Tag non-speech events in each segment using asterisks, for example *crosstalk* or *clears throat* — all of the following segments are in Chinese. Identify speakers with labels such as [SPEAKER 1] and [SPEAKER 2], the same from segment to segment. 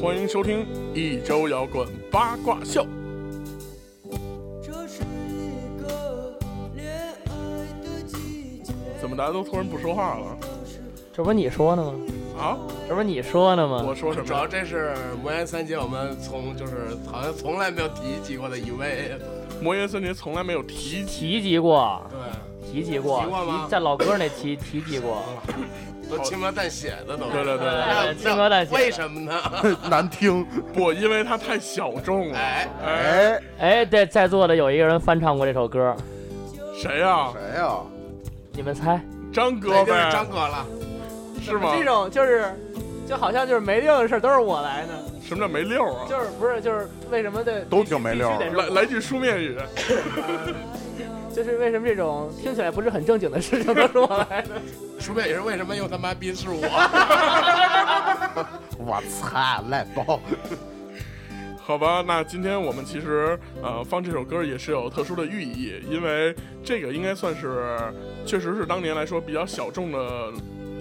[SPEAKER 1] 欢迎收听一周摇滚八卦秀。
[SPEAKER 2] 这是一个恋爱的季节。
[SPEAKER 1] 怎么大家都突然不说话了？
[SPEAKER 3] 这不你说呢吗？
[SPEAKER 1] 啊？
[SPEAKER 3] 这不你说呢吗？
[SPEAKER 1] 我说什
[SPEAKER 4] 主
[SPEAKER 1] 么
[SPEAKER 4] 要
[SPEAKER 1] 呀？
[SPEAKER 4] 这是魔岩三杰，我们从就是好像从来没有提及过的一位，
[SPEAKER 1] 魔岩森林从来没有提及，
[SPEAKER 3] 提及过，
[SPEAKER 4] 对，
[SPEAKER 3] 提及过，
[SPEAKER 4] 嗯提过吗
[SPEAKER 3] 提在老歌那期提及过。
[SPEAKER 4] 都轻描淡写的都。
[SPEAKER 1] 对对对对
[SPEAKER 4] 那
[SPEAKER 3] 对轻描淡写的
[SPEAKER 4] 为什么呢？
[SPEAKER 5] 难听，
[SPEAKER 1] 不，因为他太小众了。
[SPEAKER 4] 哎
[SPEAKER 1] 哎，
[SPEAKER 5] 哎，
[SPEAKER 3] 哎，对，在座的有一个人翻唱过这首歌，
[SPEAKER 1] 谁呀？
[SPEAKER 5] 谁呀？
[SPEAKER 3] 你们猜？
[SPEAKER 1] 张
[SPEAKER 4] 对
[SPEAKER 1] 哥
[SPEAKER 4] 哎就是张
[SPEAKER 1] 呗，
[SPEAKER 4] 哥了，
[SPEAKER 1] 是吗？
[SPEAKER 6] 这种就是，就好像就是没溜儿的事儿都是我来呢，
[SPEAKER 1] 什么叫没溜啊？
[SPEAKER 6] 就是不是就是为什么的
[SPEAKER 5] 都挺没溜啊儿
[SPEAKER 6] 必须得是
[SPEAKER 1] 来来句书面语，
[SPEAKER 6] 就是为什么这种听起来不是很正经的事情都是我来呢？
[SPEAKER 4] 顺便也是为什么又他妈逼是我？
[SPEAKER 5] 我擦，赖包，
[SPEAKER 1] 好吧，那今天我们其实呃放这首歌也是有特殊的寓意，因为这个应该算是确实是当年来说比较小众的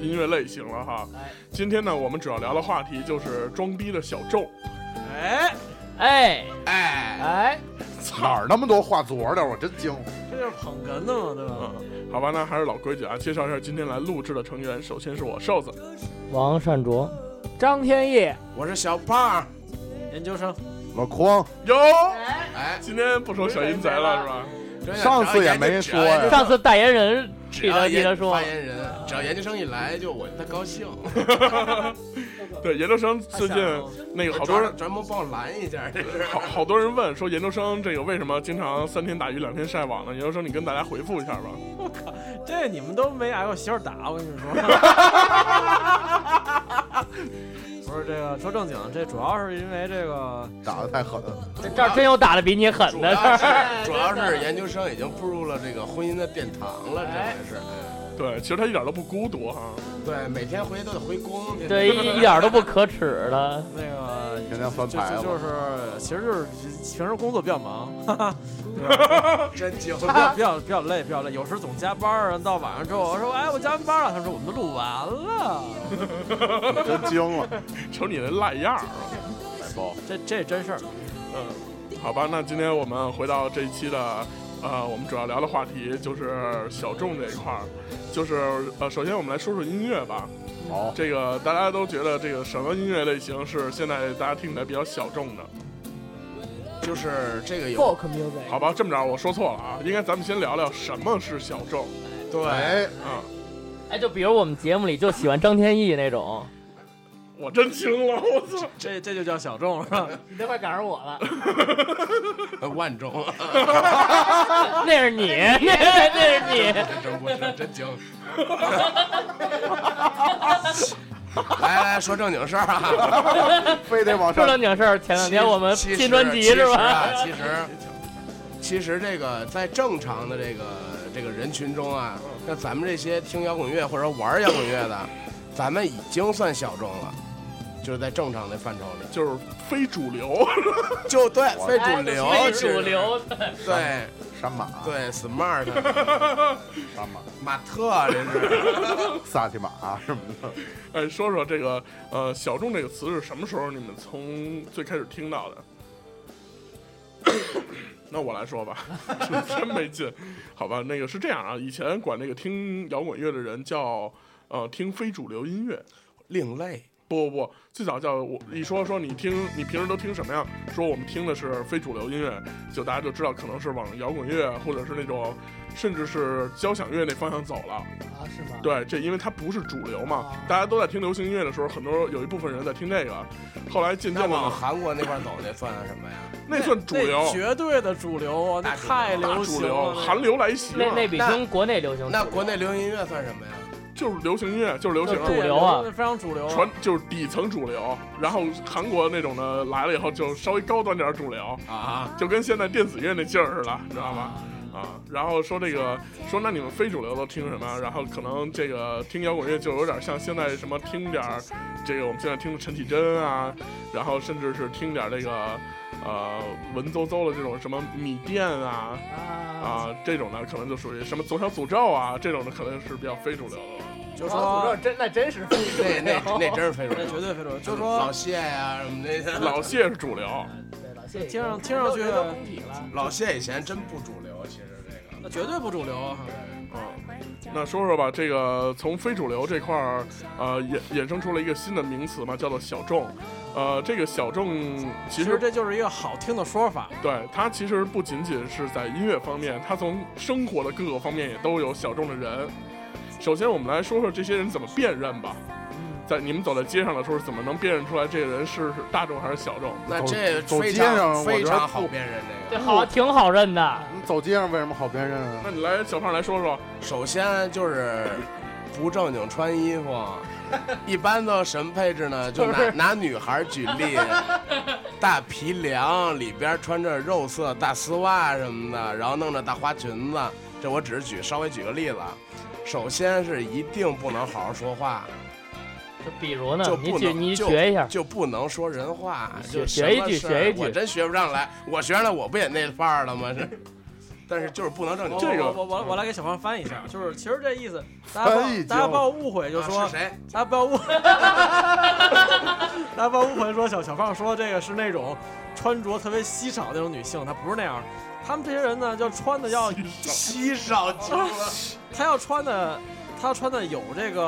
[SPEAKER 1] 音乐类型了哈。
[SPEAKER 4] 哎
[SPEAKER 1] 今天呢，我们主要聊的话题就是装逼的小众。
[SPEAKER 6] 哎
[SPEAKER 3] *laughs* 哎，
[SPEAKER 4] 哎，
[SPEAKER 6] 哎，
[SPEAKER 5] 哪儿那么多话佐的？我真惊。
[SPEAKER 6] 这就是捧哏的嘛，对吧？
[SPEAKER 1] 嗯，好吧，那还是老规矩啊，介绍一下今天来录制的成员。首先是我瘦子，
[SPEAKER 3] 王善卓，
[SPEAKER 6] 张天翼，
[SPEAKER 4] 我是小胖，
[SPEAKER 6] 研究生，
[SPEAKER 5] 老匡，
[SPEAKER 1] 哟，
[SPEAKER 4] 哎，
[SPEAKER 1] 今天不说小淫贼了是吧？
[SPEAKER 4] 真的
[SPEAKER 5] 上次也没说呀
[SPEAKER 3] 上次代言人
[SPEAKER 4] 只
[SPEAKER 3] 记
[SPEAKER 4] 要
[SPEAKER 3] 得
[SPEAKER 4] 研
[SPEAKER 3] 记
[SPEAKER 4] 究
[SPEAKER 3] 得
[SPEAKER 4] 生
[SPEAKER 3] 说
[SPEAKER 4] 发，言人，只要研究生一来，就我他高兴，
[SPEAKER 1] 对，研究生最近那个好多人。
[SPEAKER 4] 专门帮我拦一下，这是。
[SPEAKER 1] 好好多人问说研究生这个为什么经常三天打鱼两天晒网呢？研究生，你跟大家回复一下吧。
[SPEAKER 7] 这你们都没挨过媳妇儿打，我跟你说。不是这个说正经，这主要是因为这个
[SPEAKER 5] 打得太狠，
[SPEAKER 3] 这儿真有打的比你狠
[SPEAKER 4] 主
[SPEAKER 3] 的。
[SPEAKER 4] 要
[SPEAKER 3] *laughs*
[SPEAKER 4] 是主要是研究生已经步入了这个婚姻的殿堂了，真
[SPEAKER 3] 哎
[SPEAKER 4] 的是。
[SPEAKER 1] 对，其实他一点都不孤独哈。
[SPEAKER 4] 对，每天回都得回宫。这
[SPEAKER 3] 对，一一点都不可耻了。
[SPEAKER 7] 那个
[SPEAKER 5] 天天翻
[SPEAKER 7] 就
[SPEAKER 5] 牌
[SPEAKER 7] 就就
[SPEAKER 5] 子，
[SPEAKER 7] 是，其实就是平时工作比较忙，
[SPEAKER 4] 真精。
[SPEAKER 7] 就比较比较比较累，比较累，有时总加班儿，到晚上之后我说哎我加完班了，他们说我们都录完了，
[SPEAKER 5] 我真惊了，
[SPEAKER 1] 瞅你那赖样儿啊！
[SPEAKER 5] 赖包。
[SPEAKER 7] 这这真事儿。
[SPEAKER 1] 嗯，好吧，那今天我们回到这一期的，呃，我们主要聊的话题就是小众这一块儿，就是呃，首先我们来说说音乐吧。
[SPEAKER 5] 好，
[SPEAKER 1] 这个大家都觉得这个什么音乐类型是现在大家听起来比较小众的？
[SPEAKER 4] *laughs* 就是这个
[SPEAKER 3] 哦
[SPEAKER 4] 有
[SPEAKER 6] folk music，
[SPEAKER 1] 好吧，这么着，我说错了啊，应该咱们先聊聊什么是小众
[SPEAKER 4] 对，
[SPEAKER 5] 哎，
[SPEAKER 1] 啊。
[SPEAKER 3] 哎，就比如我们节目里就喜欢张天翼那种，
[SPEAKER 1] 我真惊了，我操！
[SPEAKER 7] 这这就叫小众是吧？
[SPEAKER 4] *laughs*
[SPEAKER 3] 你都快赶上我了。
[SPEAKER 4] 呃万种，
[SPEAKER 3] *laughs* 那是
[SPEAKER 6] *laughs*
[SPEAKER 3] 你，那那是你。
[SPEAKER 4] 真不是真精。 *laughs* 来来说正经事儿
[SPEAKER 3] *laughs*
[SPEAKER 4] 啊，
[SPEAKER 5] 非得往
[SPEAKER 3] 说
[SPEAKER 5] 上
[SPEAKER 3] 正经事儿，前两天我们
[SPEAKER 4] 其实
[SPEAKER 3] 新专辑是吧？？
[SPEAKER 4] 其实啊其实，其实这个在正常的这个这个人群中啊，那咱们这些听摇滚乐或者说玩摇滚乐的，咱们已经算小众了，就是在正常的范畴里，
[SPEAKER 1] *laughs* 就是非主流，
[SPEAKER 4] 就对非啊主
[SPEAKER 3] 哎
[SPEAKER 4] 流，
[SPEAKER 3] 非
[SPEAKER 4] 其实
[SPEAKER 3] 主，流，
[SPEAKER 4] 对
[SPEAKER 5] 山马，
[SPEAKER 4] 对，smart。
[SPEAKER 5] 山马，
[SPEAKER 4] 马特这是
[SPEAKER 5] 萨其马啊什么的，
[SPEAKER 1] 哎，说说这个呃“小众”这个词是什么时候你们从最开始听到的？ *coughs* 那我来说吧， *laughs* 真没劲。好吧，那个是这样啊，以前管那个听摇滚乐的人叫呃听非主流音乐，
[SPEAKER 4] 另类，
[SPEAKER 1] 不不不，最早叫我一说说你听你平时都听什么呀？说我们听的是非主流音乐，就大家就知道可能是往摇滚乐啊或者是那种甚至是交响乐那方向走了。
[SPEAKER 6] 啊是吗？
[SPEAKER 1] 对，这因为它不是主流
[SPEAKER 7] 哦
[SPEAKER 1] 嘛，大家都在听流行音乐的时候，很多有一部分人在听这个，后来渐
[SPEAKER 4] *laughs* 那
[SPEAKER 1] 渐
[SPEAKER 4] 往
[SPEAKER 1] 的
[SPEAKER 4] 韩国那块走那算什 *laughs* 么呀？
[SPEAKER 1] 那算主流
[SPEAKER 7] 那，绝对的主流啊，那太
[SPEAKER 1] 大
[SPEAKER 7] 流
[SPEAKER 1] 主
[SPEAKER 7] 行了
[SPEAKER 1] 流，，韩流来袭嘛
[SPEAKER 3] 那，那比听国内流行。
[SPEAKER 4] 那国内流行音乐算什么呀？
[SPEAKER 1] 就是流行音乐，就是流行
[SPEAKER 6] 就，主流啊
[SPEAKER 7] 非常主流啊。
[SPEAKER 1] 传就是底层主流。然后韩国那种的来了以后，就稍微高端点儿主流，
[SPEAKER 4] 啊，
[SPEAKER 1] 就跟现在电子乐那劲儿似的，你知道吧？啊，然后说这个，说那你们非主流都听什么？然后可能这个听摇滚乐就有点像现在什么听点儿，这个我们现在听陈绮贞啊，然后甚至是听点儿这个，呃，文绉绉的这种什么米店啊
[SPEAKER 6] 啊，
[SPEAKER 1] 啊这种的，可能就属于什么左小诅咒啊这种的，可能是比较非主流的了。
[SPEAKER 4] 就
[SPEAKER 6] 王老诅
[SPEAKER 4] 说
[SPEAKER 6] 咒哦真那真是
[SPEAKER 4] 那那那真是非主
[SPEAKER 7] 那
[SPEAKER 4] 流，
[SPEAKER 7] 绝对非主流，就
[SPEAKER 4] 老
[SPEAKER 7] 说
[SPEAKER 4] 谢呀什么的，
[SPEAKER 1] 老谢是主流，
[SPEAKER 6] 对
[SPEAKER 7] 听上听上去
[SPEAKER 6] 都公体了，
[SPEAKER 4] 老谢以前真不主流，其实这个
[SPEAKER 7] 那绝对不主流啊。
[SPEAKER 1] 那说说吧，这个从非主流这块儿，呃，衍衍生出了一个新的名词嘛，叫做小众。呃，这个小众其
[SPEAKER 7] 其
[SPEAKER 1] 实
[SPEAKER 7] 实这就是一个好听的说法，
[SPEAKER 1] 对它其实不仅仅是在音乐方面，它从生活的各个方面也都有小众的人。首先，我们来说说这些人怎么辨认吧。
[SPEAKER 7] 嗯
[SPEAKER 1] 在你们走在街上的时候，怎么能辨认出来这个人是大众还是小众？
[SPEAKER 4] 那
[SPEAKER 5] 走
[SPEAKER 4] 这
[SPEAKER 5] 走
[SPEAKER 4] 非
[SPEAKER 5] 街上
[SPEAKER 4] 常
[SPEAKER 5] 我
[SPEAKER 4] 非
[SPEAKER 5] 觉得
[SPEAKER 4] 常好
[SPEAKER 5] 不
[SPEAKER 4] 辨认这
[SPEAKER 3] 这
[SPEAKER 4] 个。
[SPEAKER 3] 好挺好认的，
[SPEAKER 6] 嗯
[SPEAKER 5] 你走街上为什么好辨认啊？
[SPEAKER 1] 那你来，小胖来说说，
[SPEAKER 4] 首先就是不正经穿衣服， *laughs* 一般都什么配置呢？就拿拿女孩举例， *laughs* 大皮凉里边穿着肉色大丝袜什么的，然后弄着大花裙子。这我只是举稍微举个例子啊。首先是一定不能好好说话，
[SPEAKER 3] 就比如呢
[SPEAKER 4] 就，
[SPEAKER 3] 你
[SPEAKER 4] 不
[SPEAKER 3] 举
[SPEAKER 4] 能
[SPEAKER 3] 你
[SPEAKER 4] 就
[SPEAKER 3] 学一下，
[SPEAKER 4] 就不能说人话，
[SPEAKER 3] 学
[SPEAKER 4] 就
[SPEAKER 3] 学一句
[SPEAKER 4] 什么事儿
[SPEAKER 3] 学一句
[SPEAKER 4] 我真学不上来，我学上来我不也那范儿了吗？是，但是就是不能正经。
[SPEAKER 1] 这个
[SPEAKER 7] 我我我我来给小芳翻译一下，就是其实这意思，大家不
[SPEAKER 5] 翻译
[SPEAKER 7] 要大家不要误会，就
[SPEAKER 4] 啊
[SPEAKER 7] 说
[SPEAKER 4] 是谁？
[SPEAKER 7] 大家不要误，大家不要误会，说小小胖说这个是那种穿着特别稀少的那种女性，她不是那样的。他们这些人呢，就穿的要，
[SPEAKER 4] 稀少极了。
[SPEAKER 7] 她要穿的，她穿的有这个，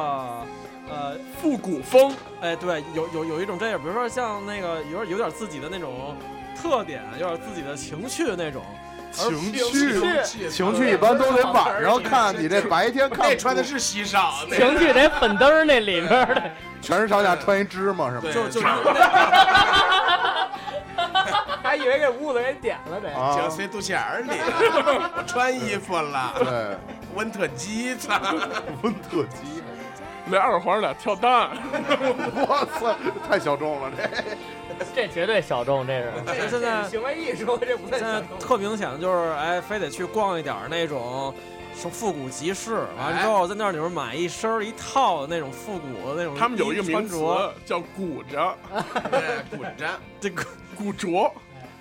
[SPEAKER 7] 呃，
[SPEAKER 1] 复古风，
[SPEAKER 7] 哎，对，有有有一种这样，比如说像那个有点有点自己的那种特点，有点自己的情趣那种。
[SPEAKER 5] 情趣，
[SPEAKER 4] 趣
[SPEAKER 5] 情趣一般都得晚上看，你这白天看
[SPEAKER 4] 那穿的是稀少，那
[SPEAKER 3] 情趣得粉灯儿那里边儿的，
[SPEAKER 5] 全是上下穿一芝麻是吗？
[SPEAKER 4] 对
[SPEAKER 7] 就就是
[SPEAKER 6] *laughs* 还以为给屋子给点了得。
[SPEAKER 5] 啊
[SPEAKER 4] 就，塞肚脐眼儿里。我穿衣服了，
[SPEAKER 5] 对，
[SPEAKER 4] 温特基，操！
[SPEAKER 5] 温特基， *laughs*
[SPEAKER 1] 俩耳环，俩跳
[SPEAKER 7] *laughs*
[SPEAKER 1] 蛋，
[SPEAKER 5] 我操，太小众了这。
[SPEAKER 3] 这绝对小众，这
[SPEAKER 7] *laughs*
[SPEAKER 3] 是。
[SPEAKER 7] 这哎现在
[SPEAKER 6] 行为艺术这不算
[SPEAKER 7] 现在
[SPEAKER 6] 小众
[SPEAKER 7] 特明显的就是，哎，非得去逛一点儿那种什么复古集市，完了
[SPEAKER 4] 哎
[SPEAKER 7] 之后在那里边买一身儿一套的那种复古的那种衣服穿着。嗯
[SPEAKER 1] 他们有一个名词叫“骨着
[SPEAKER 4] 对滚着，
[SPEAKER 7] 这个”，
[SPEAKER 1] 骨着，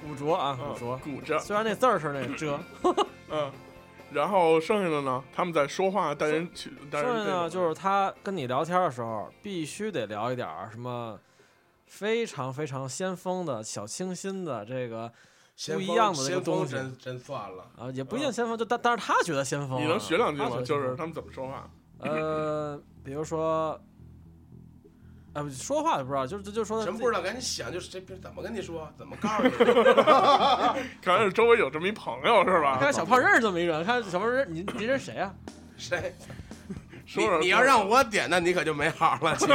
[SPEAKER 7] 古着啊，
[SPEAKER 1] 嗯
[SPEAKER 7] 古着。
[SPEAKER 1] 骨着，
[SPEAKER 7] 虽然那字儿是那遮，
[SPEAKER 1] 嗯。然后剩下的呢，他们在说话带人去，带
[SPEAKER 7] 剩
[SPEAKER 1] 人
[SPEAKER 7] 下
[SPEAKER 1] 这
[SPEAKER 7] 呢
[SPEAKER 1] 种
[SPEAKER 7] 就是他跟你聊天的时候，必须得聊一点儿什么非常非常先锋的小清新的这个不一样的这
[SPEAKER 4] 先
[SPEAKER 7] 个东
[SPEAKER 4] 锋
[SPEAKER 7] 西
[SPEAKER 4] 真真算了，
[SPEAKER 7] 啊，也不一定先锋，就但但是他觉得先锋啊。
[SPEAKER 1] 嗯你能学两句
[SPEAKER 7] 他
[SPEAKER 1] 吗？
[SPEAKER 7] 觉得
[SPEAKER 1] 就
[SPEAKER 7] 先
[SPEAKER 1] 是
[SPEAKER 7] 锋
[SPEAKER 1] 他们怎么说话？
[SPEAKER 7] *laughs* 呃，比如说，呃，说话也不知道，就是就就说他
[SPEAKER 4] 真
[SPEAKER 7] 自己
[SPEAKER 4] 不知道，赶紧想，就是这怎么跟你说，怎么告诉你？
[SPEAKER 1] 看来是周围有这么一朋友是吧？
[SPEAKER 7] 看看小胖认识这么一人，看小胖认你你认识谁 *laughs* 啊？
[SPEAKER 4] 谁？
[SPEAKER 1] 说
[SPEAKER 4] 你
[SPEAKER 1] 说
[SPEAKER 4] 你要让我点，那你可就没好了。亲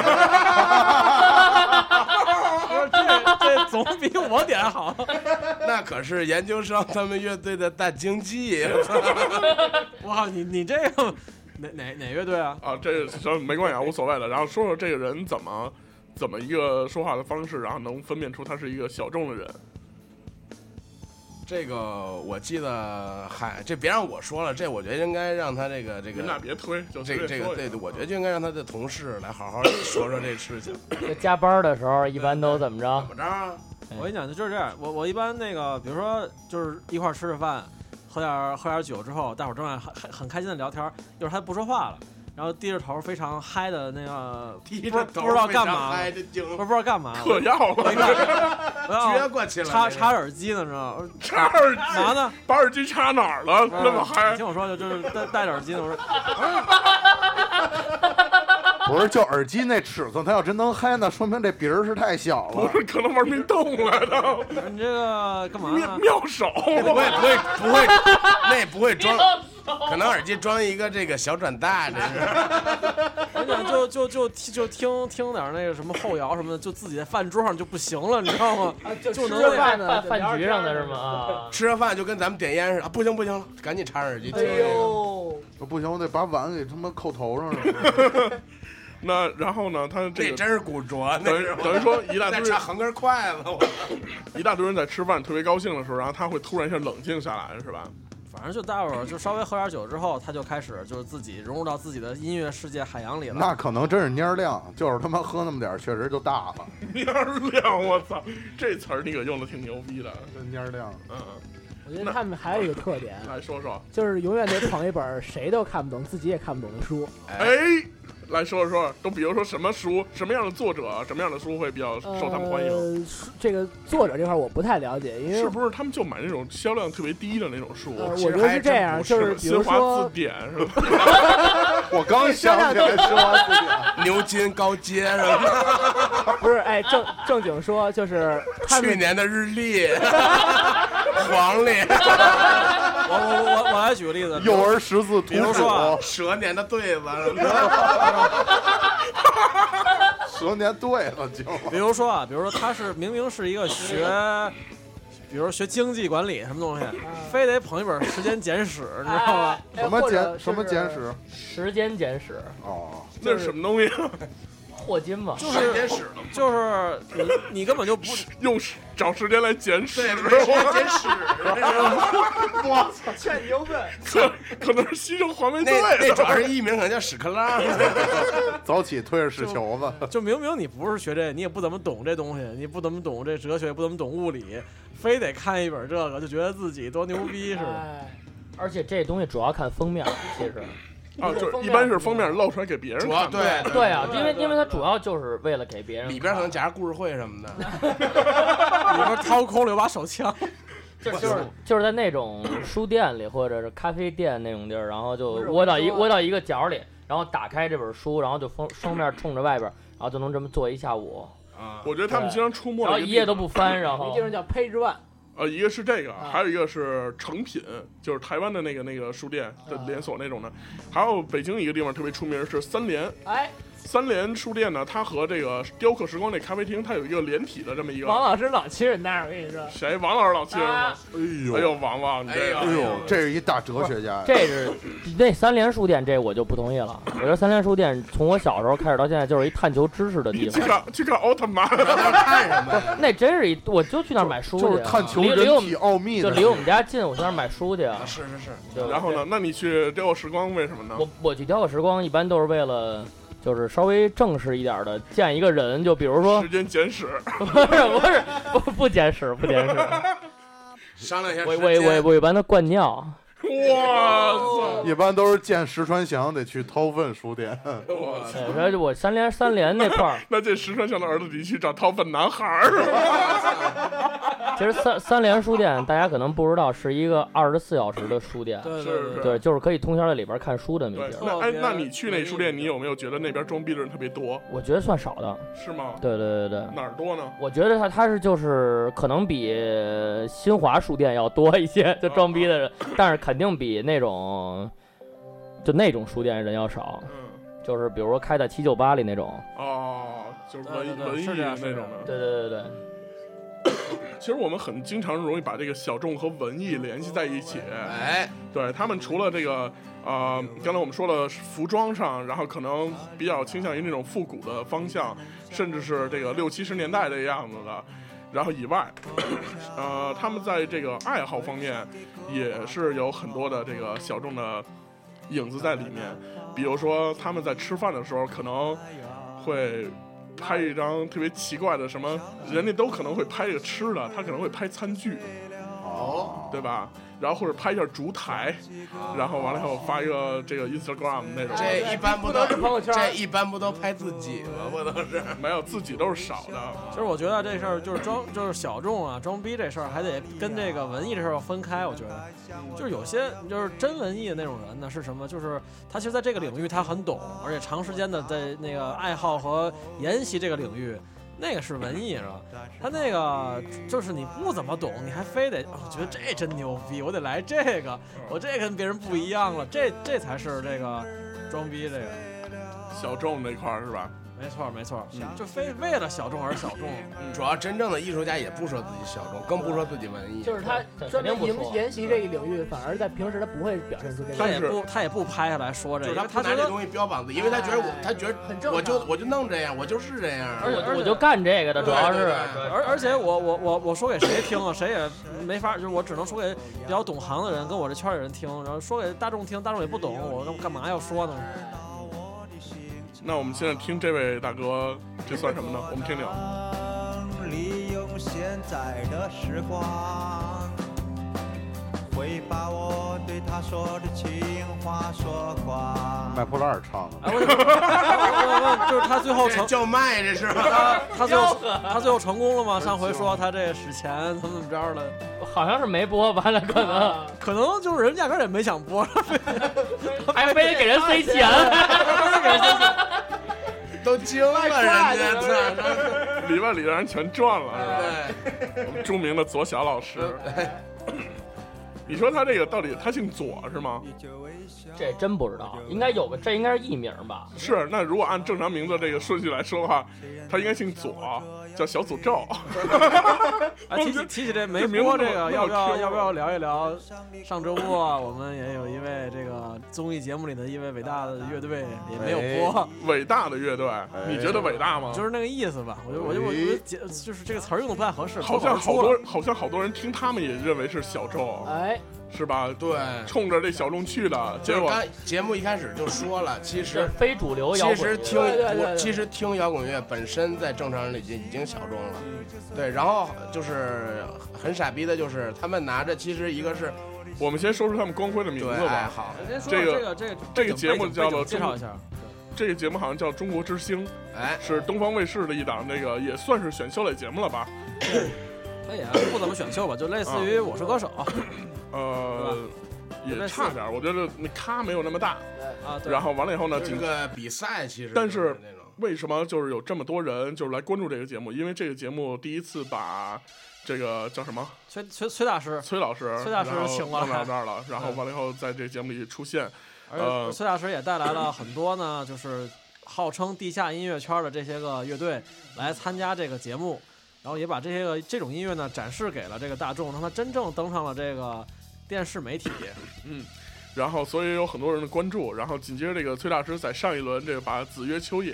[SPEAKER 7] 不是这这总比我点好。 *laughs*
[SPEAKER 4] 那可是研究生他们乐队的大经济，
[SPEAKER 7] 哇，你你这个哪哪哪乐队啊？
[SPEAKER 1] 啊，这行没关系啊，无所谓的。然后说说这个人怎么怎么一个说话的方式，然后能分辨出他是一个小众的人。
[SPEAKER 4] 这个我记得，嗨，这别让我说了，这我觉得应该让他这个这
[SPEAKER 1] 你们俩
[SPEAKER 4] 个
[SPEAKER 1] 别推，就随
[SPEAKER 4] 这个这
[SPEAKER 1] 便
[SPEAKER 4] 个
[SPEAKER 1] 说
[SPEAKER 4] 对
[SPEAKER 1] 一
[SPEAKER 4] 对，
[SPEAKER 1] 下
[SPEAKER 4] 我觉得就应该让他的同事来好好说说这事情，
[SPEAKER 3] 就加班的时候，一般都怎么
[SPEAKER 4] 怎
[SPEAKER 3] 着？
[SPEAKER 4] 么着啊？
[SPEAKER 7] 我跟你讲，就是这样，我我一般那个，比如说就是一块儿吃着饭，喝点儿喝点儿酒之后，大伙儿正在很很很开心的聊天儿，一会儿他不说话了，然后低着头非常嗨的那个，
[SPEAKER 4] *laughs* 低
[SPEAKER 7] 不
[SPEAKER 4] 着
[SPEAKER 7] 是
[SPEAKER 4] 头
[SPEAKER 7] 不知道干
[SPEAKER 4] 非
[SPEAKER 7] 嘛
[SPEAKER 4] 常嗨这精
[SPEAKER 7] 不是不知道干嘛，
[SPEAKER 1] 嗑药
[SPEAKER 7] 我
[SPEAKER 1] 了，
[SPEAKER 7] 一看，
[SPEAKER 4] *laughs*
[SPEAKER 7] 我
[SPEAKER 4] 撅
[SPEAKER 7] 要
[SPEAKER 4] 过去了，
[SPEAKER 7] 插
[SPEAKER 4] 这个
[SPEAKER 7] 插耳机呢，知道吗？
[SPEAKER 1] 插耳
[SPEAKER 7] 干嘛
[SPEAKER 1] 机，
[SPEAKER 7] 呢？嗯
[SPEAKER 1] 把耳机插哪儿了？那么
[SPEAKER 7] 你
[SPEAKER 1] 嗨，
[SPEAKER 7] 听我说，就就是戴戴着耳机呢，我说
[SPEAKER 1] *laughs*
[SPEAKER 5] 不是，就耳机那尺寸，他要真能嗨，那说明这鼻儿是太小
[SPEAKER 1] 不
[SPEAKER 5] 了。
[SPEAKER 1] 是可能玩命动来的，
[SPEAKER 7] 你这个干嘛
[SPEAKER 1] 妙
[SPEAKER 7] 呢？
[SPEAKER 1] 妙手。
[SPEAKER 7] *laughs*
[SPEAKER 4] 不会不会不会，那不会装，可能耳机装一个这个小转带，这是。
[SPEAKER 7] 我跟你讲，哎就就就就听听点那个什么后摇什么的，就自己在饭桌上就不行了，你知道吗？
[SPEAKER 6] 啊就
[SPEAKER 7] *laughs* 就能
[SPEAKER 6] 吃
[SPEAKER 7] 为
[SPEAKER 6] 饭
[SPEAKER 3] 饭
[SPEAKER 6] 呢，
[SPEAKER 3] 饭局上的是吗？？啊，
[SPEAKER 4] 吃着饭就跟咱们点烟似的，啊不行不行了，赶紧插上耳机听
[SPEAKER 6] 哎
[SPEAKER 4] 这个。
[SPEAKER 6] 呦，
[SPEAKER 5] 不行，我得把碗给他妈扣头上了。
[SPEAKER 1] *laughs* 那然后呢，他这
[SPEAKER 4] 这
[SPEAKER 1] 个
[SPEAKER 4] 真是古着，那
[SPEAKER 1] 等于
[SPEAKER 4] 是
[SPEAKER 1] 等于说一大
[SPEAKER 4] 再
[SPEAKER 1] 堆
[SPEAKER 4] 插
[SPEAKER 1] 人
[SPEAKER 4] 横根筷子，我
[SPEAKER 1] 一大堆人在吃饭，特别高兴的时候，然后他会突然一下冷静下来，是吧？ *laughs*
[SPEAKER 7] 反正就待会儿就稍微喝点酒之后，他就开始就是自己融入到自己的音乐世界海洋里了。
[SPEAKER 5] *laughs* 那可能真是蔫儿亮，就是他妈喝那么点儿，确实就大了。
[SPEAKER 1] 蔫儿亮，我操，这词儿你可用的挺牛逼的，
[SPEAKER 5] 真蔫儿亮，
[SPEAKER 1] 嗯，
[SPEAKER 6] 我觉得他们还有一个特 *laughs* 点，
[SPEAKER 1] 来说说，
[SPEAKER 6] 就是永远得捧一本谁都看不懂、自己也看不懂的书。
[SPEAKER 1] 哎，来说说，都比如说什么书，什么样的作者，什么样的书会比较受他们欢迎？
[SPEAKER 6] 呃，这个作者这块儿我不太了解，因为
[SPEAKER 1] 是不是他们就买那种销量特别低的那种书？
[SPEAKER 6] 呃，我
[SPEAKER 4] 其
[SPEAKER 6] 觉
[SPEAKER 4] 实
[SPEAKER 6] 得
[SPEAKER 4] 还
[SPEAKER 6] 是这
[SPEAKER 4] 真
[SPEAKER 6] 样，
[SPEAKER 4] 不
[SPEAKER 6] 就是是比
[SPEAKER 1] 新
[SPEAKER 6] 如
[SPEAKER 1] 华字
[SPEAKER 6] 说，
[SPEAKER 1] 典是 *laughs* 吧？
[SPEAKER 5] *laughs* 我刚想起来新华字典，
[SPEAKER 4] *laughs* 牛津高阶什么
[SPEAKER 7] *laughs*
[SPEAKER 4] 的
[SPEAKER 6] 不是，哎，正正经说，就是他
[SPEAKER 4] 去
[SPEAKER 6] 们
[SPEAKER 4] 年的日
[SPEAKER 7] *laughs*
[SPEAKER 4] 历、黄历、
[SPEAKER 7] 我我我我来举个例
[SPEAKER 5] *laughs*
[SPEAKER 7] 子，
[SPEAKER 5] 幼儿识字图
[SPEAKER 7] 比如说啊
[SPEAKER 5] 谱，
[SPEAKER 4] 蛇年的对子什么的。
[SPEAKER 5] 蛇年对了就。
[SPEAKER 7] 比如说啊，比如说他是明明是一个学，比如学经济管理什么东西，
[SPEAKER 6] 嗯
[SPEAKER 7] 非得捧一本《时间简史》，你知道吗？
[SPEAKER 6] 哎
[SPEAKER 5] 什么
[SPEAKER 6] 或者
[SPEAKER 5] 简什么
[SPEAKER 6] 是
[SPEAKER 5] 简史？
[SPEAKER 3] 时间简史，
[SPEAKER 5] 哦，
[SPEAKER 1] 那是什么东西？啊
[SPEAKER 3] 霍金嘛，
[SPEAKER 7] 就是
[SPEAKER 4] 天使了，
[SPEAKER 7] 就是你你根本就不
[SPEAKER 1] 用时找时间来捡屎
[SPEAKER 4] 对，，不是天 *laughs* 使，
[SPEAKER 5] 我操！
[SPEAKER 6] 劝牛粪，
[SPEAKER 1] 可可能是西周环卫
[SPEAKER 4] 那那
[SPEAKER 1] 队
[SPEAKER 4] 主要
[SPEAKER 1] 的。
[SPEAKER 4] 是艺名，可能叫屎壳郎。
[SPEAKER 5] 早起推着屎球子，
[SPEAKER 7] 就明明你不是学这，你也不怎么懂这东西，你不怎么懂这哲学，不怎么懂物理，非得看一本这个，就觉得自己多牛逼似的。
[SPEAKER 6] 哎，
[SPEAKER 3] 而且这东西主要看封面，其实，
[SPEAKER 1] 啊，就是一般是封面露出来给别人
[SPEAKER 4] *laughs* 主要
[SPEAKER 1] 看的。
[SPEAKER 4] 对
[SPEAKER 3] 对啊，
[SPEAKER 6] 对
[SPEAKER 3] 因为
[SPEAKER 6] 对
[SPEAKER 3] 因为它主要就是为了给别人
[SPEAKER 4] 里边可能夹着故事会什么的，
[SPEAKER 7] 里边掏空了有把手枪，
[SPEAKER 3] 就是就是就是在那种书店里或者是咖啡店那种地儿，然后就
[SPEAKER 6] 不是我
[SPEAKER 3] 窝到一
[SPEAKER 6] 说
[SPEAKER 3] 窝到一个角里，然后打开这本书，然后就封封面冲着外边，然后就能这么做一下午，
[SPEAKER 4] 啊，
[SPEAKER 1] 我觉得他们经常出没的
[SPEAKER 3] 然后
[SPEAKER 1] 一个
[SPEAKER 3] 一
[SPEAKER 1] 地
[SPEAKER 3] 页
[SPEAKER 1] 方
[SPEAKER 3] 都不翻，然
[SPEAKER 6] 那
[SPEAKER 3] 后
[SPEAKER 6] 地方叫 Page One，
[SPEAKER 1] 呃，一个是这个，
[SPEAKER 6] 啊
[SPEAKER 1] 还有一个是成品，就是台湾的那个那个书店
[SPEAKER 3] 啊
[SPEAKER 1] 的连锁那种的，还有北京一个地方特别出名是三联，
[SPEAKER 6] 哎，
[SPEAKER 1] 三联书店呢，它和这个雕刻时光那咖啡厅，它有一个连体的这么一
[SPEAKER 6] 王
[SPEAKER 1] 个。
[SPEAKER 6] 老师老欺人那儿，我跟你说，
[SPEAKER 1] 谁？王老师老亲人吗
[SPEAKER 6] 啊？
[SPEAKER 5] 哎
[SPEAKER 1] 哎
[SPEAKER 5] 呦
[SPEAKER 1] 呦，王王，你这
[SPEAKER 4] 哎
[SPEAKER 5] 哎呦，这是一大哲学家呀！
[SPEAKER 3] 这是那三联书店，这我就不同意了。我觉得三联书店从我小时候开始到现在，就是一探求知识的地
[SPEAKER 1] 你去
[SPEAKER 3] 方。
[SPEAKER 1] 看去看奥特
[SPEAKER 3] *laughs*
[SPEAKER 1] 曼，
[SPEAKER 4] 看什么呀？
[SPEAKER 3] 那真是一，我就去那儿买书去啊，
[SPEAKER 5] 就是探求
[SPEAKER 3] 离离我
[SPEAKER 5] 人
[SPEAKER 3] 们
[SPEAKER 5] 体奥秘
[SPEAKER 3] 就
[SPEAKER 5] 的
[SPEAKER 3] 离我们家近，我去那儿买书去啊。
[SPEAKER 4] *laughs* 是是是，
[SPEAKER 3] 对
[SPEAKER 1] 然后呢？那你去雕刻时光为什么呢？
[SPEAKER 3] 我我去雕刻时光，一般都是为了就是稍微正式一点的见一个人，就比如说
[SPEAKER 1] 时间简
[SPEAKER 3] *laughs*
[SPEAKER 1] 史，
[SPEAKER 3] 不是不是不不捡屎不捡屎，
[SPEAKER 4] 商量一下
[SPEAKER 3] 我
[SPEAKER 4] 时
[SPEAKER 3] 我我
[SPEAKER 4] 间。
[SPEAKER 3] 我一般都灌尿，
[SPEAKER 1] 哇
[SPEAKER 5] 一般都是见石川翔得去掏粪书 *laughs* 店，
[SPEAKER 1] 塞！我操！
[SPEAKER 3] 对然后就我三连三连那块儿，
[SPEAKER 1] 那这石川翔的儿子得去找掏粪男孩儿，
[SPEAKER 3] 其实三三连书店大家可能不知道是一个二十四小时的书店，
[SPEAKER 7] 对
[SPEAKER 1] 是是
[SPEAKER 3] 对，就是可以通宵在里边看书的那
[SPEAKER 1] 对
[SPEAKER 3] 种地，儿。
[SPEAKER 1] 那哎，那你去那书店，你有没有觉得那边装逼的人特别多？
[SPEAKER 3] 我觉得算少的，
[SPEAKER 1] 是吗？
[SPEAKER 3] 对对对对。
[SPEAKER 1] 哪儿多呢？
[SPEAKER 3] 我觉得他他是就是可能比新华书店要多一些，就装逼的人，但是肯定比那种就那种书店人要少，
[SPEAKER 1] 嗯，
[SPEAKER 3] 就是比如说开在七九八里那种。
[SPEAKER 1] 哦，就是文
[SPEAKER 7] 对对对
[SPEAKER 1] 文艺
[SPEAKER 7] 是这
[SPEAKER 1] 那
[SPEAKER 7] 样
[SPEAKER 1] 种
[SPEAKER 7] 是这样
[SPEAKER 1] 的。
[SPEAKER 3] 对对对对
[SPEAKER 1] 其实我们很经常容易把这个小众和文艺联系在一起。
[SPEAKER 4] 哎，
[SPEAKER 1] 对他们除了这个，呃，刚才我们说了服装上，然后可能比较倾向于那种复古的方向，甚至是这个六七十年代这样子的。然后以外， *coughs* 呃，他们在这个爱好方面也是有很多的这个小众的影子在里面。比如说他们在吃饭的时候，可能会拍一张特别奇怪的什么，人家都可能会拍这个吃的，他可能会拍餐具。
[SPEAKER 5] 哦，
[SPEAKER 1] 对吧？然后或者拍一下烛台，然后完了以后发一个这个 Instagram 那种，
[SPEAKER 4] 这一般不都
[SPEAKER 6] 哎不能是朋友圈
[SPEAKER 4] 这一般不都拍自己吗？不都是
[SPEAKER 1] 没有自己都是少的，
[SPEAKER 7] 就是我觉得这事儿就是装，就是小众啊，装逼这事儿还得跟这个文艺这事儿要分开。我觉得，就是有些就是真文艺的那种人呢，是什么？就是他其实在这个领域他很懂，而且长时间的在那个爱好和研习这个领域，那个是文艺是吧？他那个就是你不怎么懂，你还非得、哦我觉得这真牛逼，我得来这个，我这跟别人不一样了，这这才是这个装逼这个。
[SPEAKER 1] 小众这块儿是吧？
[SPEAKER 7] 没错没错，嗯就非为了小众而小众，
[SPEAKER 4] 嗯主要真正的艺术家也不说自己小众，更不说自己文艺，
[SPEAKER 6] 就是他
[SPEAKER 3] 这
[SPEAKER 6] 专门
[SPEAKER 3] 肯定不
[SPEAKER 6] 研
[SPEAKER 3] 说
[SPEAKER 6] 研习这一领域，反而在平时他不会表现出这
[SPEAKER 7] 他
[SPEAKER 6] 个。
[SPEAKER 7] 也不他也不拍下来说这
[SPEAKER 4] 就是
[SPEAKER 7] 个，因
[SPEAKER 4] 他
[SPEAKER 7] 为
[SPEAKER 4] 不拿这
[SPEAKER 7] 他觉得
[SPEAKER 4] 东西标榜自己，因为他觉得我，他觉
[SPEAKER 6] 哎很
[SPEAKER 4] 得
[SPEAKER 6] 正
[SPEAKER 4] 我就
[SPEAKER 6] 常
[SPEAKER 4] 我就弄这样，我就是这样，
[SPEAKER 7] 而且
[SPEAKER 3] 我我就干这个的，主要是
[SPEAKER 4] 对对对
[SPEAKER 7] 而而且我我我我说给谁听啊？谁也没法，就是我只能说给比较懂行的人，跟我这圈里人听，然后说给大众听，大众也不懂，我那我干嘛要说呢？
[SPEAKER 1] 那我们现在听这位大哥，这算什么呢？我们听听。
[SPEAKER 2] 利用现在的时光，会把我对他说的情话说
[SPEAKER 5] 买
[SPEAKER 2] 光。
[SPEAKER 5] 破烂儿唱的，
[SPEAKER 7] 哎， *laughs* 我我我就是他最后
[SPEAKER 4] 这
[SPEAKER 7] 成。
[SPEAKER 4] 叫卖这是吧？
[SPEAKER 6] *laughs*
[SPEAKER 7] 他他最后他最后成功了吗？上回说他这使钱怎么怎么着的，
[SPEAKER 3] 好像是没播，完了可能
[SPEAKER 7] 可能就是人压根儿也没想
[SPEAKER 4] *laughs*
[SPEAKER 7] 播，
[SPEAKER 3] *laughs* 还非得给人塞钱。
[SPEAKER 4] 都惊了人家，操！
[SPEAKER 1] 里外里让人全赚了，
[SPEAKER 4] 对，
[SPEAKER 1] 是吧？我们著名的左小老师。 *coughs* 你说他这个到底他姓左是吗？
[SPEAKER 3] *laughs* 这真不知道，应该有个，这应该是艺名吧？
[SPEAKER 1] 是。那如果按正常名字这个顺序来说的话，他应该姓左，叫小诅咒。
[SPEAKER 7] 啊，提起提起这没
[SPEAKER 1] 这名字
[SPEAKER 7] 播
[SPEAKER 1] 怎么
[SPEAKER 7] 这个，
[SPEAKER 1] 那么
[SPEAKER 7] 要不要
[SPEAKER 1] 听
[SPEAKER 7] 要不要聊一聊？上周末啊我们也有一位这个综艺节目里的一位伟大的乐队也没有
[SPEAKER 4] 哎
[SPEAKER 7] 播，
[SPEAKER 1] 伟大的乐队，你觉得伟大吗？
[SPEAKER 7] 哎就是那个意思吧。我就我就我觉得解就是这个词儿用的不太合适，
[SPEAKER 1] 哎好像好
[SPEAKER 7] 脱口而出
[SPEAKER 1] 多
[SPEAKER 7] 了，
[SPEAKER 1] 好像好多人听他们也认为是小众，
[SPEAKER 6] 哎，
[SPEAKER 1] 是吧？
[SPEAKER 4] 对
[SPEAKER 1] 冲着这小众去的，结果
[SPEAKER 4] 刚节目一开始就说了，其
[SPEAKER 3] 是
[SPEAKER 4] 实
[SPEAKER 3] 非主流摇
[SPEAKER 4] 其
[SPEAKER 3] 滚。
[SPEAKER 4] 实听
[SPEAKER 6] 对对对
[SPEAKER 4] 我
[SPEAKER 6] 对
[SPEAKER 4] 其实听摇滚乐本身在正常人里已经已经小众了，对，然后就是很傻逼的，就是他们拿着其实一个是
[SPEAKER 1] 我们先说出他们光辉的名
[SPEAKER 4] 对
[SPEAKER 1] 字
[SPEAKER 4] 爱
[SPEAKER 1] 吧。
[SPEAKER 4] 好，
[SPEAKER 7] 先说
[SPEAKER 1] 这
[SPEAKER 7] 这
[SPEAKER 1] 个
[SPEAKER 7] 个这个
[SPEAKER 1] 这个节目
[SPEAKER 7] 背景
[SPEAKER 1] 叫做
[SPEAKER 7] 背景介绍一下，
[SPEAKER 1] 这个节目好像叫《中国之星》，
[SPEAKER 4] 哎，
[SPEAKER 1] 是东方卫视的一档，那个也算是选秀类节目了吧？
[SPEAKER 7] 他也啊不怎么选秀吧，就类似于《
[SPEAKER 1] 嗯
[SPEAKER 7] 我是歌
[SPEAKER 1] *laughs*
[SPEAKER 7] 手》啊
[SPEAKER 1] 呃，
[SPEAKER 7] 对吧
[SPEAKER 1] 也差点儿，我觉得那咖没有那么大。
[SPEAKER 7] 啊，对
[SPEAKER 1] 然后完了以后呢，
[SPEAKER 4] 就是
[SPEAKER 1] 紧
[SPEAKER 4] 个比赛其实，
[SPEAKER 1] 但是
[SPEAKER 4] 那种
[SPEAKER 1] 为什么就是有这么多人就是来关注这个节目？因为这个节目第一次把这个叫什么
[SPEAKER 7] 崔崔崔大师，
[SPEAKER 1] 崔老师，
[SPEAKER 7] 崔大师
[SPEAKER 1] 然后
[SPEAKER 7] 请过来
[SPEAKER 1] 弄到这儿了，然后完了以后在这节目里出现，
[SPEAKER 7] 而且崔大师也带来了很多呢，就是号称地下音乐圈的这些个乐队来参加这个节目，然后也把这些个这种音乐呢展示给了这个大众，让它真正登上了这个电视媒体。
[SPEAKER 1] 然后所以有很多人的关注，然后紧接着这个崔大师在上一轮这个把子曰秋野，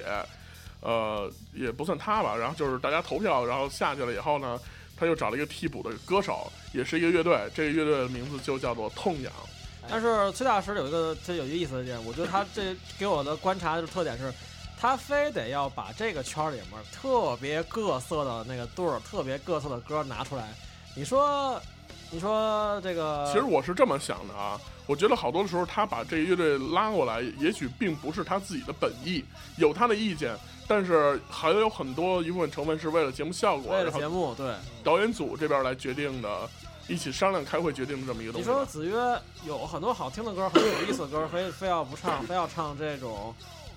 [SPEAKER 1] 呃，也不算他吧，然后就是大家投票，然后下去了以后呢，他又找了一个替补的歌手，也是一个乐队，这个乐队的名字就叫做痛痒，
[SPEAKER 7] 但是崔大师有一个这有一个意思的点，我觉得他这给我的观察的特点是。他非得要把这个圈里面特别各色的那个对儿、特别各色的歌拿出来，你说，你说这个，
[SPEAKER 1] 其实我是这么想的啊，我觉得好多的时候他把这个乐队拉过来，也许并不是他自己的本意，有他的意见，但是还有很多一部分成分是为了节目效果，
[SPEAKER 7] 为了
[SPEAKER 1] 然后
[SPEAKER 7] 节目，对，
[SPEAKER 1] 导演组这边来决定的，一起商量开会决定的这么一个东
[SPEAKER 7] 你
[SPEAKER 1] 西吧。
[SPEAKER 7] 说子曰有很多好听的歌，很有意思的歌，非非要不唱，非要唱这种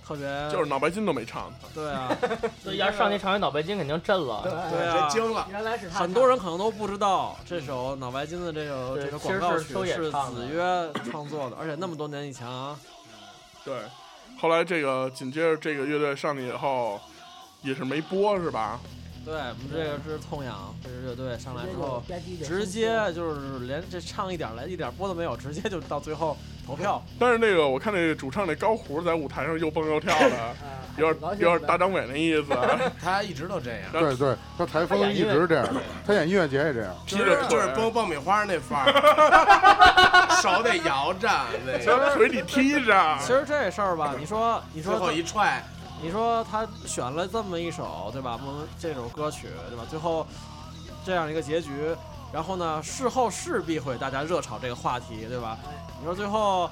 [SPEAKER 7] 特别
[SPEAKER 6] 嗯
[SPEAKER 1] 就是脑白金都没唱，
[SPEAKER 7] 对啊，
[SPEAKER 3] 所以要上去唱完脑白金肯定震了。
[SPEAKER 7] 对
[SPEAKER 4] 真
[SPEAKER 7] 啊，
[SPEAKER 4] 惊了，
[SPEAKER 6] 原来是他。
[SPEAKER 7] 很多人可能都不知道这首脑白金的这首
[SPEAKER 3] 对
[SPEAKER 7] 这个广告
[SPEAKER 3] 其
[SPEAKER 7] 曲
[SPEAKER 3] 实是周也
[SPEAKER 7] 是
[SPEAKER 3] 唱的
[SPEAKER 7] 子曰创作的，而且那么多年以前啊，
[SPEAKER 1] 对。后来这个紧接着这个乐队上去以后，也是没播是吧？
[SPEAKER 7] 对我们这个是痛痒，这是乐队上来之后。直
[SPEAKER 6] 直
[SPEAKER 7] 接就是连这唱一点儿来一点儿播都没有，直接就到最后投票。
[SPEAKER 4] 嗯
[SPEAKER 1] 但是那个我看那个主唱那高胡在舞台上又蹦又跳
[SPEAKER 6] *laughs*
[SPEAKER 1] 的，有点有点大张伟那意思，
[SPEAKER 4] 他一直都这样，
[SPEAKER 5] 对对，他台风一直这样，他演音乐节也这样。
[SPEAKER 1] 劈
[SPEAKER 4] 就是
[SPEAKER 1] 着
[SPEAKER 4] 就
[SPEAKER 1] 腿
[SPEAKER 4] 是
[SPEAKER 1] 儿
[SPEAKER 4] 崩爆米花那范儿， *laughs* 手得摇着，那个
[SPEAKER 1] 腿里踢着
[SPEAKER 7] 其。实这事儿吧，你说你
[SPEAKER 4] 最
[SPEAKER 7] 说
[SPEAKER 4] 后一踹，
[SPEAKER 7] 你说他选了这么一首，对吧？蒙这首歌曲，对吧？最后这样一个结局，然后呢，事后势必会大家热炒这个话题，对吧？你说最后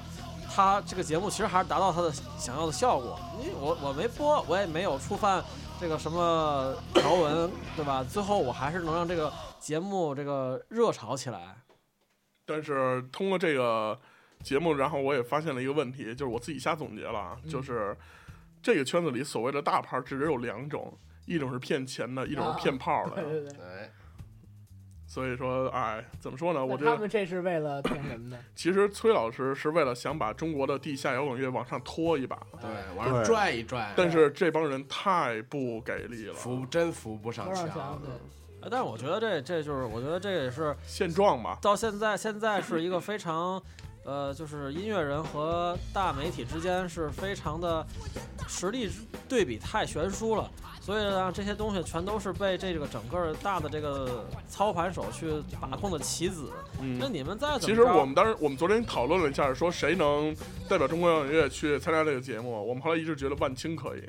[SPEAKER 7] 他这个节目其实还是达到他的想要的效果。你我我没播，我也没有触犯这个什么 *coughs* 条文，对吧？最后我还是能让这个节目这个热炒起来。
[SPEAKER 1] 但是通过这个节目，然后我也发现了一个问
[SPEAKER 6] 嗯
[SPEAKER 1] 题，就是我自己瞎总结了啊，就是这个圈子里所谓的大牌儿只有两种，一种是骗钱的，一种是骗炮
[SPEAKER 6] 对
[SPEAKER 1] 的。
[SPEAKER 6] 对对。
[SPEAKER 4] 哎，
[SPEAKER 1] 所以说，哎，怎么说呢？我
[SPEAKER 6] 那
[SPEAKER 1] 觉
[SPEAKER 6] 他
[SPEAKER 1] 得
[SPEAKER 6] 们这是为了干什
[SPEAKER 1] *laughs*
[SPEAKER 6] 么呢？
[SPEAKER 1] 其实崔老师是为了想把中国的地下摇滚乐往上拖一把，
[SPEAKER 4] 对，往上
[SPEAKER 5] 对
[SPEAKER 4] 拽一拽，
[SPEAKER 1] 但是这帮人太不给力了，
[SPEAKER 4] 扶真扶不上
[SPEAKER 1] 啊
[SPEAKER 6] 多少
[SPEAKER 4] 墙
[SPEAKER 6] 强？。对，
[SPEAKER 7] 呃但是我觉得这这就是，我觉得这也是
[SPEAKER 1] 现状吧。
[SPEAKER 7] 到现在，现在是一个非常，呃，就是音乐人和大媒体之间是非常的实力之对比太悬殊了，所以呢，这些东西全都是被这个整个大的这个操盘手去把控的棋子。那
[SPEAKER 1] 嗯，
[SPEAKER 7] 你们再怎
[SPEAKER 1] 其
[SPEAKER 7] 么
[SPEAKER 1] 实
[SPEAKER 7] 着，
[SPEAKER 1] 我们当时我们昨天讨论了一下，说谁能代表中国摇滚乐去参加这个节目。我们后来一致觉得万青可以，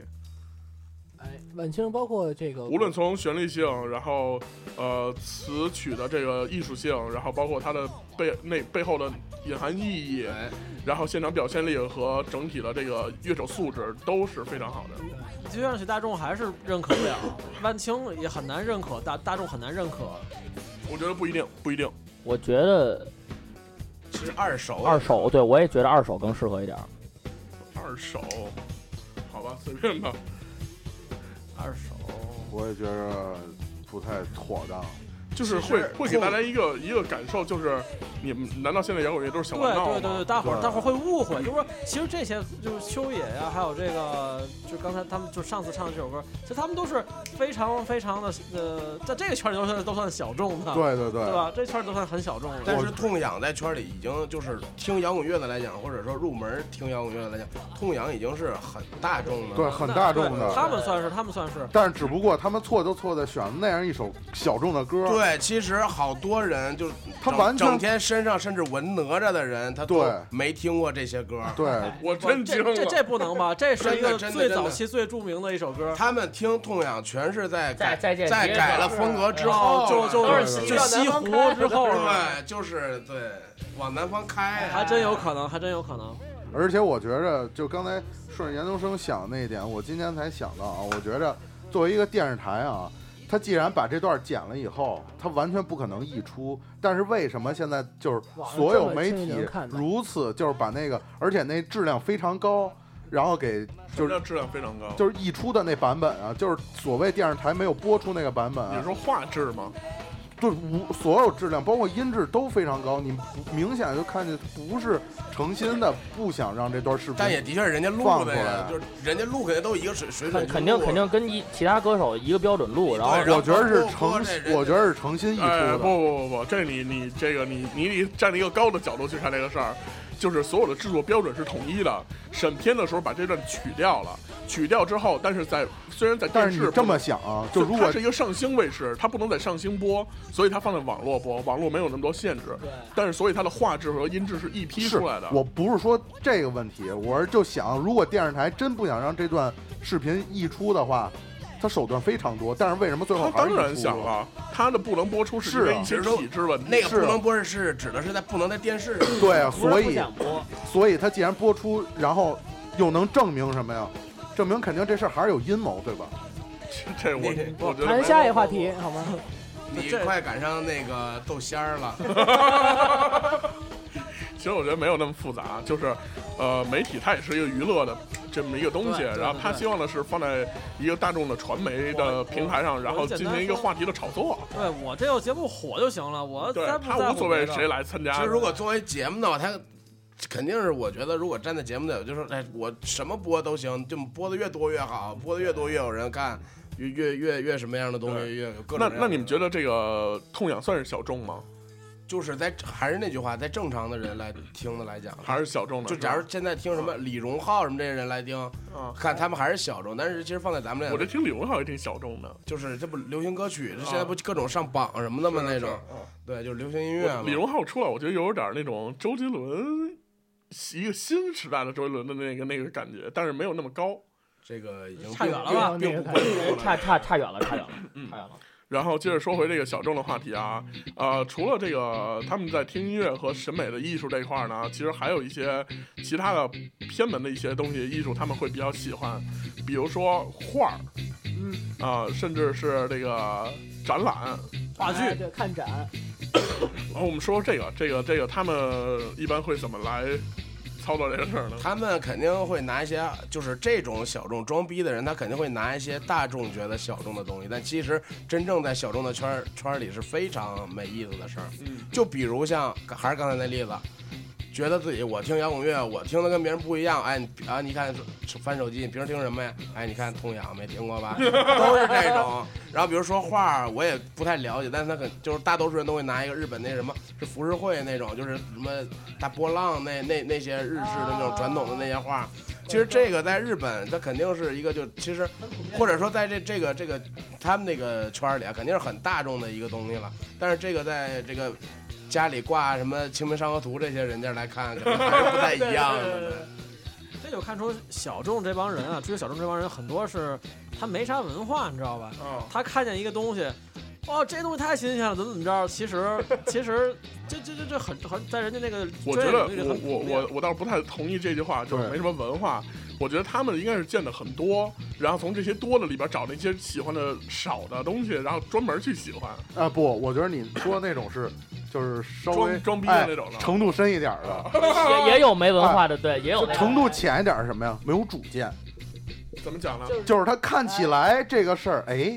[SPEAKER 6] 哎，晚清包括这个，
[SPEAKER 1] 无论从旋律性，然后呃词曲的这个艺术性，然后包括它的背那背后的隐含意义，
[SPEAKER 4] 哎，
[SPEAKER 1] 然后现场表现力和整体的这个乐手素质都是非常好的。
[SPEAKER 7] 就让许大众还是认可不了，万青也很难认可，大大众很难认可。
[SPEAKER 1] 我觉得不一定，不一定。
[SPEAKER 3] 我觉得
[SPEAKER 4] 其实二手
[SPEAKER 3] 二手，对我也觉得二手更适合一点儿。
[SPEAKER 1] 二手，好吧，随便吧。
[SPEAKER 7] 二手，
[SPEAKER 5] 我也觉着不太妥当。
[SPEAKER 1] 就是
[SPEAKER 4] 其
[SPEAKER 1] 会
[SPEAKER 4] 实
[SPEAKER 1] 会给大家一个一个感受，就是你们难道现在摇滚乐都是小
[SPEAKER 7] 对
[SPEAKER 1] 玩闹吗？
[SPEAKER 7] 对对对，大伙儿
[SPEAKER 5] 对
[SPEAKER 7] 大伙儿会误会，就是说，其实这些就是秋野呀、还有这个，就刚才他们就上次唱的这首歌，其实他们都是非常非常的呃，在这个圈里都算都算小众
[SPEAKER 4] 啊
[SPEAKER 7] 的，
[SPEAKER 5] 对对对
[SPEAKER 7] 对吧？这圈里都算很小众的。
[SPEAKER 4] 但是痛痒在圈里已经就是听摇滚乐的来讲，或者说入门听摇滚乐的来讲，痛痒已经是很大众的。
[SPEAKER 5] 对，很大众
[SPEAKER 7] 对
[SPEAKER 5] 的。
[SPEAKER 7] 他们算是他们算
[SPEAKER 5] *laughs*
[SPEAKER 7] 是
[SPEAKER 5] 但是只不过他们错就错在选了那样一首小众的歌，
[SPEAKER 4] 对，其实好多人就是
[SPEAKER 5] 他
[SPEAKER 4] 整
[SPEAKER 5] 完全
[SPEAKER 4] 整天身上甚至纹哪吒的人，他都
[SPEAKER 5] 对
[SPEAKER 4] 没听过这些歌。
[SPEAKER 5] 对
[SPEAKER 1] 我
[SPEAKER 7] 不
[SPEAKER 1] 真惊
[SPEAKER 7] 这这
[SPEAKER 1] 了。
[SPEAKER 7] 这不能吧？这是一
[SPEAKER 4] 真
[SPEAKER 7] 个
[SPEAKER 4] 的真的
[SPEAKER 7] 最
[SPEAKER 4] 真的
[SPEAKER 7] 早期最著名的一首歌，
[SPEAKER 4] 他们听痛痒全是在
[SPEAKER 3] 再
[SPEAKER 4] 改
[SPEAKER 3] 再见
[SPEAKER 4] 在
[SPEAKER 3] 别
[SPEAKER 4] 改
[SPEAKER 3] 走
[SPEAKER 4] 了风格之
[SPEAKER 3] 哦
[SPEAKER 4] 后，
[SPEAKER 7] 就就
[SPEAKER 4] 对
[SPEAKER 7] 是
[SPEAKER 4] 就
[SPEAKER 7] 就西湖之后，
[SPEAKER 4] 对，就是对往南方开，啊
[SPEAKER 7] 还真有可能，还真有可能。
[SPEAKER 5] 而且我觉着，就刚才顺着研究生想的那一点，我今天才想到啊。我觉着，作为一个电视台啊，他既然把这段剪了以后，他完全不可能溢出。但是为什么现在就是所有
[SPEAKER 6] 网上这么
[SPEAKER 5] 媒
[SPEAKER 6] 轻易就
[SPEAKER 5] 体
[SPEAKER 6] 能看到
[SPEAKER 5] 如此就是把那个，而且那质量非常高，然后给
[SPEAKER 1] 就
[SPEAKER 5] 就是是
[SPEAKER 1] 质量非常高。
[SPEAKER 5] 就是溢出的那版本啊，就是所谓电视台没有播出那个版本、
[SPEAKER 1] 你
[SPEAKER 5] 啊
[SPEAKER 1] 是，说画质吗？
[SPEAKER 5] 对无所有质量，包括音质都非常高。你不明显就看见不是诚心的，不想让这段视频
[SPEAKER 4] 但也的确是人家录
[SPEAKER 5] 放
[SPEAKER 4] 的
[SPEAKER 5] 出
[SPEAKER 4] 呀，
[SPEAKER 5] 来
[SPEAKER 4] 就是人家录肯定都一个水水
[SPEAKER 3] 肯
[SPEAKER 4] 准去
[SPEAKER 3] 肯定
[SPEAKER 4] 录
[SPEAKER 3] 肯定跟一其他歌手一个标准录，然后
[SPEAKER 4] 对
[SPEAKER 5] 我觉得是
[SPEAKER 4] 然后
[SPEAKER 5] 诚
[SPEAKER 4] 播这人，家
[SPEAKER 5] 我觉得是诚心溢出
[SPEAKER 1] 哎，
[SPEAKER 5] 的。
[SPEAKER 1] 不不不不，这你你这个你你得站在一个高的角度去看这个事儿，就是所有的制作标准是统一的。审片的时候把这段取掉了，取掉之后，但是在虽然在电
[SPEAKER 5] 但是
[SPEAKER 1] 视
[SPEAKER 5] 你
[SPEAKER 1] 不
[SPEAKER 5] 这么想啊，就如
[SPEAKER 1] 它
[SPEAKER 5] 果
[SPEAKER 1] 是一个上星卫视，它不能在上星播，所以它放在网络播，网络没有那么多限制。但是所以它的画质和音质是一批
[SPEAKER 5] 是
[SPEAKER 1] 出来的。
[SPEAKER 5] 我不是说这个问题，我是就想，如果电视台真不想让这段视频溢出的话，他手段非常多。但是为什么最后
[SPEAKER 1] 他
[SPEAKER 5] 还是
[SPEAKER 1] 当然
[SPEAKER 5] 溢出
[SPEAKER 1] 想啊了，他的不能播出是因
[SPEAKER 5] 是
[SPEAKER 1] 为
[SPEAKER 5] 啊
[SPEAKER 1] 一些
[SPEAKER 4] 只是说
[SPEAKER 1] 体制问题。
[SPEAKER 4] 那个
[SPEAKER 5] 是
[SPEAKER 4] 不能播是指的是在不能在电视上
[SPEAKER 5] 对啊，所
[SPEAKER 3] 不
[SPEAKER 5] 以
[SPEAKER 3] 想播，
[SPEAKER 5] 所以他既然播出，然后又能证明什么呀？证明肯定这事儿还是有阴谋，对吧？
[SPEAKER 1] *laughs* 这这我
[SPEAKER 4] 那个
[SPEAKER 1] 我觉
[SPEAKER 6] 谈
[SPEAKER 1] 得
[SPEAKER 6] 下一话题好吗？
[SPEAKER 4] 你
[SPEAKER 7] 这
[SPEAKER 4] 快赶上那个豆仙儿
[SPEAKER 1] *laughs*
[SPEAKER 4] 了，
[SPEAKER 1] 其实我觉得没有那么复杂，就是呃，媒体它也是一个娱乐的这么一个东西，
[SPEAKER 7] 对对
[SPEAKER 1] 然后它
[SPEAKER 7] 对
[SPEAKER 1] 希望的是放在一个大众的传媒的平台上，然后进行一个话题的炒作。
[SPEAKER 7] 对我这个节目火就行了，我
[SPEAKER 1] 对
[SPEAKER 7] 才不
[SPEAKER 1] 他
[SPEAKER 7] 在
[SPEAKER 1] 无
[SPEAKER 7] 乎
[SPEAKER 1] 所谓
[SPEAKER 7] 别的
[SPEAKER 1] 谁来参加
[SPEAKER 4] 其，实如果作为节目的话，他肯定是我觉得，如果站在节目的，就是哎，我什么播都行，就播的越多越好，播的越多越有人看，越越越越什么样的东
[SPEAKER 1] 对
[SPEAKER 4] 西越有各种各
[SPEAKER 1] 那
[SPEAKER 4] 样的。
[SPEAKER 1] 那你们觉得这个痛痒算是小众吗？
[SPEAKER 4] 就是在还是那句话，在正常的人来听的来讲，
[SPEAKER 1] 还是小众的？
[SPEAKER 4] 就是假
[SPEAKER 1] 吧
[SPEAKER 4] 如现在听什么李荣浩什么这些人来听，
[SPEAKER 1] 啊，
[SPEAKER 4] 看他们还是小众，但是其实放在咱们
[SPEAKER 1] 我
[SPEAKER 4] 这
[SPEAKER 1] 这听李荣浩也挺小众的，
[SPEAKER 4] 就是这不流行歌曲，这现
[SPEAKER 1] 嗯
[SPEAKER 4] 在不各种上榜什么的吗？那种对，就是流行音乐
[SPEAKER 1] 我
[SPEAKER 4] 嘛。
[SPEAKER 1] 啊李荣浩出来，我觉得有点那种周杰伦。一个新时代的周杰伦的那个那个感觉，但是没有那么高。
[SPEAKER 4] 这个已经
[SPEAKER 7] 差远了吧
[SPEAKER 4] 并并不关注
[SPEAKER 3] 差
[SPEAKER 4] 了。
[SPEAKER 3] 差差远了，差远了，差远了。
[SPEAKER 1] 然后接着说回这个小众的话题啊， *laughs* 呃，除了这个他们在听音乐和审美的艺术这一块儿呢，其实还有一些其他的偏门的一些东西艺术，他们会比较喜欢，比如说画儿，嗯，啊、甚至是这个展览。
[SPEAKER 7] 话剧
[SPEAKER 6] *laughs* 哎对，看展，
[SPEAKER 1] 哦然后我们说说这个，这个，这个，他们一般会怎么来操作这个事儿呢？
[SPEAKER 4] 他们肯定会拿一些，就是这种小众装逼的人，他肯定会拿一些大众觉得小众的东西，但其实真正在小众的圈儿圈儿里是非常没意思的事儿。
[SPEAKER 1] 嗯，
[SPEAKER 4] 就比如像还是刚才那例子，觉得自己我听摇滚乐，我听的跟别人不一样，哎，你啊，你看翻手机，你平时听什么呀？哎，你看痛痒没听过吧？ *laughs* 都是这种。然后比如说画，我也不太了解，但是他可就是大多数人都会拿一个日本那什么是浮世绘那种，就是什么大波浪那那那些日式的那种传统的那些画。其实这个在日本，它肯定是一个就其实，或者说在这这个这个他们那个圈儿里啊，肯定是很大众的一个东西了。但是这个在这个家里挂什么《清明上河图》这些人家来看，可能还是不太一样
[SPEAKER 7] 对对对
[SPEAKER 4] 的。
[SPEAKER 7] 这就看出小众这帮人啊，追求小众这帮人很多是他没啥文化，你知道吧？
[SPEAKER 1] 啊，
[SPEAKER 7] 他看见一个东西，哇，这东西太新鲜了，怎么怎么着？其
[SPEAKER 1] *laughs*
[SPEAKER 7] 实其实这这这这很很在人家那个
[SPEAKER 1] 我觉
[SPEAKER 7] 专
[SPEAKER 1] 得
[SPEAKER 7] 业领域里
[SPEAKER 1] 我
[SPEAKER 7] 很普
[SPEAKER 1] 我
[SPEAKER 7] 遍
[SPEAKER 1] 我我倒是不太同意这句话，就是
[SPEAKER 5] 对
[SPEAKER 1] 没什么文化。我觉得他们应该是见的很多，然后从这些多的里边找那些喜欢的少的东西，然后专门去喜欢。
[SPEAKER 5] 啊不，我觉得你说那种是，就是稍微
[SPEAKER 1] 装装逼
[SPEAKER 5] 哎
[SPEAKER 1] 的那种的
[SPEAKER 5] 程度深一点儿的，
[SPEAKER 3] 也也有没文化的，对，也有
[SPEAKER 5] 就
[SPEAKER 3] 没文化
[SPEAKER 5] 程度浅一点儿是什么呀？没有主见，
[SPEAKER 1] 怎么讲呢？
[SPEAKER 5] 就是他看起来这个事儿，哎，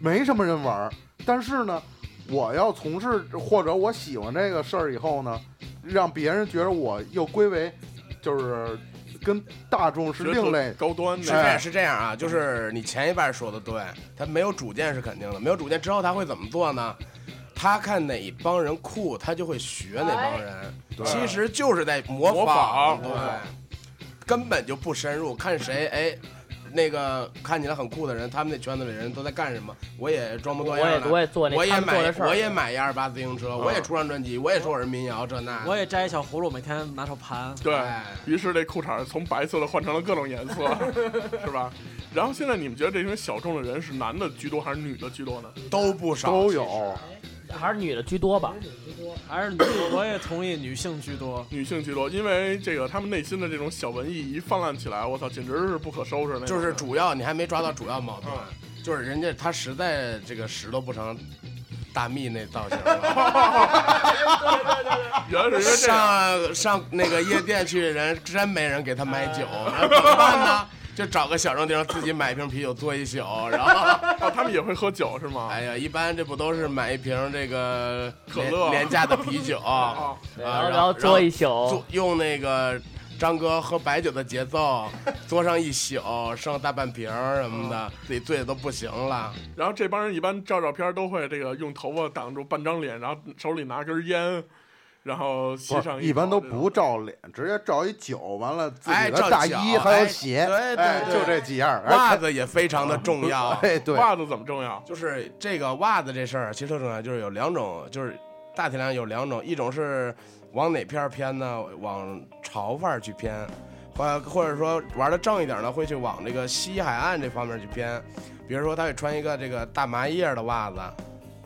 [SPEAKER 5] 没什么人玩儿，但是呢，我要从事或者我喜欢这个事儿以后呢，让别人觉得我又归为，就是跟大众是
[SPEAKER 1] 觉得
[SPEAKER 5] 另类。
[SPEAKER 1] 高端
[SPEAKER 4] 是
[SPEAKER 1] 的
[SPEAKER 4] 这
[SPEAKER 5] 哎
[SPEAKER 4] 样，是这样啊，就是你前一半说的对，他没有主见是肯定的，没有主见之后他会怎么做呢？他看哪帮人酷，他就会学哪帮
[SPEAKER 3] 哎
[SPEAKER 4] 人，
[SPEAKER 5] 对
[SPEAKER 4] 其实就是在模
[SPEAKER 1] 模仿
[SPEAKER 4] 对，根本就不深入，看谁哎。那个看起来很酷的人，他们那圈子里人都在干什么？我也装模
[SPEAKER 3] 我
[SPEAKER 4] 作样
[SPEAKER 3] 也
[SPEAKER 4] 的，
[SPEAKER 3] 我也做那
[SPEAKER 4] 我也
[SPEAKER 3] 他们做
[SPEAKER 4] 买
[SPEAKER 3] 的，事儿，
[SPEAKER 4] 我也买一二八自行车，我也出张专辑，我也说我是民谣这那的。
[SPEAKER 7] 我也摘一小葫芦，每天拿手盘。
[SPEAKER 1] 对
[SPEAKER 4] 哎
[SPEAKER 1] 于是这裤衩儿从白色的换成了各种颜色，是吧？ *laughs* 然后现在你们觉得这些小众的人是男的居多还是女的居多呢？
[SPEAKER 4] 都不少，
[SPEAKER 5] 都
[SPEAKER 4] 其
[SPEAKER 5] 有
[SPEAKER 4] 实，
[SPEAKER 3] 还是女的居多吧？
[SPEAKER 7] 还是女我也同意女性居多。
[SPEAKER 1] 女性居多，因为这个他们内心的这种小文艺一泛滥起来，我操，简直是不可收拾那种。
[SPEAKER 4] 就是主要你还没抓到主要矛盾，
[SPEAKER 1] 嗯
[SPEAKER 4] 就是人家他实在这个石头不成大蜜那造型了。
[SPEAKER 1] *laughs* 原来是因为这样，
[SPEAKER 4] 上上那个夜店去，人真没人给他买酒，
[SPEAKER 1] 哎
[SPEAKER 4] 那怎么办呢？就找个小众地方自己买一瓶啤酒做一宿，然后，
[SPEAKER 1] 哦，他们也会喝酒是吗？
[SPEAKER 4] 哎呀，一般这不都是买一瓶这个
[SPEAKER 1] 可
[SPEAKER 4] 廉
[SPEAKER 1] 乐
[SPEAKER 4] 廉价的啤酒，
[SPEAKER 1] *laughs*
[SPEAKER 4] 啊，
[SPEAKER 1] 哦，
[SPEAKER 3] 然后
[SPEAKER 4] 然后
[SPEAKER 3] 做一
[SPEAKER 4] 做
[SPEAKER 3] 宿，
[SPEAKER 4] 用那个张哥喝白酒的
[SPEAKER 1] *laughs*
[SPEAKER 4] 节奏，嘬上一宿，剩大半瓶儿什么的，自己醉的都不行了。
[SPEAKER 1] 然后这帮人一般照照片都会这个用头发挡住半张脸，然后手里拿根烟，然后
[SPEAKER 5] 不
[SPEAKER 1] 吸上
[SPEAKER 5] 是，一般都
[SPEAKER 1] 口这种
[SPEAKER 5] 不照脸，直接照一酒，完了自己
[SPEAKER 4] 哎
[SPEAKER 5] 的
[SPEAKER 4] 照
[SPEAKER 5] 大
[SPEAKER 4] 脚
[SPEAKER 5] 衣还有
[SPEAKER 4] 哎
[SPEAKER 5] 鞋，
[SPEAKER 4] 对对
[SPEAKER 5] 哎，
[SPEAKER 4] 对
[SPEAKER 5] 就这几样儿。哎
[SPEAKER 4] 袜子也非常的重要。
[SPEAKER 5] 哎， *laughs* 对，
[SPEAKER 1] 袜子怎么重要？
[SPEAKER 4] 就是这个袜子这事儿，其实特重要，就是有两种，就是大体量有两种，一种是往哪片儿偏呢？往潮范儿去偏，或或者说玩的正一点呢，会去往这个西海岸这方面去偏。比如说，他会穿一个这个大麻叶的袜子，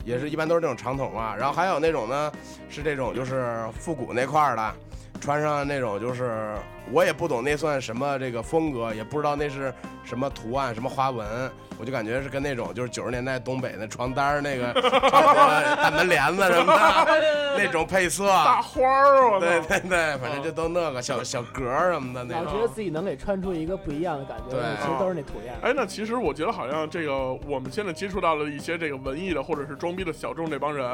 [SPEAKER 4] 也是一般都是这种长筒袜。然后还有那种呢，是这种就是复古那块儿的，穿上那种就是我也不懂那算什么这个风格，也不知道那是什么图案、什么花纹，我就感觉是跟那种就是九十年代东北那床单儿那个差不多大门帘子什么的那种配色。
[SPEAKER 1] 大花儿，啊我操
[SPEAKER 4] 对对对，反正就都那个小小格儿什么的那
[SPEAKER 6] 老
[SPEAKER 4] 种
[SPEAKER 6] 觉。得自己能给穿出一个不一样的感觉，
[SPEAKER 4] 对哦
[SPEAKER 6] 其实都是那土
[SPEAKER 4] *laughs*
[SPEAKER 6] 样。
[SPEAKER 1] 哎，那其实我觉得好像这个我们现在接触到了一些这个文艺的或者是装逼的小众这帮人，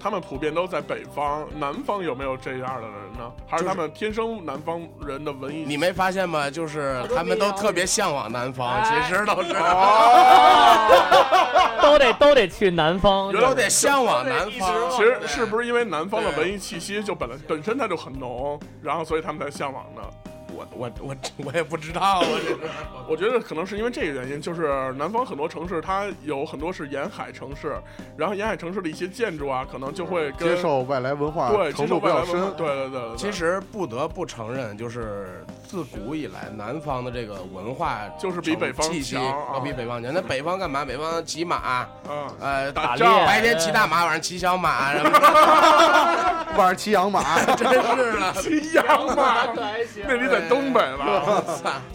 [SPEAKER 1] 他们普遍都在北方，南方有没有这样的人呢？还是他们天生南方人的文艺？
[SPEAKER 4] 你
[SPEAKER 5] *laughs*
[SPEAKER 4] 没发现吗？就是他们都特别向往南方，其
[SPEAKER 6] 哎
[SPEAKER 4] 实都是。哦 *laughs* 啊
[SPEAKER 3] 都得都得去南方。
[SPEAKER 4] 都得向往南方。啊
[SPEAKER 1] 其实是不是因为南方的文艺气息就本来本身它就很浓，然后所以他们才向往呢？
[SPEAKER 4] 我我我我也不知道，我这是
[SPEAKER 1] 我觉得可能是因为这个原因，就是南方很多城市它有很多是沿海城市，然后沿海城市的一些建筑啊，可能就会跟
[SPEAKER 5] 接受外来文化
[SPEAKER 1] 对接
[SPEAKER 5] 程
[SPEAKER 1] 受
[SPEAKER 5] 度比
[SPEAKER 1] 外来
[SPEAKER 5] 较
[SPEAKER 1] 文化
[SPEAKER 5] 深。
[SPEAKER 1] 对对对对，对
[SPEAKER 4] 其实不得不承认，就是自古以来南方的这个文化
[SPEAKER 1] 就是比北方
[SPEAKER 4] 气息
[SPEAKER 1] 强啊
[SPEAKER 4] 要比北方强。那北方干嘛？北方骑马，
[SPEAKER 1] 嗯。
[SPEAKER 4] 呃，
[SPEAKER 1] 打
[SPEAKER 3] 猎
[SPEAKER 4] 白天骑大马，晚上骑小马什么的，
[SPEAKER 5] 晚上骑养马，
[SPEAKER 1] *laughs*
[SPEAKER 4] *laughs* 真是了。
[SPEAKER 1] 骑养马，那你在东北吧？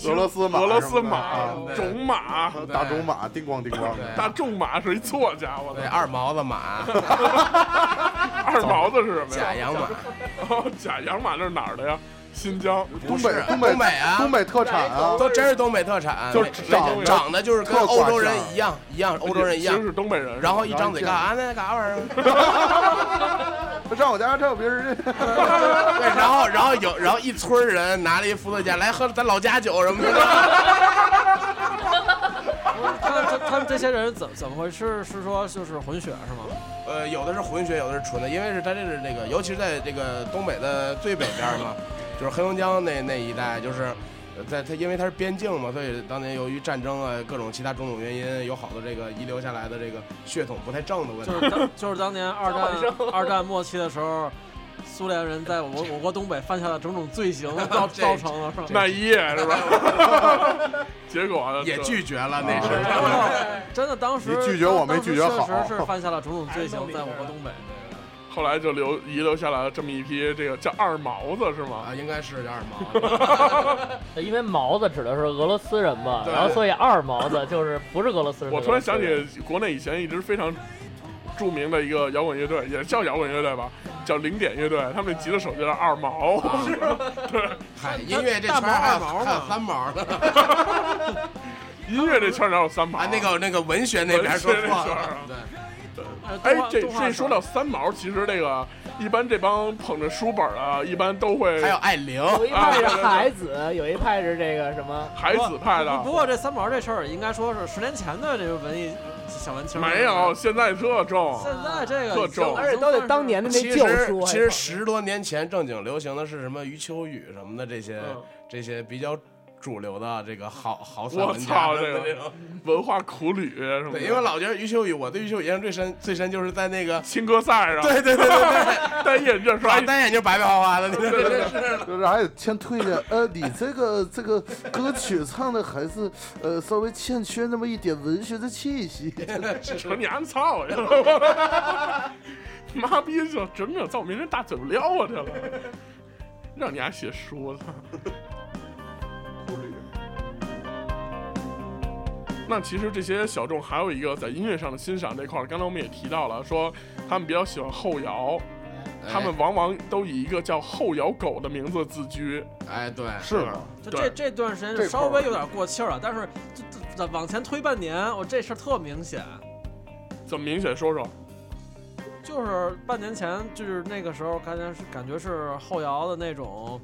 [SPEAKER 5] 俄罗斯马，
[SPEAKER 1] 俄罗斯
[SPEAKER 4] 啊
[SPEAKER 1] 马、
[SPEAKER 4] 对
[SPEAKER 1] 种马、
[SPEAKER 5] 大种马，叮咣叮咣的。
[SPEAKER 1] 大众马是一作家，我
[SPEAKER 4] 对，
[SPEAKER 1] 操！
[SPEAKER 4] 二毛子马，
[SPEAKER 1] *laughs* 二毛子是什么
[SPEAKER 4] 假
[SPEAKER 1] 呀？
[SPEAKER 4] 洋马，
[SPEAKER 1] *laughs* 哦，假洋马那是哪儿的呀？新疆，
[SPEAKER 5] 东
[SPEAKER 4] 不
[SPEAKER 5] 北
[SPEAKER 4] 是
[SPEAKER 5] 东北
[SPEAKER 4] 东北啊
[SPEAKER 5] 东北特产啊，
[SPEAKER 4] 都真是东北特产，
[SPEAKER 1] 就
[SPEAKER 4] 没
[SPEAKER 1] 只
[SPEAKER 4] 长
[SPEAKER 1] 没
[SPEAKER 4] 长得就是跟
[SPEAKER 5] 特
[SPEAKER 4] 欧洲
[SPEAKER 5] 夸
[SPEAKER 4] 人
[SPEAKER 5] 张
[SPEAKER 4] 一样一样，欧洲人一
[SPEAKER 1] 其
[SPEAKER 4] 样
[SPEAKER 1] 实。是东北人，
[SPEAKER 4] 然后一张嘴
[SPEAKER 5] 然
[SPEAKER 4] 干
[SPEAKER 5] 后
[SPEAKER 4] 啥呢？干啥玩意儿？啊
[SPEAKER 5] 不上我家特别是这，
[SPEAKER 4] *laughs*
[SPEAKER 5] *laughs*
[SPEAKER 4] 对，然后然后有然后一村儿人拿了一伏特加来喝咱老家酒什么的。 *laughs*
[SPEAKER 7] 不是他们他他们这些人怎怎么回事？是说就是混血是吗？
[SPEAKER 4] 呃，有的是混血，有的是纯的，因为是它这是那个，尤其是在这个东北的最北边儿嘛，就是黑龙江那那一带，就是呃在它因为它是边境嘛，所以当年由于战争啊各种其他种种原因，有好多这个遗留下来的这个血统不太正的问题
[SPEAKER 7] 就。是当就是当年二战二战末期的时候，苏联人在我我国东北犯下的种种
[SPEAKER 1] *laughs*
[SPEAKER 7] 罪行，造
[SPEAKER 4] 这
[SPEAKER 7] 造成了是吧？
[SPEAKER 1] 那一夜是吧？
[SPEAKER 4] *laughs*
[SPEAKER 1] 结果啊
[SPEAKER 4] 也
[SPEAKER 1] 这
[SPEAKER 4] 拒绝了，那是。
[SPEAKER 7] 真的，当时
[SPEAKER 5] 你拒绝我没拒绝好
[SPEAKER 7] 当时确实是犯下了种种罪行，在我国东北。
[SPEAKER 1] 后来就留遗留下来了这么一批，这个叫二毛子是吗？
[SPEAKER 4] 啊，应该是有点毛。
[SPEAKER 3] 因为毛子指的是俄罗斯人嘛，
[SPEAKER 4] 对
[SPEAKER 3] 然后所以二毛子就是不是俄罗斯人。
[SPEAKER 1] 我突然想，起国内以前一直非常著名的一个摇滚乐队，也叫摇滚乐队吧，叫零点乐队，他们吉他手就叫二毛，
[SPEAKER 4] 啊
[SPEAKER 1] 是吧
[SPEAKER 4] 嗨，音乐这
[SPEAKER 7] 大
[SPEAKER 4] 圈儿还有还
[SPEAKER 7] 毛二毛
[SPEAKER 4] 有
[SPEAKER 7] 嘛
[SPEAKER 4] 三毛呢。
[SPEAKER 1] *laughs* 音乐这圈哪有三毛？
[SPEAKER 4] 啊，那个那个文学那边说
[SPEAKER 1] 文学那
[SPEAKER 4] 错
[SPEAKER 1] 圈儿啊
[SPEAKER 4] 了。对。
[SPEAKER 7] 呃
[SPEAKER 1] 哎
[SPEAKER 7] 动画，
[SPEAKER 1] 这
[SPEAKER 7] 动画
[SPEAKER 1] 这
[SPEAKER 7] 的
[SPEAKER 1] 说到三毛，其实这个一般这帮捧着书本啊，一般都会
[SPEAKER 4] 还有艾琳， *laughs*
[SPEAKER 6] 有一派是孩子，有一派是这个什么，
[SPEAKER 1] 海子派
[SPEAKER 7] 不
[SPEAKER 1] 的，
[SPEAKER 7] 过这三毛这事儿，应该说是十年前的这个文艺小文青。
[SPEAKER 1] 没有，。现在特重。
[SPEAKER 7] 现在这个
[SPEAKER 1] 特
[SPEAKER 7] 已经
[SPEAKER 1] 重
[SPEAKER 6] 而且都得当年的那
[SPEAKER 4] 其
[SPEAKER 6] 旧
[SPEAKER 4] 实
[SPEAKER 6] 书。
[SPEAKER 4] 其实十多年前正经流行的是什么余秋雨什么的这些、
[SPEAKER 1] 嗯
[SPEAKER 4] 这些比较主流的这个好好散
[SPEAKER 1] 我
[SPEAKER 4] 文家
[SPEAKER 1] 操，
[SPEAKER 4] 的
[SPEAKER 1] 这
[SPEAKER 4] 那
[SPEAKER 1] 个
[SPEAKER 4] 种。
[SPEAKER 1] 文化苦旅什么的？，
[SPEAKER 4] 对，因为我老觉得余秋雨，我对余秋雨印象最深最深就是在那
[SPEAKER 1] *laughs*
[SPEAKER 4] 个
[SPEAKER 1] 青歌赛上，
[SPEAKER 4] 对对对对对，
[SPEAKER 1] 单眼认出
[SPEAKER 4] 老
[SPEAKER 1] 来，
[SPEAKER 4] 单眼睛白白花花的，那个 *laughs* 真是的。
[SPEAKER 5] 就是还得先推荐。呃，你这个这个歌曲唱的还是呃稍微欠缺那么一点文学的气息。 *laughs*
[SPEAKER 1] 说你俺操去了，妈逼就整整在我面前大嘴巴撩我去了，让你俩写书了。那其实这些小众还有一个在音乐上的欣赏这块儿，刚才我们也提到了，说他们比较喜欢后摇，
[SPEAKER 7] 哎
[SPEAKER 1] 他们往往都以一个叫后摇狗的名字自居。
[SPEAKER 4] 哎，对，
[SPEAKER 5] 是吗？
[SPEAKER 7] 就
[SPEAKER 1] 对
[SPEAKER 7] 这这段时间
[SPEAKER 5] 这
[SPEAKER 7] 就
[SPEAKER 5] 块儿
[SPEAKER 7] 稍微有点过气儿了，但是就就往前推半年，我这事儿特明显，
[SPEAKER 1] 怎么明显说说？
[SPEAKER 7] 就是半年前就是那个时候，感觉是感觉是后摇的那种，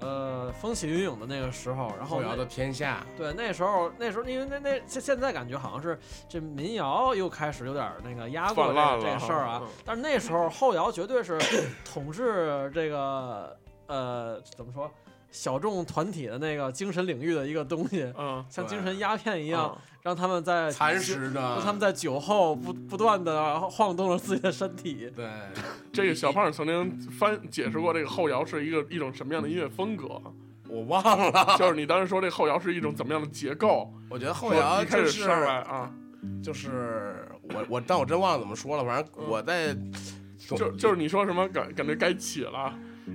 [SPEAKER 7] 呃，风起云涌的那个时候，然后
[SPEAKER 4] 后摇
[SPEAKER 7] 那
[SPEAKER 4] 的天下，
[SPEAKER 7] 对，那时候那时候因为那那现现在感觉好像是这民谣又开始有点那个压过
[SPEAKER 1] 泛滥
[SPEAKER 7] 这
[SPEAKER 1] 了
[SPEAKER 7] 这个事儿啊
[SPEAKER 1] 嗯，
[SPEAKER 7] 但是那时候后摇绝对是 *coughs* 统治这个呃怎么说小众团体的那个精神领域的一个东西，
[SPEAKER 1] 嗯，
[SPEAKER 7] 像
[SPEAKER 4] 对
[SPEAKER 7] 精神鸦片
[SPEAKER 1] 一
[SPEAKER 7] 一样，让他们
[SPEAKER 1] 呃
[SPEAKER 7] 在
[SPEAKER 4] 蚕食啊的
[SPEAKER 7] 让他们在酒后不不断的晃动了自己的身体。
[SPEAKER 4] 对，
[SPEAKER 1] 这个小胖曾经翻解释过，这个后摇是一个一种什么样的音乐风格？
[SPEAKER 4] 我忘了，
[SPEAKER 1] *laughs* 就是你当时说这后摇是一种怎么样的结构？
[SPEAKER 4] 我觉得后摇
[SPEAKER 1] 一开
[SPEAKER 4] 就
[SPEAKER 1] 始
[SPEAKER 4] 是
[SPEAKER 1] 上来啊，
[SPEAKER 4] 就是我我，但我真忘了怎么说了，反
[SPEAKER 1] 嗯
[SPEAKER 4] 正我在。
[SPEAKER 1] 就就是你说什么感感觉该起了，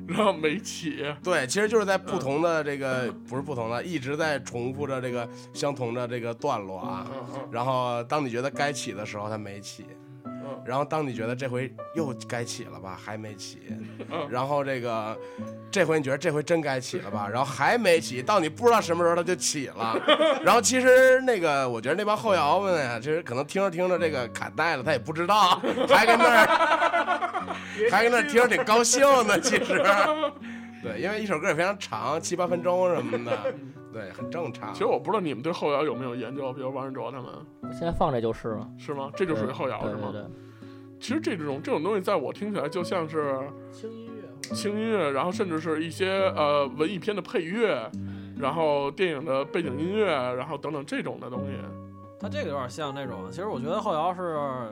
[SPEAKER 1] 然后没起，
[SPEAKER 4] 对，其实就是在
[SPEAKER 1] 嗯
[SPEAKER 4] 不同的这个不是不同的，一直在重复着这个相同的这个段落啊。然后当你觉得该起的时候，它没起
[SPEAKER 1] 嗯；
[SPEAKER 4] 然后当你觉得这回又该起了吧，还没起
[SPEAKER 1] 嗯；
[SPEAKER 4] 然后这个这回你觉得这回真该起了吧，然后还没起，到你不知道什么时候它就起了。
[SPEAKER 1] *laughs*
[SPEAKER 4] 然后其实那个，我觉得那帮后摇们啊，其实可能听着听着这个卡带了，他也不
[SPEAKER 1] *laughs*
[SPEAKER 4] 知道，还跟那儿还跟那儿听着挺高兴呢。其实，对，因为一首歌也非常长，七八分钟什么的，对，很正常
[SPEAKER 1] 其。实我不知道你们对后摇有没有研究，比如王仁卓他们
[SPEAKER 3] 现在放这就是了，
[SPEAKER 1] 是吗？这就属于后摇
[SPEAKER 3] 对
[SPEAKER 1] 哦是吗？
[SPEAKER 3] 对对
[SPEAKER 1] 其实这种这种东西，在我听起来就像是
[SPEAKER 6] 轻音乐，
[SPEAKER 1] 轻音乐，然后甚至是一些呃文艺片的配乐，然后电影的背景音乐，然后等等这种的东西。
[SPEAKER 7] 它这个有点像那种，其实我觉得后摇是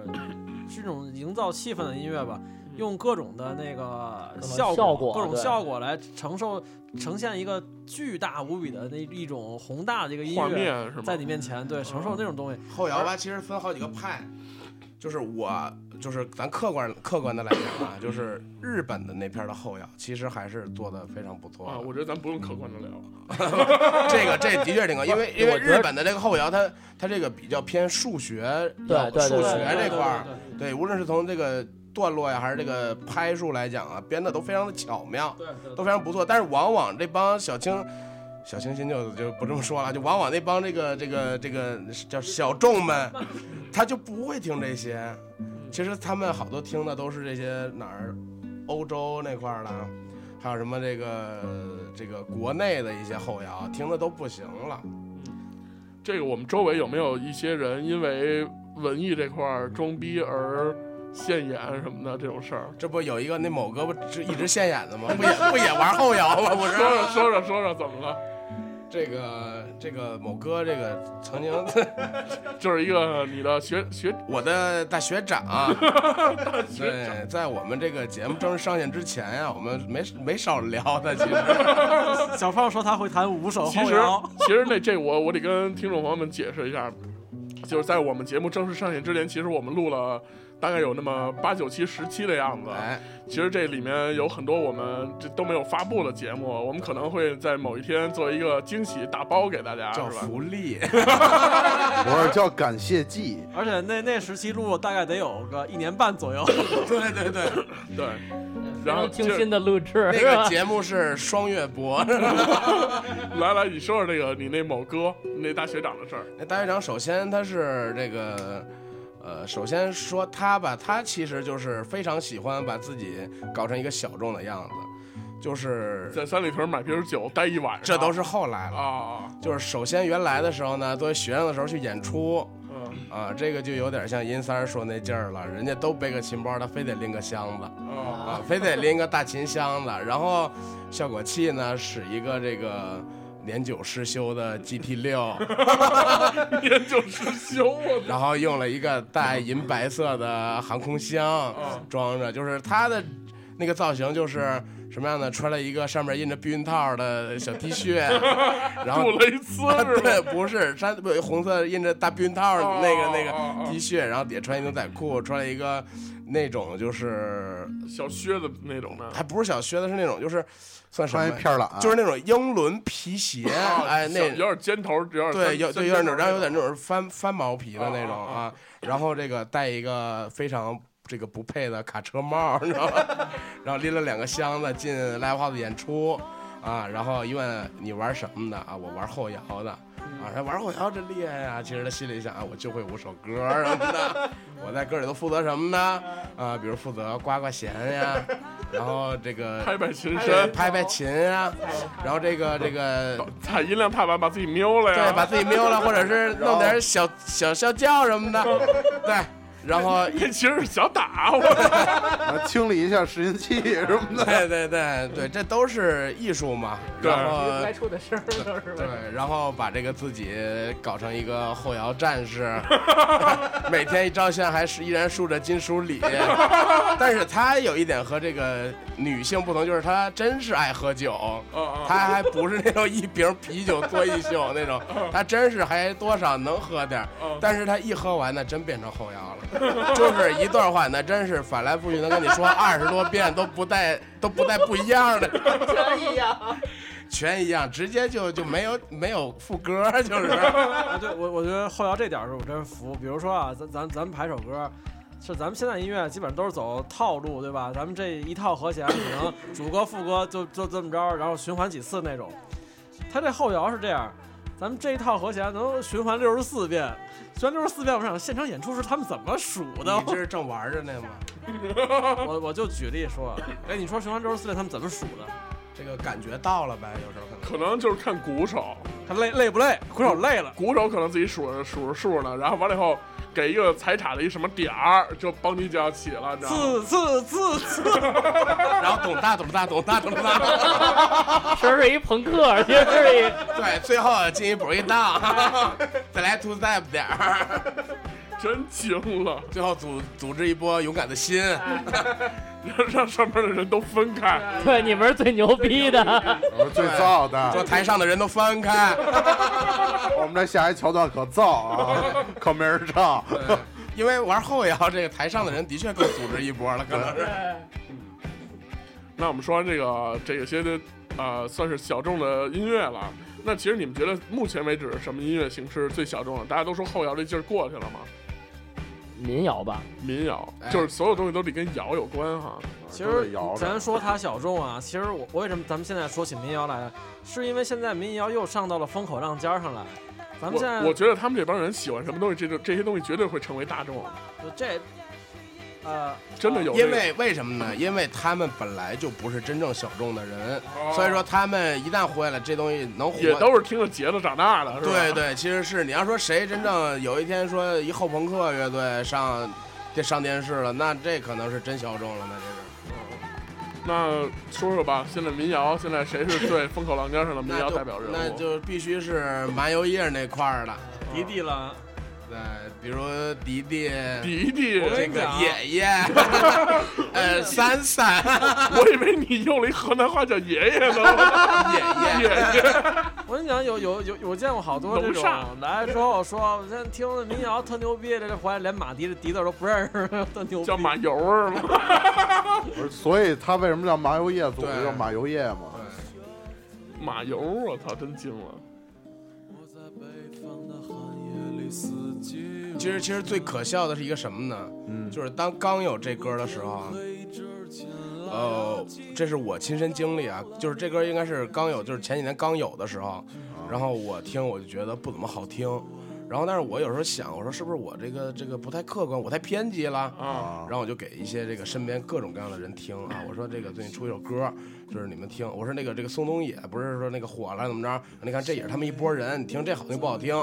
[SPEAKER 7] 是一种营造气氛的音乐吧，
[SPEAKER 1] 嗯
[SPEAKER 7] 用各种的那个
[SPEAKER 3] 各种
[SPEAKER 7] 效
[SPEAKER 3] 效果
[SPEAKER 7] 各种
[SPEAKER 3] 对
[SPEAKER 7] 效果来承受呈现一个巨大无比的那一种宏大的一个音
[SPEAKER 1] 画
[SPEAKER 7] 乐，
[SPEAKER 1] 面是吗？嗯
[SPEAKER 7] 在你面前对承受那种东西，
[SPEAKER 4] 后摇吧，
[SPEAKER 3] 嗯
[SPEAKER 4] 其实分好几个派，就是我，就是咱客观客观的来讲啊，就是日本的那片儿的后摇，其实还是做的非常不错
[SPEAKER 1] 啊，
[SPEAKER 4] 的。
[SPEAKER 1] 我觉得咱不用客观的聊，
[SPEAKER 4] 嗯这个这的确挺高，因为因为
[SPEAKER 3] 我觉
[SPEAKER 4] 日
[SPEAKER 3] 得
[SPEAKER 4] 本的这个后摇，它它这个比较偏数学，
[SPEAKER 3] 对对对
[SPEAKER 4] 数
[SPEAKER 3] 对
[SPEAKER 4] 学
[SPEAKER 3] 对
[SPEAKER 1] 哎
[SPEAKER 4] 这块儿，
[SPEAKER 7] 对对对
[SPEAKER 4] 对，无论是从这个段落呀，还是这个拍数来讲啊，编的都非常的巧妙，
[SPEAKER 7] 对对
[SPEAKER 4] 都非常不错。但是往往这帮小清小清新就就不这么说了，就往往那帮这个这个这个叫小众们，他就不会听这些。其实他们好多听的都是这些哪儿，欧洲那块儿的，还有什么这个这个国内的一些后摇，听的都不行了。
[SPEAKER 1] 这个我们周围有没有一些人因为文艺这块儿装逼而现眼什么的这种事
[SPEAKER 4] *laughs*
[SPEAKER 1] 儿？
[SPEAKER 4] 这不有一个那某哥不是一直现眼的吗？不也不也玩后摇吗？不是 *laughs*
[SPEAKER 1] 说。着说着说着怎么了？
[SPEAKER 4] 这个这个某哥，这个曾经
[SPEAKER 1] 就是一个你的学学
[SPEAKER 4] 我的大学
[SPEAKER 1] *laughs*
[SPEAKER 4] 长，对，在我们这个节目正式上线之前呀、我们没没少聊的，
[SPEAKER 1] *laughs*
[SPEAKER 4] 其实
[SPEAKER 7] *laughs* 小胖说他会弹五首
[SPEAKER 1] 其
[SPEAKER 7] 后
[SPEAKER 1] 实
[SPEAKER 7] 摇，
[SPEAKER 1] *laughs* 其实那这我我得跟听众朋友们解释一下，就是在我们节目正式上线之前，其实我们录了大概有那么八九期、十期的样子。
[SPEAKER 4] 哎，
[SPEAKER 1] 其实这里面有很多我们这都没有发布的节目，我们可能会在某一天做一个惊喜打包给大家，是
[SPEAKER 4] 叫
[SPEAKER 1] 吧？
[SPEAKER 4] 福利，
[SPEAKER 5] 我是叫感谢祭，
[SPEAKER 7] 而且那那时期录了大概得有个一年半左右，
[SPEAKER 4] 对对对，
[SPEAKER 1] 对，
[SPEAKER 3] 非
[SPEAKER 1] 然后
[SPEAKER 3] 常精
[SPEAKER 1] 就
[SPEAKER 3] 心的录制，
[SPEAKER 4] *laughs* 那
[SPEAKER 3] 是吧
[SPEAKER 4] 个节目是双月 *laughs* 播，
[SPEAKER 1] 来来，你说说那个你那某哥你那大学长的事儿。
[SPEAKER 4] 那哎大学长首先他是这个，呃，首先说他吧，他其实就是非常喜欢把自己搞成一个小众的样子，就是
[SPEAKER 1] 在三里屯买瓶酒待一晚上，
[SPEAKER 4] 这都是后来了。
[SPEAKER 1] 啊，
[SPEAKER 4] 就是首先原来的时候呢，作为学生的时候去演出
[SPEAKER 1] 嗯
[SPEAKER 4] 啊，这个就有点像殷三儿说那劲儿了，人家都背个琴包，他非得拎个箱子
[SPEAKER 1] 啊，
[SPEAKER 4] 啊，非得拎个大琴箱子， *laughs* 然后效果器呢使一个这个年久失修的 GT 六。 *laughs*
[SPEAKER 1] 研究失修，啊我
[SPEAKER 4] 然后用了一个带银白色的航空箱
[SPEAKER 1] 嗯
[SPEAKER 4] 装着，就是它的那个造型就是什么样的？穿了一个上面印着避孕套的小 T
[SPEAKER 1] *laughs*
[SPEAKER 4] 恤， *laughs* 然
[SPEAKER 1] 操，
[SPEAKER 4] 后
[SPEAKER 1] 杜蕾
[SPEAKER 4] *laughs*
[SPEAKER 1] 斯是吧？
[SPEAKER 4] 啊对，不是山不红色印着大避孕套
[SPEAKER 1] 哦
[SPEAKER 4] 那个那个
[SPEAKER 1] 哦哦
[SPEAKER 4] T 恤，然后底下穿一牛仔裤，穿了一个那种就是
[SPEAKER 1] 小靴子那种的，
[SPEAKER 4] 还不是小靴子，是那种就是算什
[SPEAKER 5] 穿一
[SPEAKER 4] 么？
[SPEAKER 5] 片儿懒，
[SPEAKER 4] 就是那种英伦皮鞋，哎，那
[SPEAKER 1] 啊哦小有点尖头，有点
[SPEAKER 4] 对，有对有点那种，然后有点那
[SPEAKER 1] 种
[SPEAKER 4] 种翻翻毛皮的那种
[SPEAKER 1] 啊啊
[SPEAKER 4] 啊，然后这个戴一个非常这个不配的卡车帽，你知道吧？ *laughs* 然后拎了两个箱子进 live house 演出啊，然后一问你玩什么的啊，我玩后摇的
[SPEAKER 1] 嗯
[SPEAKER 4] 啊，说玩后摇真厉害啊，其实他心里想啊，我就会五首歌什么的，我在歌里头负责什么呢？啊，比如负责刮刮弦呀，然后这个
[SPEAKER 1] 拍拍琴哦
[SPEAKER 4] 对
[SPEAKER 1] 身，
[SPEAKER 4] 拍拍琴啊，然后这个这个
[SPEAKER 1] 踩音量踏板把自己瞄了呀，
[SPEAKER 4] 对，把自己瞄了，或者是弄点小小小叫什么的，对，然后
[SPEAKER 1] 这哎其实是想打我，
[SPEAKER 5] 啊清理一下拾音器什么的。
[SPEAKER 4] 对对对对，这都是艺术嘛，
[SPEAKER 1] 对
[SPEAKER 4] 然后
[SPEAKER 6] 该出的声儿都是
[SPEAKER 4] 对
[SPEAKER 6] 吧？，
[SPEAKER 4] 然后 *laughs* 把这个自己搞成一个后摇战 *laughs* 士，每天一照相还是依然梳着金属 *laughs* 礼，但是他有一点和这个女性不同，就是他真是爱喝酒。
[SPEAKER 1] 啊
[SPEAKER 4] 他还不是那种一瓶啤酒坐一宿那种，他真是还多少能喝点儿
[SPEAKER 1] 嗯，
[SPEAKER 4] 但是他一喝完呢，真变成后摇 *laughs* 了，就是一段话呢，真是反来覆去能跟你说二十多遍都不带都不带不一样的，
[SPEAKER 6] 全一样，
[SPEAKER 4] 全一样，直接就就没有没有副歌， *laughs* 就是
[SPEAKER 7] 啊，对我我觉得后摇这点儿是我真服。比如说啊，咱咱咱们排首歌，是咱们现在音乐基本上都是走套路，对吧？咱们这一套和弦可能主歌副歌就就这么着，然后循环几次那种。他这后摇是这样，咱们这一套和弦能循环六十四遍，循环六十四遍，我想现场演出时他们怎么数的
[SPEAKER 4] 你？这是正玩着呢吗？
[SPEAKER 7] 我 *laughs* 我就举例说，哎，你说循环六十四遍他们怎么数的？
[SPEAKER 4] 这个感觉到了呗，有时候可能
[SPEAKER 1] 可能就是看鼓手，
[SPEAKER 7] 他累累不累？鼓手累了。
[SPEAKER 1] 鼓手可能自己数着数着数呢，然后完了以后给一个踩塔的一什么点儿，就帮你就要起了，你知道吗？
[SPEAKER 7] 刺刺刺刺！
[SPEAKER 4] 然后懂大懂大懂大懂大， *laughs*
[SPEAKER 3] 其实是一朋克，其实是一。
[SPEAKER 4] 对，最后进一步一荡， *laughs* 再来 two step 点儿。
[SPEAKER 1] 真惊了， *laughs*
[SPEAKER 4] 最后组组织一波勇敢的心，
[SPEAKER 1] 让让上面的人都分开，
[SPEAKER 3] 对，你们是最牛逼的。
[SPEAKER 5] *laughs* 我说最燥
[SPEAKER 4] 说
[SPEAKER 5] 的，
[SPEAKER 4] 台上的人都翻开。
[SPEAKER 5] *laughs* 我们这下一桥段可燥啊，可没人 *laughs* 唱。
[SPEAKER 4] 对因为玩后摇，这个台上的人的确更组织一波了，可能是。
[SPEAKER 1] 那我们说完这个这些的，呃，算是小众的音乐了。那其实你们觉得目前为止什么音乐形式最小众了？大家都说后摇这劲儿过去了吗？
[SPEAKER 3] 民谣吧，
[SPEAKER 1] 民谣，
[SPEAKER 4] 哎
[SPEAKER 1] 就是所有东西都得跟谣有关哈。
[SPEAKER 7] 其
[SPEAKER 5] 都
[SPEAKER 7] 实
[SPEAKER 5] 得摇着
[SPEAKER 7] 咱说它小众啊，其实我我为什么咱们现在说起民谣来了，是因为现在民谣又上到了风口浪尖儿上来。咱们现在
[SPEAKER 1] 我我觉得他们这帮人喜欢什么东西，这就这些东西绝对会成为大众，
[SPEAKER 7] 就这，呃，
[SPEAKER 1] 真的有这
[SPEAKER 4] 因
[SPEAKER 1] 个、
[SPEAKER 4] 为为什么呢？因为他们本来就不是真正小众的人，
[SPEAKER 1] 哦
[SPEAKER 4] 所以说他们一旦活下来，这东西能火。
[SPEAKER 1] 也都是听着节奏长大的，是吧？
[SPEAKER 4] 对对，其实是你要说谁真正有一天说一后朋克乐队上这上电视了，那这可能是真小众了，那这是
[SPEAKER 1] 那说说吧，现在民谣现在谁是最风口浪尖上的民
[SPEAKER 4] 那
[SPEAKER 1] 谣
[SPEAKER 4] 就
[SPEAKER 1] 代表人物？
[SPEAKER 4] 那就必须是麻油叶那块儿的，
[SPEAKER 7] 迪迪了，
[SPEAKER 4] 对，比如迪迪。
[SPEAKER 1] 迪迪，
[SPEAKER 7] 我
[SPEAKER 4] 这
[SPEAKER 7] 跟你
[SPEAKER 4] 个
[SPEAKER 7] 讲啊
[SPEAKER 4] 爷 *laughs* 爷，呃，三三，
[SPEAKER 1] *laughs* 我以为你用了一河南话叫爷爷呢， *laughs* 爷
[SPEAKER 4] 爷爷，
[SPEAKER 1] 爷，
[SPEAKER 7] 我跟你讲，有有有有，我见过好多这
[SPEAKER 1] 楼
[SPEAKER 7] 种
[SPEAKER 1] 上
[SPEAKER 7] 来之后说，我现在听的民谣特牛逼，这回来连马迪的笛子都不认识， *laughs* 特牛逼。
[SPEAKER 1] 叫马油儿吗？ *laughs*
[SPEAKER 5] 不是所以他为什么叫麻油叶组织
[SPEAKER 4] 对
[SPEAKER 5] 叫马油叶嘛？
[SPEAKER 1] 马油儿，我操，真惊了！
[SPEAKER 2] 我在北方的寒夜里四季
[SPEAKER 4] 其实其实最可笑的是一个什么呢？
[SPEAKER 5] 嗯，
[SPEAKER 4] 就是当刚有这歌的时候，啊呃，这是我亲身经历啊，就是这歌应该是刚有，就是前几年刚有的时候，然后我听我就觉得不怎么好听，然后但是我有时候想，我说是不是我这个这个不太客观，我太偏激了。
[SPEAKER 1] 啊，
[SPEAKER 4] 然后我就给一些这个身边各种各样的人听啊，我说这个最近出一首歌，就是你们听。我说那个这个宋冬野不是说那个火了怎么着？你看这也是他们一波人，你听这好听不好听？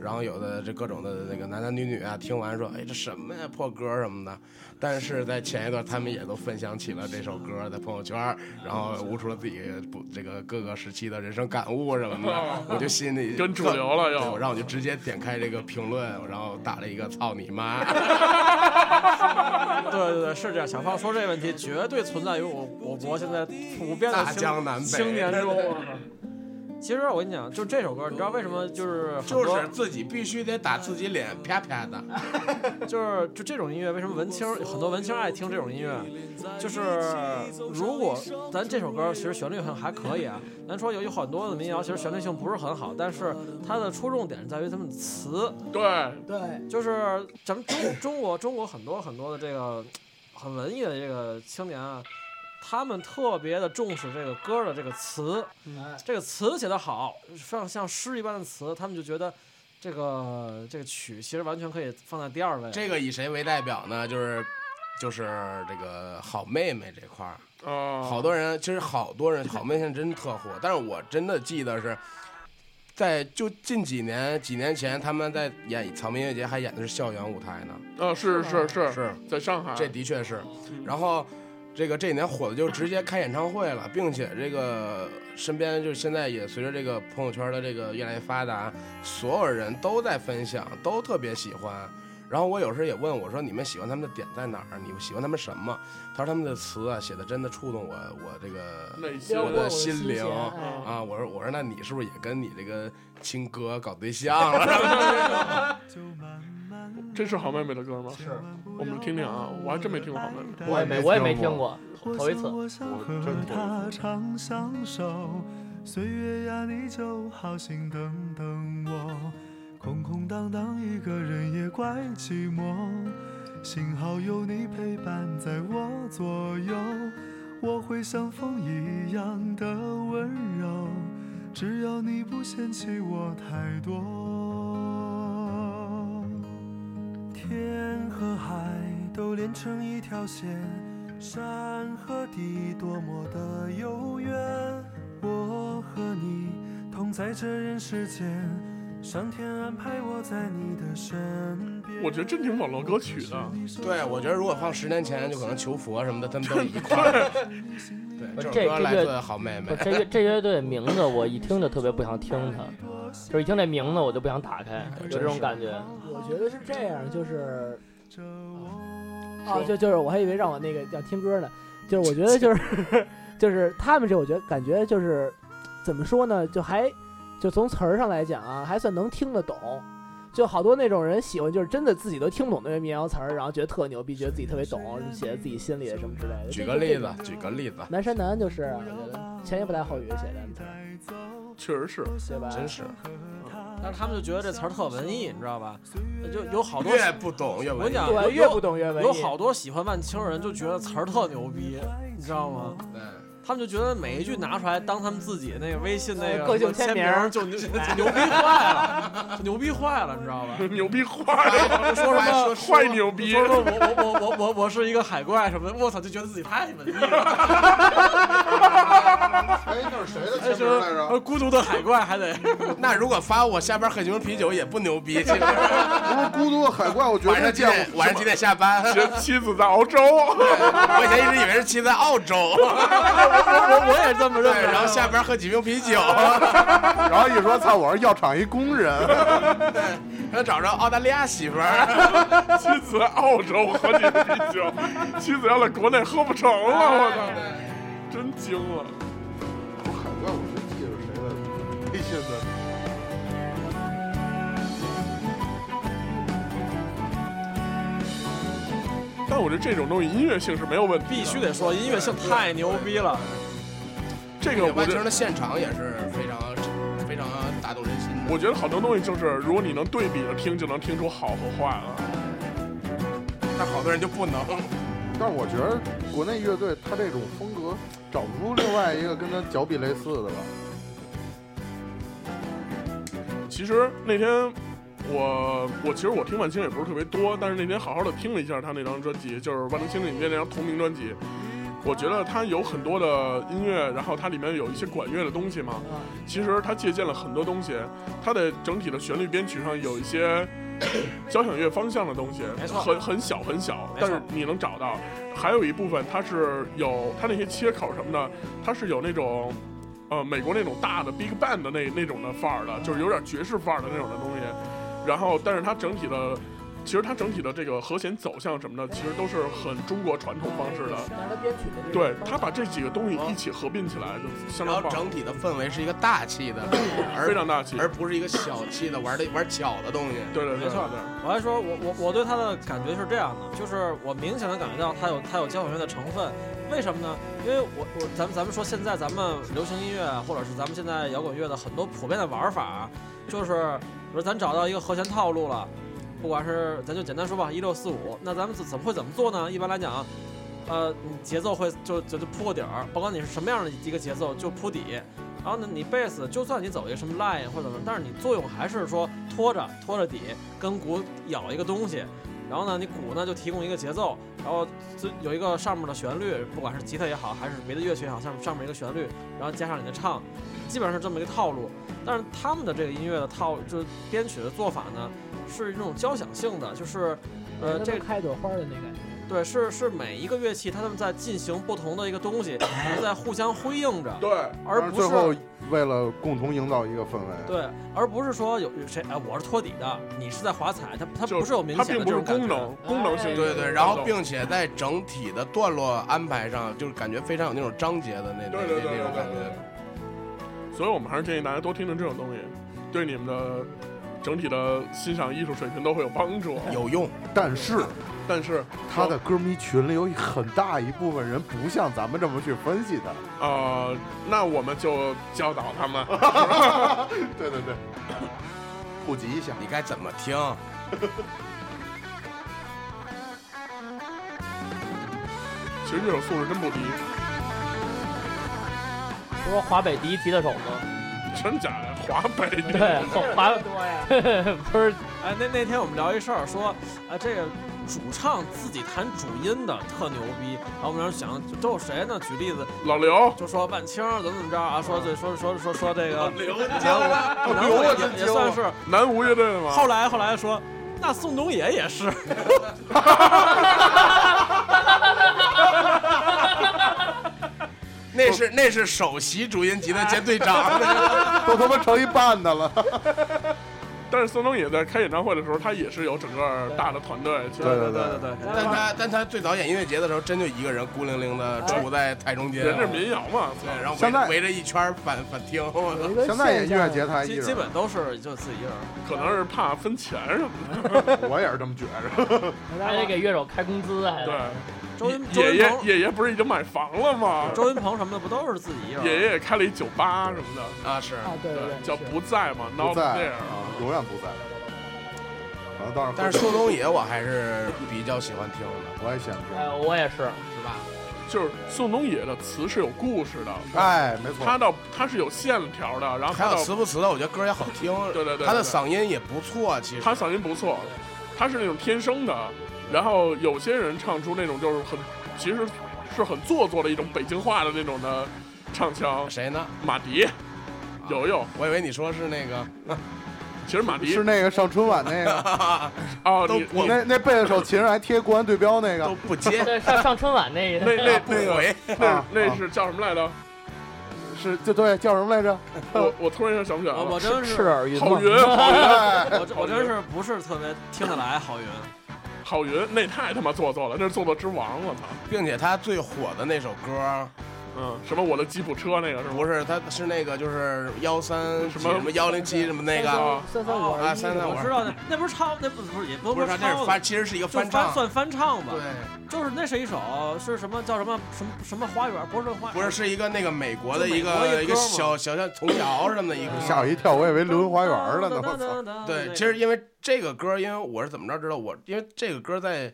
[SPEAKER 4] 然后有的这各种的那个男男女女啊，听完说哎这什么呀破歌什么的。但是在前一段他们也都分享起了这首歌在朋友圈，然后悟出了自己不这个各个时期的人生感悟什么
[SPEAKER 1] *laughs*
[SPEAKER 4] 的，我就心里
[SPEAKER 1] 跟主流了又
[SPEAKER 4] 对然后我就直接点开这个评论，然后打了一个操你妈。 *laughs*
[SPEAKER 7] 对对对，是这样。小胖说这个问题绝对存在于我我国现在普遍的
[SPEAKER 4] 大
[SPEAKER 7] 青
[SPEAKER 4] 江南北
[SPEAKER 7] 青年中。啊其实我跟你讲，就这首歌，你知道为什么就是很多
[SPEAKER 4] 就
[SPEAKER 7] 哎
[SPEAKER 4] 是自己必须得打自己脸，啪啪的。
[SPEAKER 7] 就是就这种音乐，为什么文青很多文青爱听这种音乐？就是如果咱这首歌其实旋律很还可以啊，咱说有有很多的民谣其实旋律性不是很好，但是它的出众点在于他们词，
[SPEAKER 1] 对，
[SPEAKER 7] 就是咱们中中国中国很多很多的这个很文艺的这个青年啊，他们特别的重视这个歌的这个词，
[SPEAKER 6] 嗯
[SPEAKER 7] 这个词写得好，像像诗一般的词，他们就觉得这个这个曲其实完全可以放在第二位。
[SPEAKER 4] 这个以谁为代表呢？就是就是这个好妹妹这块儿，
[SPEAKER 7] 哦
[SPEAKER 1] 啊，
[SPEAKER 4] 好多人其实好多人好妹妹现在真特火，但是我真的记得是。在就近几年几年前，他们在演草莓音乐节还演的是校园舞台呢，
[SPEAKER 1] 啊，是是是，
[SPEAKER 4] 是
[SPEAKER 1] 在上
[SPEAKER 7] 啊
[SPEAKER 1] 海，嗯
[SPEAKER 4] 这的确是。然后这个这几年火的就直接开演唱会了，并且这个身边就是现在也随着这个朋友圈的这个越来越发达，所有人都在分享，都特别喜欢。然后我有时候也问我说：“你们喜欢他们的点在哪儿？你们喜欢他们什么？”他说：“他们的词啊，写的真的触动我，我这个
[SPEAKER 1] 内心
[SPEAKER 4] 我
[SPEAKER 1] 的
[SPEAKER 4] 的心灵
[SPEAKER 1] 哎
[SPEAKER 4] 啊。”我说：“我说那你是不是也跟你这个亲哥搞对象了
[SPEAKER 1] 这是好妹妹的歌吗？是，我们听听啊，我还真没听过好妹妹。
[SPEAKER 3] 我也没我也没听，过，
[SPEAKER 8] 我
[SPEAKER 3] 头一
[SPEAKER 8] 想
[SPEAKER 3] 次。
[SPEAKER 8] 我想
[SPEAKER 5] 我
[SPEAKER 8] 和
[SPEAKER 5] 真头一
[SPEAKER 8] 他常相守，岁月呀，你就好心等等我。空空荡荡一个人也怪寂寞，幸好有你陪伴在我左右，我会像风一样的温柔，只要你不嫌弃我太多。天和海都连成一条线。山和地多么的有缘，我和你同在这人世间，上天安排我在你的身边。
[SPEAKER 1] 我觉得真挺网络歌曲的，？”
[SPEAKER 4] 对，我觉得如果放十年前，就可能求佛什么的，他们都一块
[SPEAKER 7] *laughs*
[SPEAKER 4] 儿。
[SPEAKER 3] 这
[SPEAKER 4] 对，首歌
[SPEAKER 3] 这
[SPEAKER 4] 来
[SPEAKER 3] 个
[SPEAKER 4] 自好妹妹
[SPEAKER 3] 不。这乐这乐队名字我一听就特别不想听它，就是一听这名字我就不想打开，有这种感觉。
[SPEAKER 6] 我觉得是这样，就是，哦，就就是，我还以为让我那个要听歌呢，就是我觉得就是 *laughs* 就是他们这，我觉得感觉就是怎么说呢，就还就从词儿上来讲啊，还算能听得懂。就好多那种人喜欢，就是真的自己都听不懂那些民谣词儿，然后觉得特牛逼，觉得自己特别懂，写在自己心里什么之类的。
[SPEAKER 4] 举个例子，举个例子，
[SPEAKER 6] 南山南就是，啊我觉得前言不搭后语写的词儿，
[SPEAKER 1] 确实是。 *laughs*
[SPEAKER 6] 对吧？
[SPEAKER 4] 真是。
[SPEAKER 1] 嗯
[SPEAKER 7] 但是他们就觉得这词儿特文艺，你知道吧？呃就有好多
[SPEAKER 4] 越不懂越
[SPEAKER 7] 我跟
[SPEAKER 4] 文
[SPEAKER 7] 你
[SPEAKER 4] 艺。
[SPEAKER 7] 讲有
[SPEAKER 6] 对，越不懂越文艺。
[SPEAKER 7] 有好多喜欢万青的人就觉得词儿特牛逼，你知道吗？
[SPEAKER 4] 对
[SPEAKER 7] 他们就觉得每一句拿出来当他们自己那个微信那个
[SPEAKER 6] 呃个性
[SPEAKER 7] 签
[SPEAKER 6] 签名
[SPEAKER 7] 儿 *laughs* 就牛就牛逼坏了，就牛逼坏了，你知道吧？
[SPEAKER 1] 牛逼坏了，
[SPEAKER 4] *laughs* 哎说什么
[SPEAKER 1] 坏牛逼，
[SPEAKER 7] 说说我我我我我我是一个海怪什么的，我操，就觉得自己太文艺了，
[SPEAKER 5] 哎，那是谁的
[SPEAKER 7] *laughs* 就
[SPEAKER 5] 签
[SPEAKER 7] 是
[SPEAKER 5] 名来着？
[SPEAKER 7] 呃孤独的海怪还得
[SPEAKER 4] 那如果发我下班喝瓶啤酒也不牛
[SPEAKER 7] *laughs*
[SPEAKER 4] 逼，这个
[SPEAKER 5] 不是哎孤独的海怪，我绝
[SPEAKER 4] 晚
[SPEAKER 5] 对
[SPEAKER 4] 上几
[SPEAKER 5] 见过。
[SPEAKER 4] 点晚上几点下班？
[SPEAKER 1] 这妻子在澳洲，啊
[SPEAKER 4] 我以前一直以为是骑在澳
[SPEAKER 7] *laughs*
[SPEAKER 4] 洲，
[SPEAKER 7] 我我也这么认
[SPEAKER 4] 对，
[SPEAKER 7] 为。
[SPEAKER 4] 然后下班喝几瓶啤
[SPEAKER 7] *laughs*
[SPEAKER 4] 酒，
[SPEAKER 5] 然后一说，操，我是药厂一工 *laughs* 人，
[SPEAKER 4] 然后找着澳大利亚媳妇儿，
[SPEAKER 1] *laughs* 妻子在澳洲喝你的啤酒， *laughs* 妻子要在国内喝不成了，我操，真惊了。
[SPEAKER 5] 我海怪，我是记着哎谁的微信的。
[SPEAKER 1] 但我觉得这种东西音乐性是没有问题的，
[SPEAKER 7] 必须得说音乐性太牛逼了，
[SPEAKER 1] 这个我
[SPEAKER 4] 万
[SPEAKER 1] 觉
[SPEAKER 4] 青
[SPEAKER 1] 得。
[SPEAKER 4] 的现场也是非常非常打动人心的。
[SPEAKER 1] 我觉得好多东西就是，如果你能对比着听，就能听出好和坏了。
[SPEAKER 4] 但好多人就不能，
[SPEAKER 5] 但是我觉得国内乐队他这种风格找不出另外一个跟他脚比类似的吧？
[SPEAKER 1] 其实那天我我其实我听万青也不是特别多，但是那天好好的听了一下他那张专辑，就是万能青里面那张同名专辑。我觉得它有很多的音乐，然后它里面有一些管乐的东西嘛。
[SPEAKER 7] 嗯
[SPEAKER 1] 其实它借鉴了很多东西，它的整体的旋律编曲上有一些交响乐方向的东西，
[SPEAKER 7] 没错
[SPEAKER 1] 很很小很小，
[SPEAKER 7] 没错
[SPEAKER 1] 但是你能找到。还有一部分它是有它那些切口什么的，它是有那种。呃，美国那种大的 big band 的那那种的范儿的，就是有点爵士范儿的那种的东西，然后，但是它整体的，其实它整体的这个和弦走向什么的，其实都是很中国传统方式的。
[SPEAKER 6] 拿它编曲的这
[SPEAKER 1] 对
[SPEAKER 6] 个方
[SPEAKER 1] 他
[SPEAKER 6] 法
[SPEAKER 1] 把这几个东西一起合并起来，就相
[SPEAKER 4] 然
[SPEAKER 1] 当棒，
[SPEAKER 4] 后整体的氛围是一个大气的，
[SPEAKER 1] 非
[SPEAKER 4] 而
[SPEAKER 1] 常大气。
[SPEAKER 4] 而不是一个小气的玩的玩巧的东西。
[SPEAKER 1] 对对对，
[SPEAKER 7] 没错
[SPEAKER 1] 对
[SPEAKER 7] 我还说，我我我对他的感觉是这样的，就是我明显的感觉到他有他有交响乐的成分，为什么呢？因为我我咱们咱们说现在咱们流行音乐啊或者是咱们现在摇滚乐的很多普遍的玩法，啊就是比如咱找到一个和弦套路了，不管是咱就简单说吧，一六四五，那咱们怎怎么会怎么做呢？一般来讲，呃，你节奏会就就就铺个底儿，甭管你是什么样的一个节奏，就铺底。然后呢，你贝斯就算你走一个什么 line 或者怎么，但是你作用还是说拖着拖着底，跟鼓咬一个东西。然后呢，你鼓呢就提供一个节奏，然后就有一个上面的旋律，不管是吉他也好，还是别的乐器也好，上上面一个旋律，然后加上你的唱，基本上是这么一个套路。但是他们的这个音乐的套，就是编曲的做法呢，是那种交响性的，就是，呃，
[SPEAKER 6] 它
[SPEAKER 7] 这
[SPEAKER 6] 能开一朵花的那个。
[SPEAKER 7] 对，是是每一个乐器，它们在进行不同的一个东西，它们在互相辉映着，
[SPEAKER 1] 对，
[SPEAKER 7] 而
[SPEAKER 5] 但
[SPEAKER 7] 不
[SPEAKER 5] 最
[SPEAKER 7] 是
[SPEAKER 5] 后为了共同营造一个氛围，
[SPEAKER 7] 对，而不是说有有谁哎，我是托底的，你是在滑踩，它它
[SPEAKER 1] 就
[SPEAKER 7] 不是有明
[SPEAKER 1] 它
[SPEAKER 7] 显
[SPEAKER 1] 并
[SPEAKER 7] 的
[SPEAKER 1] 不
[SPEAKER 7] 这
[SPEAKER 1] 是功
[SPEAKER 7] 种感觉。
[SPEAKER 1] 能功能性的。
[SPEAKER 4] 对对，然后并且在整体的段落安排上，就是感觉非常有那种章节的那那
[SPEAKER 1] 对对对
[SPEAKER 4] 那
[SPEAKER 1] 对
[SPEAKER 4] 那种感
[SPEAKER 1] 对
[SPEAKER 4] 觉。
[SPEAKER 1] 对。所以我们还是建议大家多听听这种东西，对你们的整体的欣赏艺术水平都会有帮助。
[SPEAKER 4] 有用，
[SPEAKER 5] 但是
[SPEAKER 1] 但是
[SPEAKER 5] 他的歌迷群里有很大一部分人不像咱们这么去分析他。
[SPEAKER 1] 呃，那我们就教导他们。
[SPEAKER 5] 对对对，普及一下。
[SPEAKER 4] 你该怎么听？
[SPEAKER 1] 其实这种素质真不低，
[SPEAKER 3] 不是说华北第一吉他手吗？ *laughs*
[SPEAKER 1] 真假的？华北的
[SPEAKER 3] 对，华
[SPEAKER 6] 多呀，
[SPEAKER 3] *laughs* 不是
[SPEAKER 7] 哎，那那天我们聊一事儿，说哎这个主唱自己弹主音的特牛逼，然后我们当时想这都有谁呢？举例子
[SPEAKER 1] 老刘，
[SPEAKER 7] 就说万青儿怎么怎么着啊，说这说说说说这个
[SPEAKER 4] 刘
[SPEAKER 7] 南无南无也也算是，
[SPEAKER 1] 南无乐队的吗？
[SPEAKER 7] 后来后来说。那宋冬野也是，
[SPEAKER 4] 那是那是首席主音级的前队长，
[SPEAKER 5] 都他妈成一半的了。
[SPEAKER 1] 但是宋冬野在开演唱会的时候，他也是有整个大的团队。其实
[SPEAKER 5] 对对
[SPEAKER 7] 对对，
[SPEAKER 4] 但他但他最早演音乐节的时候，真就一个人孤零零的杵在台中间，
[SPEAKER 1] 人家民谣嘛，
[SPEAKER 4] 对，然后
[SPEAKER 5] 现在
[SPEAKER 4] 围围着一圈反反听， *laughs* 我
[SPEAKER 6] 有
[SPEAKER 4] 操
[SPEAKER 6] 一个
[SPEAKER 5] *laughs* 现在也
[SPEAKER 6] 现
[SPEAKER 5] 音乐
[SPEAKER 6] 象
[SPEAKER 5] 节他一
[SPEAKER 7] 基
[SPEAKER 5] 人
[SPEAKER 7] 基，本都是就自己一个人。
[SPEAKER 1] 可能是怕分钱什么的。
[SPEAKER 5] *laughs* 我也是这么觉着。
[SPEAKER 6] 大家
[SPEAKER 3] 还得给乐手开工资，还
[SPEAKER 1] 对
[SPEAKER 3] 得，
[SPEAKER 7] 周云周
[SPEAKER 1] 爷
[SPEAKER 7] 云
[SPEAKER 1] 爷
[SPEAKER 7] 鹏
[SPEAKER 1] 爷爷不是已经买房了吗？
[SPEAKER 7] 周云鹏什么的不都是自己一人？
[SPEAKER 1] 爷爷也开了一酒吧什么的，
[SPEAKER 4] 啊，是
[SPEAKER 6] 啊，对对对，
[SPEAKER 1] 叫
[SPEAKER 6] 是
[SPEAKER 1] 不在嘛
[SPEAKER 5] 不
[SPEAKER 1] ，Not
[SPEAKER 5] 在
[SPEAKER 1] There。
[SPEAKER 5] 啊，永远不在。反正当时，
[SPEAKER 4] 但是宋冬野我还是比较喜欢听的，
[SPEAKER 5] 我也想听，
[SPEAKER 3] 哎，我也是，
[SPEAKER 4] 是吧？
[SPEAKER 1] 就是宋冬野的词是有故事的，
[SPEAKER 5] 哎，没错，
[SPEAKER 1] 他的他是有线条的，然后
[SPEAKER 4] 还
[SPEAKER 1] 他
[SPEAKER 4] 有
[SPEAKER 1] 的
[SPEAKER 4] 词不词的，我觉得歌也好听，
[SPEAKER 1] 对对对，
[SPEAKER 4] 他的
[SPEAKER 1] 对
[SPEAKER 4] 嗓音也不错，其实
[SPEAKER 1] 他嗓音不错，他是那种天生的，然后有些人唱出那种就是很其实是很做作的一种北京话的那种的唱腔，
[SPEAKER 4] 谁呢？
[SPEAKER 1] 马迪。有有，
[SPEAKER 4] 我以为你说是那个，
[SPEAKER 1] 其实马迪
[SPEAKER 5] 是那个上春晚那个，
[SPEAKER 1] 哦，
[SPEAKER 4] 都
[SPEAKER 1] 你
[SPEAKER 4] 我
[SPEAKER 1] 你
[SPEAKER 5] 那那背着手琴上还贴国安对标那
[SPEAKER 4] *laughs* 都
[SPEAKER 5] 个，
[SPEAKER 3] *laughs*
[SPEAKER 4] 不接
[SPEAKER 3] 对上上春晚那
[SPEAKER 1] 那那
[SPEAKER 4] 不
[SPEAKER 1] 那个
[SPEAKER 4] 回，
[SPEAKER 1] 那
[SPEAKER 5] 啊
[SPEAKER 1] 那
[SPEAKER 5] 啊
[SPEAKER 1] 是叫什么来着？
[SPEAKER 5] 是就对，叫什么来着？
[SPEAKER 1] 我我突然一下想不起来
[SPEAKER 7] 我
[SPEAKER 1] 了
[SPEAKER 7] 我。真
[SPEAKER 5] 啊
[SPEAKER 3] 赤
[SPEAKER 7] 是
[SPEAKER 3] 耳云
[SPEAKER 1] 郝
[SPEAKER 3] 梦，
[SPEAKER 1] 云，郝云，
[SPEAKER 5] 哎，
[SPEAKER 7] 我我真是不是特别听得来郝云。
[SPEAKER 1] 郝云，那太他妈做作了，那是做作之王，我操！
[SPEAKER 4] 并且他最火的那首歌，
[SPEAKER 1] 嗯，什么我的吉普车那个是吗？
[SPEAKER 4] 不是他是那个就是幺三
[SPEAKER 1] 什
[SPEAKER 4] 什
[SPEAKER 1] 么
[SPEAKER 4] 么幺零七什么那
[SPEAKER 6] 三
[SPEAKER 4] 个，
[SPEAKER 1] 啊
[SPEAKER 6] 三三五
[SPEAKER 4] 啊
[SPEAKER 6] 二一
[SPEAKER 4] 三三五
[SPEAKER 7] 哎我知道那那不是唱那不不是也不
[SPEAKER 4] 不是他
[SPEAKER 7] 是
[SPEAKER 4] 这
[SPEAKER 7] 唱
[SPEAKER 4] 是翻，其实是一个
[SPEAKER 7] 就
[SPEAKER 4] 翻唱，
[SPEAKER 7] 算翻唱吧
[SPEAKER 4] 对。，
[SPEAKER 7] 就是那是一首是什么叫什么什么什么花园？不是花园，
[SPEAKER 4] 不是是一个那个美国的
[SPEAKER 7] 就
[SPEAKER 4] 一
[SPEAKER 7] 美国一
[SPEAKER 4] 个一个
[SPEAKER 7] 哥们儿
[SPEAKER 4] 小小像童谣什么的一个
[SPEAKER 5] 吓我一跳，我以为《流云花园》了呢，我操！
[SPEAKER 7] 操
[SPEAKER 4] 对，其实因为这个歌，因为我是怎么着知道我，因为这个歌在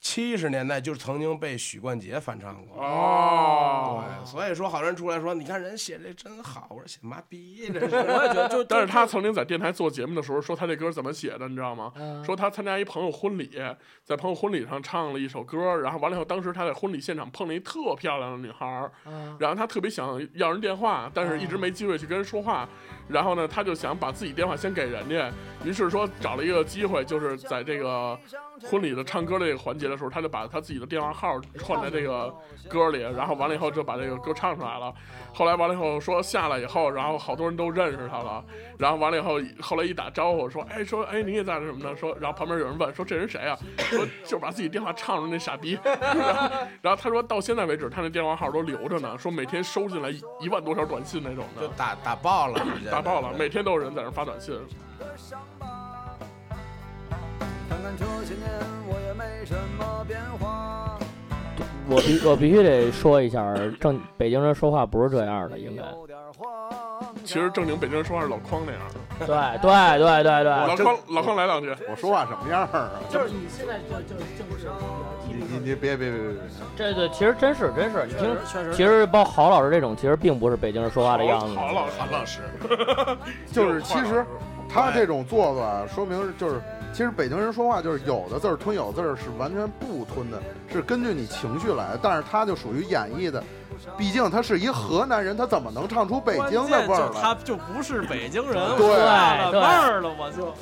[SPEAKER 4] 七十年代就是曾经被许冠杰翻唱
[SPEAKER 7] 哦
[SPEAKER 4] 过。
[SPEAKER 1] 哦，
[SPEAKER 4] 对，所以说好多人出来说，你看人写这真好，我说写妈逼，这
[SPEAKER 7] 我
[SPEAKER 4] 是
[SPEAKER 7] 也觉得就
[SPEAKER 1] 但是他曾经在电台做节目的时候说他这歌怎么写的，你知道吗？
[SPEAKER 6] 嗯
[SPEAKER 1] 说他参加一朋友婚礼，在朋友婚礼上唱了一首歌，然后完了以后，当时他在婚礼现场碰了一特漂亮的女孩儿，
[SPEAKER 6] 啊
[SPEAKER 1] 然后他特别想要人电话，但是一直没机会去跟人说话，然后呢，他就想把自己电话先给人家，于是说找了一个机会，就是在这个婚礼的唱歌这个环节的时候，他就把他自己的电话号串在这个歌里，然后完了以后就把这个歌唱出来了。后来完了以后说下来以后，然后好多人都认识他了，然后完了以后，后来一打招呼说，哎说哎你也在这什么的，说然后旁边有人问说这人谁啊？说就把自己电话唱出来那傻逼，然后然后他说到现在为止他那电话号都留着呢，说每天收进来一一万多条短信那种
[SPEAKER 4] 就
[SPEAKER 1] 的。
[SPEAKER 4] 打打爆了，直接
[SPEAKER 1] 打爆了，每天都有人在那发短信。
[SPEAKER 2] 看看这些年我也没什么变化。
[SPEAKER 3] 我必我必须得说一下，正北京人说话不是这样的，应该。
[SPEAKER 1] 其实正经北京人说话是老匡那样，
[SPEAKER 3] 对对对对对，
[SPEAKER 1] 老匡老匡来两句。
[SPEAKER 5] 我说话什么样儿啊？
[SPEAKER 6] 就是你现在就就就是
[SPEAKER 5] 你你你别别别别别！
[SPEAKER 3] 这对其实真是真是，你
[SPEAKER 7] 确
[SPEAKER 3] 听
[SPEAKER 7] 实，确实
[SPEAKER 3] 其实包括郝老师这种，其实并不是北京人说话的样子。
[SPEAKER 1] 好老
[SPEAKER 4] 韩老师，
[SPEAKER 5] 就是其实
[SPEAKER 1] 啊
[SPEAKER 5] 他这种做法，说明是就是，其实北京人说话就是有的字儿吞，有的字儿是完全不吞的，是根据你情绪来的。但是他就属于演绎的，毕竟他是一河南人，他怎么能唱出北
[SPEAKER 7] 关
[SPEAKER 5] 京
[SPEAKER 7] 键
[SPEAKER 5] 的味儿
[SPEAKER 7] 就
[SPEAKER 5] 来
[SPEAKER 7] 他？就不是北京人，
[SPEAKER 5] 对
[SPEAKER 7] 我忘了
[SPEAKER 3] 对
[SPEAKER 7] 味儿了，我就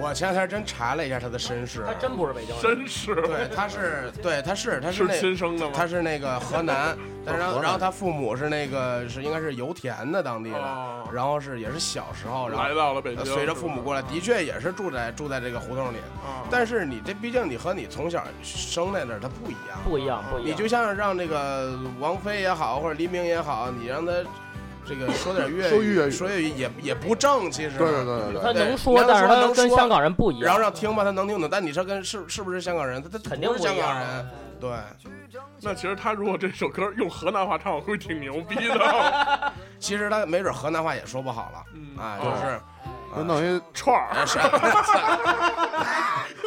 [SPEAKER 4] 我前两天真查了一下他的身世，
[SPEAKER 3] 他真不是北京人。
[SPEAKER 1] 真是
[SPEAKER 4] 对，他是对，他是他是
[SPEAKER 1] 是
[SPEAKER 4] 那
[SPEAKER 1] 亲哦生的吗？
[SPEAKER 4] 他是那个河南， *laughs* 但是然
[SPEAKER 5] 河
[SPEAKER 4] 后
[SPEAKER 5] 南
[SPEAKER 4] 然后他父母是那个是应该是油田的当地的，
[SPEAKER 1] 哦
[SPEAKER 4] 然后是也是小时候，然后
[SPEAKER 1] 来到了北京，
[SPEAKER 4] 随着父母过来，的确也是住在住在这个胡同里，
[SPEAKER 1] 啊
[SPEAKER 4] 但是你这毕竟你和你从小生在那儿，它不一样。
[SPEAKER 3] 不一样，不一
[SPEAKER 4] 你
[SPEAKER 3] 样。
[SPEAKER 4] 就像让那个王菲也好，或者黎明也好，你让他这个说点粤语，
[SPEAKER 5] *laughs* 说粤语
[SPEAKER 4] 说粤语也也不正，其实。
[SPEAKER 5] 对对对
[SPEAKER 4] 呃
[SPEAKER 5] 对
[SPEAKER 3] 他
[SPEAKER 5] 对，
[SPEAKER 3] 能说，但是他跟香港人不一
[SPEAKER 4] 然
[SPEAKER 3] 样。
[SPEAKER 4] 后让听吧，他能听懂，但你说跟是是不是香港人，他他
[SPEAKER 3] 肯定
[SPEAKER 4] 不是香
[SPEAKER 3] 不一
[SPEAKER 4] 港
[SPEAKER 3] 样啊
[SPEAKER 4] 人，对，
[SPEAKER 1] 那其实他如果这首歌用河南话唱，我估计挺牛逼
[SPEAKER 4] *laughs*
[SPEAKER 1] 的。
[SPEAKER 4] 其实他没准河南话也说不好了，
[SPEAKER 1] 嗯
[SPEAKER 4] 啊，
[SPEAKER 1] 哦
[SPEAKER 4] 就是
[SPEAKER 5] 就等于
[SPEAKER 1] 串儿，
[SPEAKER 4] 哎是啊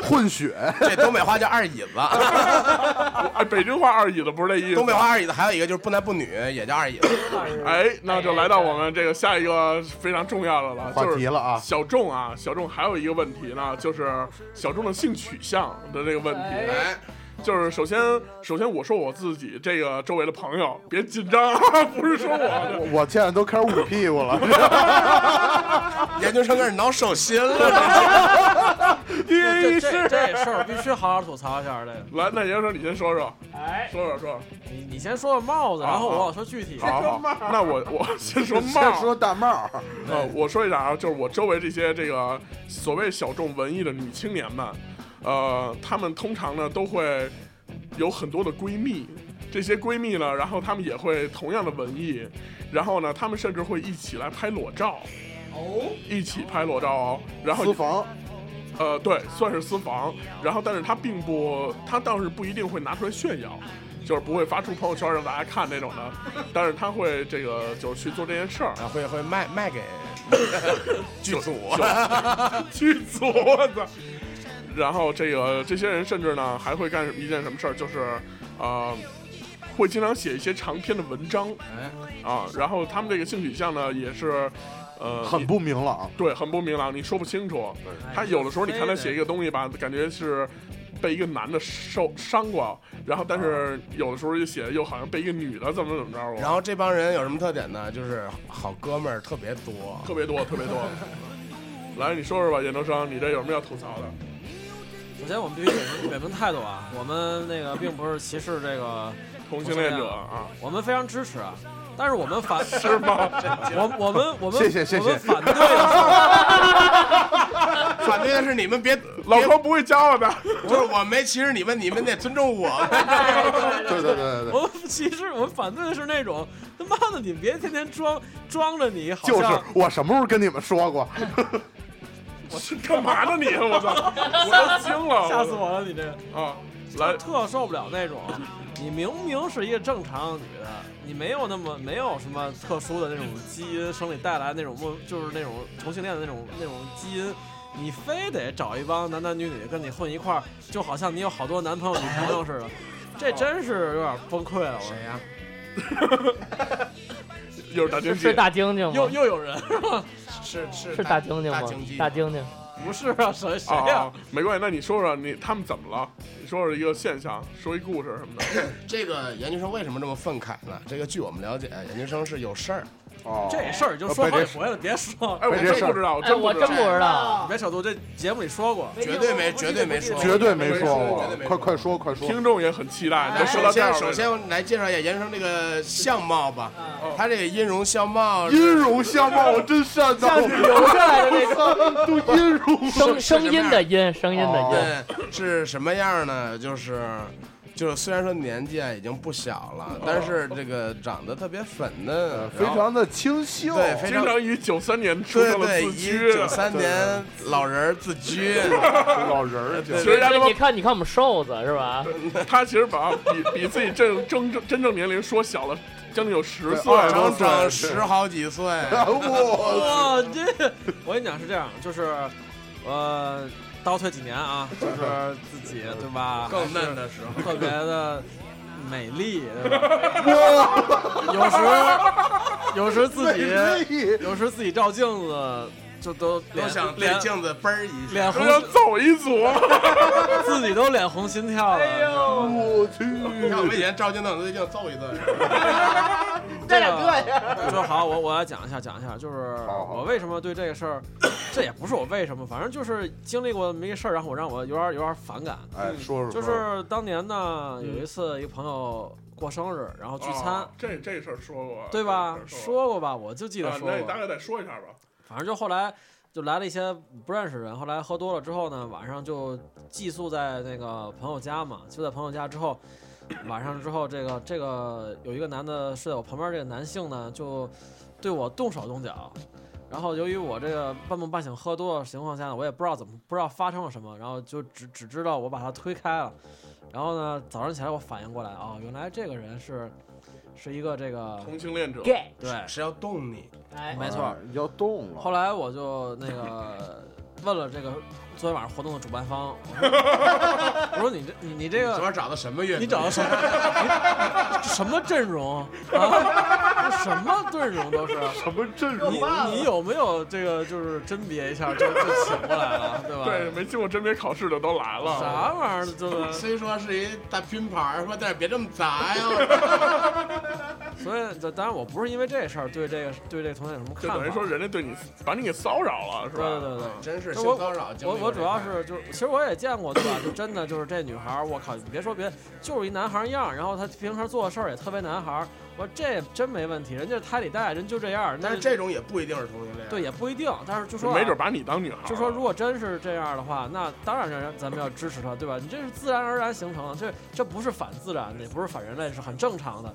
[SPEAKER 5] 混血。
[SPEAKER 4] *laughs* 这东北话叫二椅
[SPEAKER 5] *laughs*
[SPEAKER 4] 子，
[SPEAKER 1] 哎，北京话二椅子不是这意思。
[SPEAKER 4] 东北话二椅子，还有一个就是不男不女也叫二椅子，
[SPEAKER 1] 哎，那就来到我们这个下一个非常重要的了，
[SPEAKER 5] 话
[SPEAKER 1] 就是
[SPEAKER 5] 题
[SPEAKER 1] *laughs*
[SPEAKER 5] 了啊
[SPEAKER 1] 小众啊，小众还有一个问题呢，就是小众的性取向的这个问题。
[SPEAKER 4] 哎，
[SPEAKER 1] 就是首先，首先我说我自己这个周围的朋友，别紧张， *laughs* 啊，不是说我。
[SPEAKER 5] 我我现在都开始捂屁股了，
[SPEAKER 4] 研究生开始挠手心了，
[SPEAKER 7] 这这这事儿必须好好吐槽一下这个。
[SPEAKER 1] 来，那严说你先说说，
[SPEAKER 3] 哎，
[SPEAKER 1] 说说说。
[SPEAKER 7] 你你先说说帽子，然后我说具体。
[SPEAKER 1] 好好，那我我先说帽
[SPEAKER 5] *laughs* 先
[SPEAKER 1] 儿。
[SPEAKER 5] 说大帽儿，
[SPEAKER 1] 呃，我说一下啊，就是我周围这些这个所谓小众文艺的女青年们，呃，她们通常呢都会有很多的闺蜜，这些闺蜜呢，然后她们也会同样的文艺，然后呢，她们甚至会一起来拍裸照，哦，一起拍裸照哦，然后
[SPEAKER 5] 私房
[SPEAKER 1] 呃，对，算是私房。然后，但是他并不，他倒是不一定会拿出来炫耀，就是不会发出朋友圈让大家看那种的。但是他会这个就是去做这件事儿。 *laughs*
[SPEAKER 4] 啊，会会卖卖 *laughs* 给剧组，
[SPEAKER 1] 剧组，我操！然后这个这些人甚至呢还会干一件什么事儿，就是呃，会经常写一些长篇的文章
[SPEAKER 4] 哎，
[SPEAKER 1] 啊。然后他们这个性取向呢也是，呃，
[SPEAKER 5] 很不明朗。
[SPEAKER 1] 对，很不明朗，你说不清楚。他哎有的时候你看他
[SPEAKER 7] 哎
[SPEAKER 1] 写一个东西吧，感觉是被一个男的受伤过，然后但是有的时候就写又好像被一个女的怎么怎么着过，
[SPEAKER 4] 然后这帮人有什么特点呢？就是好哥们儿特别多，
[SPEAKER 1] 特别多特别多。来，你说说吧，研究生，你这有什么要吐槽的？
[SPEAKER 7] 首先我们必须表明表明态度啊，我们那个并不是歧视这个，
[SPEAKER 1] 同性恋者啊，
[SPEAKER 7] 我们非常支持啊，但是我们反
[SPEAKER 1] *laughs* 是吗？
[SPEAKER 7] 我我们我们
[SPEAKER 5] 谢谢谢谢
[SPEAKER 7] 我们反对的
[SPEAKER 4] 反对的是你们 *laughs* 别
[SPEAKER 1] 老高不会教我的，
[SPEAKER 4] 别就是我没歧视你们，你们得尊重我。
[SPEAKER 5] 对对对对
[SPEAKER 7] 是，
[SPEAKER 5] 对，
[SPEAKER 7] *laughs* 我们其实我们反对的是那种他妈的你别天天装装着你好
[SPEAKER 5] 就是
[SPEAKER 7] 像
[SPEAKER 5] 我什么时候跟你们说过？
[SPEAKER 1] 我是干嘛呢你？啊我操，我都惊了，
[SPEAKER 7] 吓死我了你这个。
[SPEAKER 1] 我啊！来，
[SPEAKER 7] 特受不了那种，你明明是一个正常的女的，你没有那么没有什么特殊的那种基因生理带来那种莫就是那种同性恋的那种那种基因，你非得找一帮男男女女跟你混一块儿，就好像你有好多男朋友女朋友似的，这真是有点崩溃了。我
[SPEAKER 4] 谁呀？
[SPEAKER 1] 又是大
[SPEAKER 3] 是
[SPEAKER 1] 经济
[SPEAKER 3] 是，大猩猩
[SPEAKER 7] 又
[SPEAKER 3] 吗？
[SPEAKER 7] 又有人
[SPEAKER 4] *laughs*
[SPEAKER 7] *laughs*
[SPEAKER 4] 是是
[SPEAKER 3] 是大猩猩
[SPEAKER 4] 大
[SPEAKER 3] 吗
[SPEAKER 4] 经济？
[SPEAKER 3] 大猩猩，
[SPEAKER 7] 不是啊？谁谁
[SPEAKER 1] 啊
[SPEAKER 7] 呀、
[SPEAKER 1] 啊，没关系，那你说说你他们怎么了？你说说一个现象，说一故事什么的。
[SPEAKER 4] 这个研究生为什么这么愤慨呢？这个据我们了解，哎研究生是有事儿，
[SPEAKER 5] 哦，
[SPEAKER 7] 这事儿就说好几回了，别说，
[SPEAKER 1] 哎，我
[SPEAKER 5] 没这
[SPEAKER 1] 真
[SPEAKER 5] 事儿
[SPEAKER 1] 不知道，我
[SPEAKER 3] 哎，
[SPEAKER 1] 真不
[SPEAKER 3] 我
[SPEAKER 1] 知
[SPEAKER 3] 真
[SPEAKER 1] 道
[SPEAKER 3] 不知道。
[SPEAKER 7] 别小度，这节目里说过，
[SPEAKER 4] 绝对没绝对没说，
[SPEAKER 5] 绝对没说
[SPEAKER 4] 绝对
[SPEAKER 5] 过
[SPEAKER 4] 哦没，
[SPEAKER 5] 快快说快说。
[SPEAKER 1] 听众也很期待。你
[SPEAKER 4] 那
[SPEAKER 1] 就说到
[SPEAKER 4] 首
[SPEAKER 1] 这儿
[SPEAKER 4] 哎先，
[SPEAKER 1] 了
[SPEAKER 4] 首先我来介绍一下研究生这个相貌吧。他这个音容相貌是，
[SPEAKER 5] 音容相貌，我真善到
[SPEAKER 3] 留下来的那种
[SPEAKER 5] *laughs* 都音容
[SPEAKER 3] 声声音的音，声音的
[SPEAKER 5] 哦
[SPEAKER 3] 音，
[SPEAKER 4] 对，是什么样呢？就是，就是虽然说年纪啊已经不小了，但是这个长得特别粉嫩，
[SPEAKER 5] 呃非
[SPEAKER 4] 然后
[SPEAKER 5] 常的清秀。
[SPEAKER 4] 对，非
[SPEAKER 1] 经
[SPEAKER 4] 常
[SPEAKER 1] 常以九三年出
[SPEAKER 4] 对
[SPEAKER 1] 生的
[SPEAKER 4] 哎
[SPEAKER 1] 啊
[SPEAKER 4] 对，
[SPEAKER 1] 自
[SPEAKER 4] 以
[SPEAKER 1] 居，
[SPEAKER 4] 九三年老人儿自居，
[SPEAKER 5] 老人儿
[SPEAKER 1] 其
[SPEAKER 5] 就 *laughs*
[SPEAKER 1] 实他他
[SPEAKER 3] 你
[SPEAKER 1] 妈
[SPEAKER 3] 看，你看我们瘦子是吧？
[SPEAKER 1] 他其实把比比自己真真正真正年龄缩小了将近有十岁
[SPEAKER 5] 对二十
[SPEAKER 1] 了。
[SPEAKER 4] 整整十好几岁，
[SPEAKER 5] 我
[SPEAKER 7] 哇，这我跟你讲是这样，就是呃，倒退几年啊，就是自己对
[SPEAKER 4] *laughs*
[SPEAKER 7] 吧，
[SPEAKER 4] 嫩的时候。
[SPEAKER 7] 特别的美丽，对吧？有时有时自己
[SPEAKER 5] 己
[SPEAKER 7] 有时自己照镜子就都
[SPEAKER 4] 都
[SPEAKER 7] 脸
[SPEAKER 4] 想对
[SPEAKER 7] 脸
[SPEAKER 4] 镜子嘣儿一下，*laughs*
[SPEAKER 7] 脸
[SPEAKER 1] 我
[SPEAKER 7] 红
[SPEAKER 1] 要，走一组，啊
[SPEAKER 7] *laughs* 自己都脸红心跳
[SPEAKER 4] 哎
[SPEAKER 7] 了。
[SPEAKER 5] 我去，
[SPEAKER 4] 你看我们以前照镜子对镜揍一顿，
[SPEAKER 7] 这两个呀，就好，我我来讲一下，讲一下，就是
[SPEAKER 5] 好好
[SPEAKER 7] 我为什么对这个事儿，这也不是我为什么，反正就是经历过这么一个事儿，然后我让我有点有点反感。
[SPEAKER 5] 哎，说说
[SPEAKER 7] 就是当年呢，有一次一个朋友过生日，然后聚餐
[SPEAKER 1] 哦，这这事儿说过，
[SPEAKER 7] 对吧？
[SPEAKER 1] 这事儿
[SPEAKER 7] 说过吧，我就记得
[SPEAKER 1] 啊
[SPEAKER 7] 说
[SPEAKER 1] 那你大概
[SPEAKER 7] 过。
[SPEAKER 1] 再说一下吧。
[SPEAKER 7] 反正就后来就来了一些不认识人，后来喝多了之后呢，晚上就寄宿在那个朋友家嘛，就在朋友家之后，晚上之后，这个这个有一个男的睡在我旁边，这个男性呢就对我动手动脚。然后由于我这个半梦半醒喝多的情况下呢，我也不知道怎么不知道发生了什么，然后就只只知道我把他推开了。然后呢，早上起来我反应过来啊、原来这个人是是一个这个
[SPEAKER 1] 同性恋者，
[SPEAKER 3] gay，
[SPEAKER 7] 对，
[SPEAKER 4] 是要动你，
[SPEAKER 3] 哎
[SPEAKER 7] 没错，
[SPEAKER 5] 要动了。
[SPEAKER 7] 后来我就那个问了这个昨天晚上活动的主办方，我说我说你这你你这
[SPEAKER 4] 昨
[SPEAKER 7] 个
[SPEAKER 4] 晚找的什么乐队？
[SPEAKER 7] 你找的什么你什么阵容啊？什么阵容都是。
[SPEAKER 5] 什么阵容
[SPEAKER 7] 你？你有没有这个就是甄别一下就就请过来了，对吧？
[SPEAKER 1] 对，没经过甄别考试的都来了。
[SPEAKER 7] 啥玩意儿
[SPEAKER 4] *laughs*
[SPEAKER 7] 就是
[SPEAKER 4] 虽说是一大拼盘儿吧，但是别这么砸呀！
[SPEAKER 7] 所以这当然我不是因为这事儿对这个对这个同学有什
[SPEAKER 1] 就
[SPEAKER 7] 么看法，
[SPEAKER 1] 等于说人家对你把你给骚扰了，是
[SPEAKER 7] 对
[SPEAKER 1] 吧？
[SPEAKER 7] 对对对。
[SPEAKER 4] 真是
[SPEAKER 7] 那
[SPEAKER 4] 性
[SPEAKER 7] 我
[SPEAKER 4] 骚扰经历
[SPEAKER 7] 我
[SPEAKER 4] 过
[SPEAKER 7] 我
[SPEAKER 4] 这
[SPEAKER 7] 主要
[SPEAKER 4] 块儿
[SPEAKER 7] 是就是，其实我也见过，对吧？就真的就是这女孩儿，我靠，你别说别，就是一男孩儿样儿，然后她平时做的事儿也特别男孩儿。我说这真没问题，人家胎里带，人就这样儿。
[SPEAKER 4] 但是
[SPEAKER 7] 那
[SPEAKER 4] 这种也不一定是同性恋。
[SPEAKER 7] 对也不一定，但是就说啊
[SPEAKER 1] 没准把你当女孩儿。
[SPEAKER 7] 就说如果真是这样的话，那当然咱咱们要支持他，对吧？你这是自然而然形成的，这这不是反自然的，也不是反人类，是很正常的。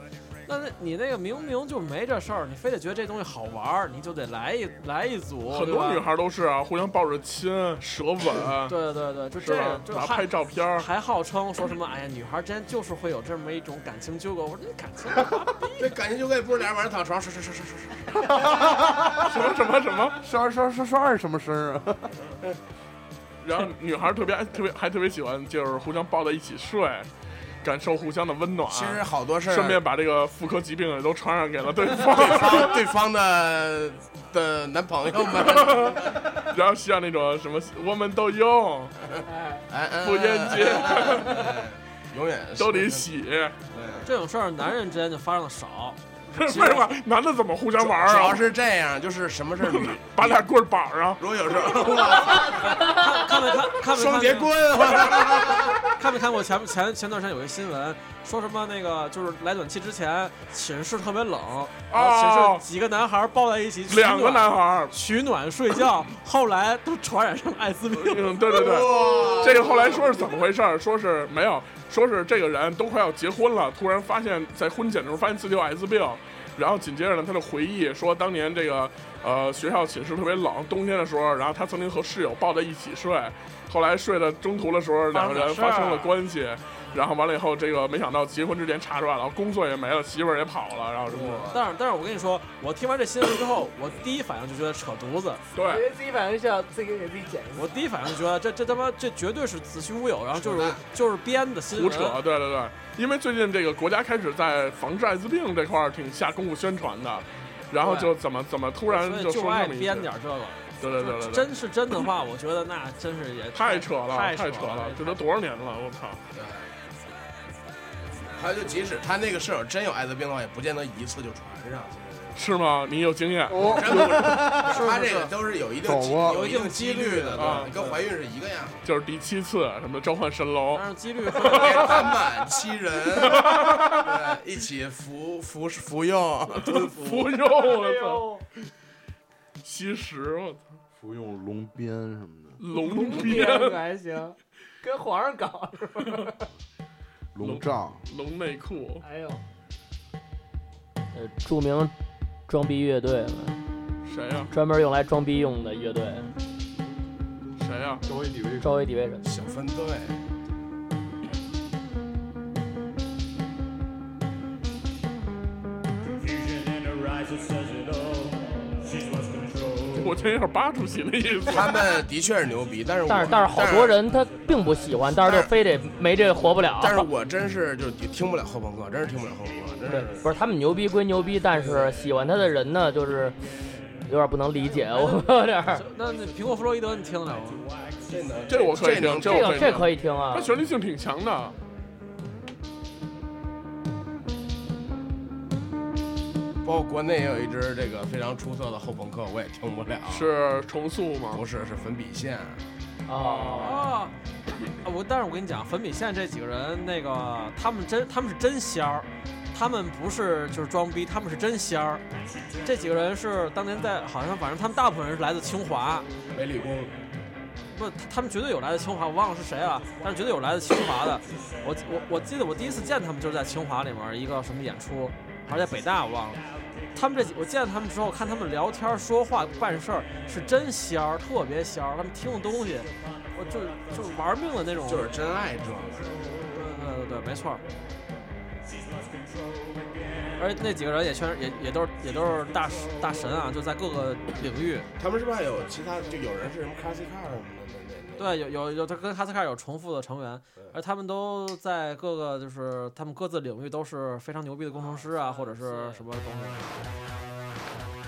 [SPEAKER 7] 那那你你那个明明就没这事儿，你非得觉得这东西好玩儿，你就得来一来一组，
[SPEAKER 1] 很
[SPEAKER 7] 对
[SPEAKER 1] 多
[SPEAKER 7] 吧
[SPEAKER 1] 女孩都是啊，互相抱着亲、舌
[SPEAKER 7] *laughs*
[SPEAKER 1] 吻，
[SPEAKER 7] 对对对，就是这
[SPEAKER 1] 吧
[SPEAKER 7] 样，？就
[SPEAKER 1] 拿
[SPEAKER 7] 还
[SPEAKER 1] 拍照片儿，
[SPEAKER 7] 还号称说什么哎呀，女孩之间就是会有这么一种感情纠葛。我说你感情
[SPEAKER 4] 这感情就跟不是俩人晚上躺床上是是是是是，
[SPEAKER 1] 什么什么什么，
[SPEAKER 5] 刷刷刷刷是什么声儿 *laughs* 啊？
[SPEAKER 1] 然后女孩特别爱特别还特别喜欢，就是互相抱在一起睡，感受互相的温暖，
[SPEAKER 4] 其实好多事儿啊，
[SPEAKER 1] 顺便把这个妇科疾病也都传染给了对
[SPEAKER 4] *laughs*
[SPEAKER 1] 方，
[SPEAKER 4] 帮对方的的男朋友 *laughs* 们，
[SPEAKER 1] 然后像那种什么我们都用，
[SPEAKER 4] 哎，哎
[SPEAKER 1] 不烟接，
[SPEAKER 4] 哎永远是
[SPEAKER 1] 都得洗，
[SPEAKER 7] 这种事儿，男人之间就发生的 *laughs* 少。
[SPEAKER 1] 废话，男的怎么互相玩
[SPEAKER 4] 主
[SPEAKER 1] 儿
[SPEAKER 4] 要
[SPEAKER 1] 啊？
[SPEAKER 4] 是这样，就是什么事儿 *laughs* 女，
[SPEAKER 1] *laughs* 把俩棍儿绑上，
[SPEAKER 4] 如果有时候哇 *laughs*
[SPEAKER 7] 看没看？看没看？
[SPEAKER 4] 双节棍，啊我
[SPEAKER 7] 看没看过前前前段时间有一新闻，说什么那个就是来暖气之前，寝室特别冷，然后
[SPEAKER 1] 哦
[SPEAKER 7] 寝室几个男孩抱在一起，取
[SPEAKER 1] 两个
[SPEAKER 7] 暖
[SPEAKER 1] 男孩
[SPEAKER 4] *laughs*
[SPEAKER 1] 儿，
[SPEAKER 7] 取暖睡觉，后来都传染上艾 *laughs* 滋病。
[SPEAKER 1] 嗯，对对对。这个后来说是怎么回事儿？说是没有，说是这个人都快要结婚了，突然发现，在婚检的时候发现自己有艾滋病，然后紧接着呢，他就回忆说当年这个呃学校寝室特别冷，冬天的时候，然后他曾经和室友抱在一起睡，后来睡到中途的时候，两个人发生了关系，然后完了以后，这个没想到结婚之前查出来了，工作也没了，媳妇儿也跑了，然后什么什么，
[SPEAKER 7] 但是，但是我跟你说，我听完这新闻之后，我第一反应就觉得扯犊子，
[SPEAKER 6] 我
[SPEAKER 1] 对
[SPEAKER 6] 觉得自己反正就要自己给自己剪一次。
[SPEAKER 7] 我第一反应就觉得这这他妈这绝对是子虚乌有，然后就是就是编的新
[SPEAKER 1] 胡
[SPEAKER 7] 闻。
[SPEAKER 1] 扯，对对对，因为最近这个国家开始在防治艾滋病这块儿挺下功夫宣传的。然后就怎么怎么突然
[SPEAKER 7] 所以
[SPEAKER 1] 就
[SPEAKER 7] 就
[SPEAKER 1] 说
[SPEAKER 7] 爱
[SPEAKER 1] 这么一句
[SPEAKER 7] 编点儿这个。
[SPEAKER 1] 对对对对对，
[SPEAKER 7] 真是真的话，我觉得那真是也
[SPEAKER 1] 太扯了，
[SPEAKER 7] 太
[SPEAKER 1] 太
[SPEAKER 7] 扯
[SPEAKER 1] 扯了，这都多少年了，我操！
[SPEAKER 4] 还有就即使他那个室友真有艾滋病的话，也不见得一次就传上。
[SPEAKER 1] 是吗？你有经验？
[SPEAKER 5] 哦，
[SPEAKER 4] 真不是，他这个都是有一定几
[SPEAKER 5] 走啊
[SPEAKER 4] 有一定几率的，嗯
[SPEAKER 1] 啊
[SPEAKER 4] 对，你跟怀孕是一个样 *laughs* 的。
[SPEAKER 1] 就是第七次什么召唤神龙，
[SPEAKER 7] 但是几率
[SPEAKER 4] 三满七人，对一起服服服 *laughs* 用，蹲服
[SPEAKER 1] 不用哦我操， *laughs* 吸食我操，
[SPEAKER 5] 服用龙鞭什么的，
[SPEAKER 1] 龙鞭 *laughs*
[SPEAKER 6] 编还行，跟皇上搞。
[SPEAKER 5] 龙杖。
[SPEAKER 1] 龙内裤，
[SPEAKER 6] 哎呦，
[SPEAKER 3] 呃，著名装逼乐队嘛，
[SPEAKER 1] 谁呀
[SPEAKER 3] 专门用来装逼用的乐队，
[SPEAKER 1] 谁呀？
[SPEAKER 5] 周围李卫
[SPEAKER 3] 稍微地位什么。
[SPEAKER 4] 小分队，
[SPEAKER 1] 我这有点巴主席的意思。
[SPEAKER 4] 他们的确是牛逼，但是我
[SPEAKER 3] 但是但是好多，人他并不喜欢，但是就非得没这个活不了。
[SPEAKER 4] 但是我真是就听不了后朋克，真是听不了后朋克，
[SPEAKER 3] 对
[SPEAKER 4] 真是，
[SPEAKER 3] 不是他们牛逼归牛逼，但是喜欢他的人呢，就是有点不能理解，我有点儿
[SPEAKER 7] 那那苹果弗洛伊德你听得了吗？
[SPEAKER 4] 这能
[SPEAKER 1] 这我可以
[SPEAKER 4] 能
[SPEAKER 1] 听，
[SPEAKER 3] *laughs* 这
[SPEAKER 1] 我
[SPEAKER 3] 个这
[SPEAKER 1] 可以
[SPEAKER 3] 可以听啊
[SPEAKER 1] 听，他。旋律性挺强的。
[SPEAKER 4] 包括国内也有一支这个非常出色的后朋克，我也听不了，
[SPEAKER 1] 是重塑吗
[SPEAKER 4] 不？是是粉笔线，
[SPEAKER 3] 哦，
[SPEAKER 7] 啊，我但是我跟你讲，粉笔线这几个人，那个他们真他们是真仙儿，他们不是就是装逼，他们是真仙儿。这几个人是当年在好像反正他们大部分人是来自清华，
[SPEAKER 4] 北理工，
[SPEAKER 7] 不，他们绝对有来自清华，我忘了是谁了，但是绝对有来自清华的。我我我记得我第一次见他们就是在清华里面一个什么演出，还是在北大，我忘了。他们这几我见他们之后，看他们聊天说话办事儿是真仙儿，特别仙儿。他们听的东西，我就就是玩命的那种。
[SPEAKER 4] 就是真爱这个。
[SPEAKER 7] 对对对，没错儿。而且那几个人也全是也也都是也都是大神大神啊，就在各个领域。
[SPEAKER 4] 他们是不是还有其他？就有人是什么 classic car 什么的？那那那
[SPEAKER 7] 对，有有有，他跟哈斯卡尔有重复的成员，而他们都在各个就是他们各自领域都是非常牛逼的工程师啊，或者是什么东西。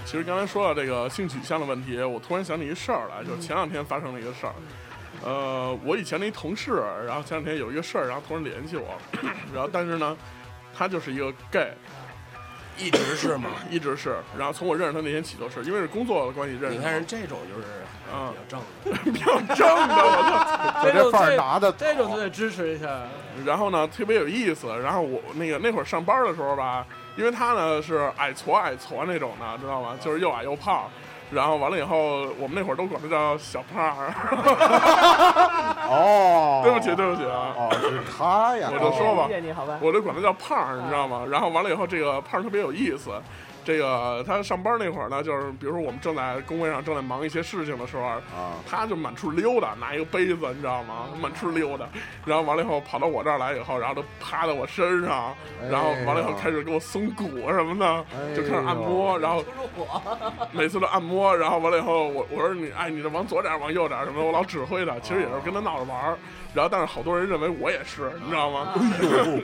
[SPEAKER 1] 其实刚才说到这个性取向的问题，我突然想起一事儿来，就是前两天发生的一个事儿。呃，我以前的一同事，然后前两天有一个事儿，然后突然联系我，然后但是呢，他就是一个 gay，
[SPEAKER 4] 一直是吗？
[SPEAKER 1] *laughs* 一直是，然后从我认识他那天起就是，因为是工作的关系认
[SPEAKER 4] 你
[SPEAKER 1] 识
[SPEAKER 4] 看
[SPEAKER 1] 的，
[SPEAKER 4] 人这种就是
[SPEAKER 1] 嗯
[SPEAKER 4] 比较正的，
[SPEAKER 1] 比较正的，我操。
[SPEAKER 5] 把这范儿拿的，
[SPEAKER 7] 这种就得支持一下。
[SPEAKER 1] 然后呢，特别有意思。然后我那个那会儿上班的时候吧，因为他呢是矮矬矮矬那种的，知道吗？就是又矮又胖。然后完了以后，我们那会儿都管他叫小胖儿。
[SPEAKER 5] *laughs* 哦，
[SPEAKER 1] 对不起，对不起啊，
[SPEAKER 5] 哦，是他呀，
[SPEAKER 1] 我就说吧
[SPEAKER 6] 谢谢你好吧，
[SPEAKER 1] 啊我就管他叫胖儿，你知道吗？然后完了以后，这个胖儿特别有意思。这个他上班那会儿呢，就是比如说我们正在工位上正在忙一些事情的时候，
[SPEAKER 5] 啊，
[SPEAKER 1] 他就满处溜达，拿一个杯子，你知道吗？满处溜达，然后完了以后跑到我这儿来以后，然后就趴在我身上，然后完了以后开始给我松骨啊什么的，就开始按摩，然后 *laughs* 每次都按摩，然后完了以后，我我说你哎，你这往左点儿，往右点儿什么的，我老指挥他，其实也是跟他闹着玩儿。然后，但是好多人认为我也是，你知道吗？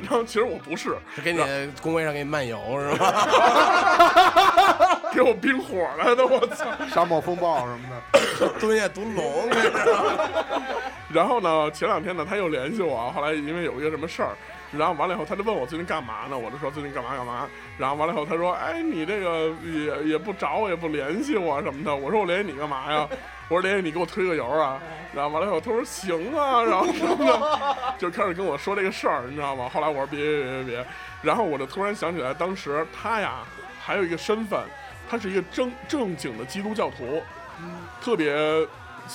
[SPEAKER 1] 然 *laughs* 后其实我不是，
[SPEAKER 4] 给你工位上给你漫游是吧？
[SPEAKER 1] *laughs* 给我冰火了都，我操！
[SPEAKER 5] 沙漠风暴什么的，
[SPEAKER 4] 蹲下独龙，
[SPEAKER 1] 啊
[SPEAKER 4] 这是
[SPEAKER 1] 然后呢，前两天呢他又联系我，后来因为有一个什么事儿，然后完了以后他就问我最近干嘛呢，我就说最近干嘛干嘛，然后完了以后他说，哎，你这个也也不找我，也不联系我什么的，我说我联系你干嘛呀？我说联系你给我推个油啊，然后完了以后他说行啊，然后什么的，就开始跟我说这个事儿，你知道吗？后来我说别别别别别，然后我就突然想起来，当时他呀还有一个身份，他是一个正正经的基督教徒，特别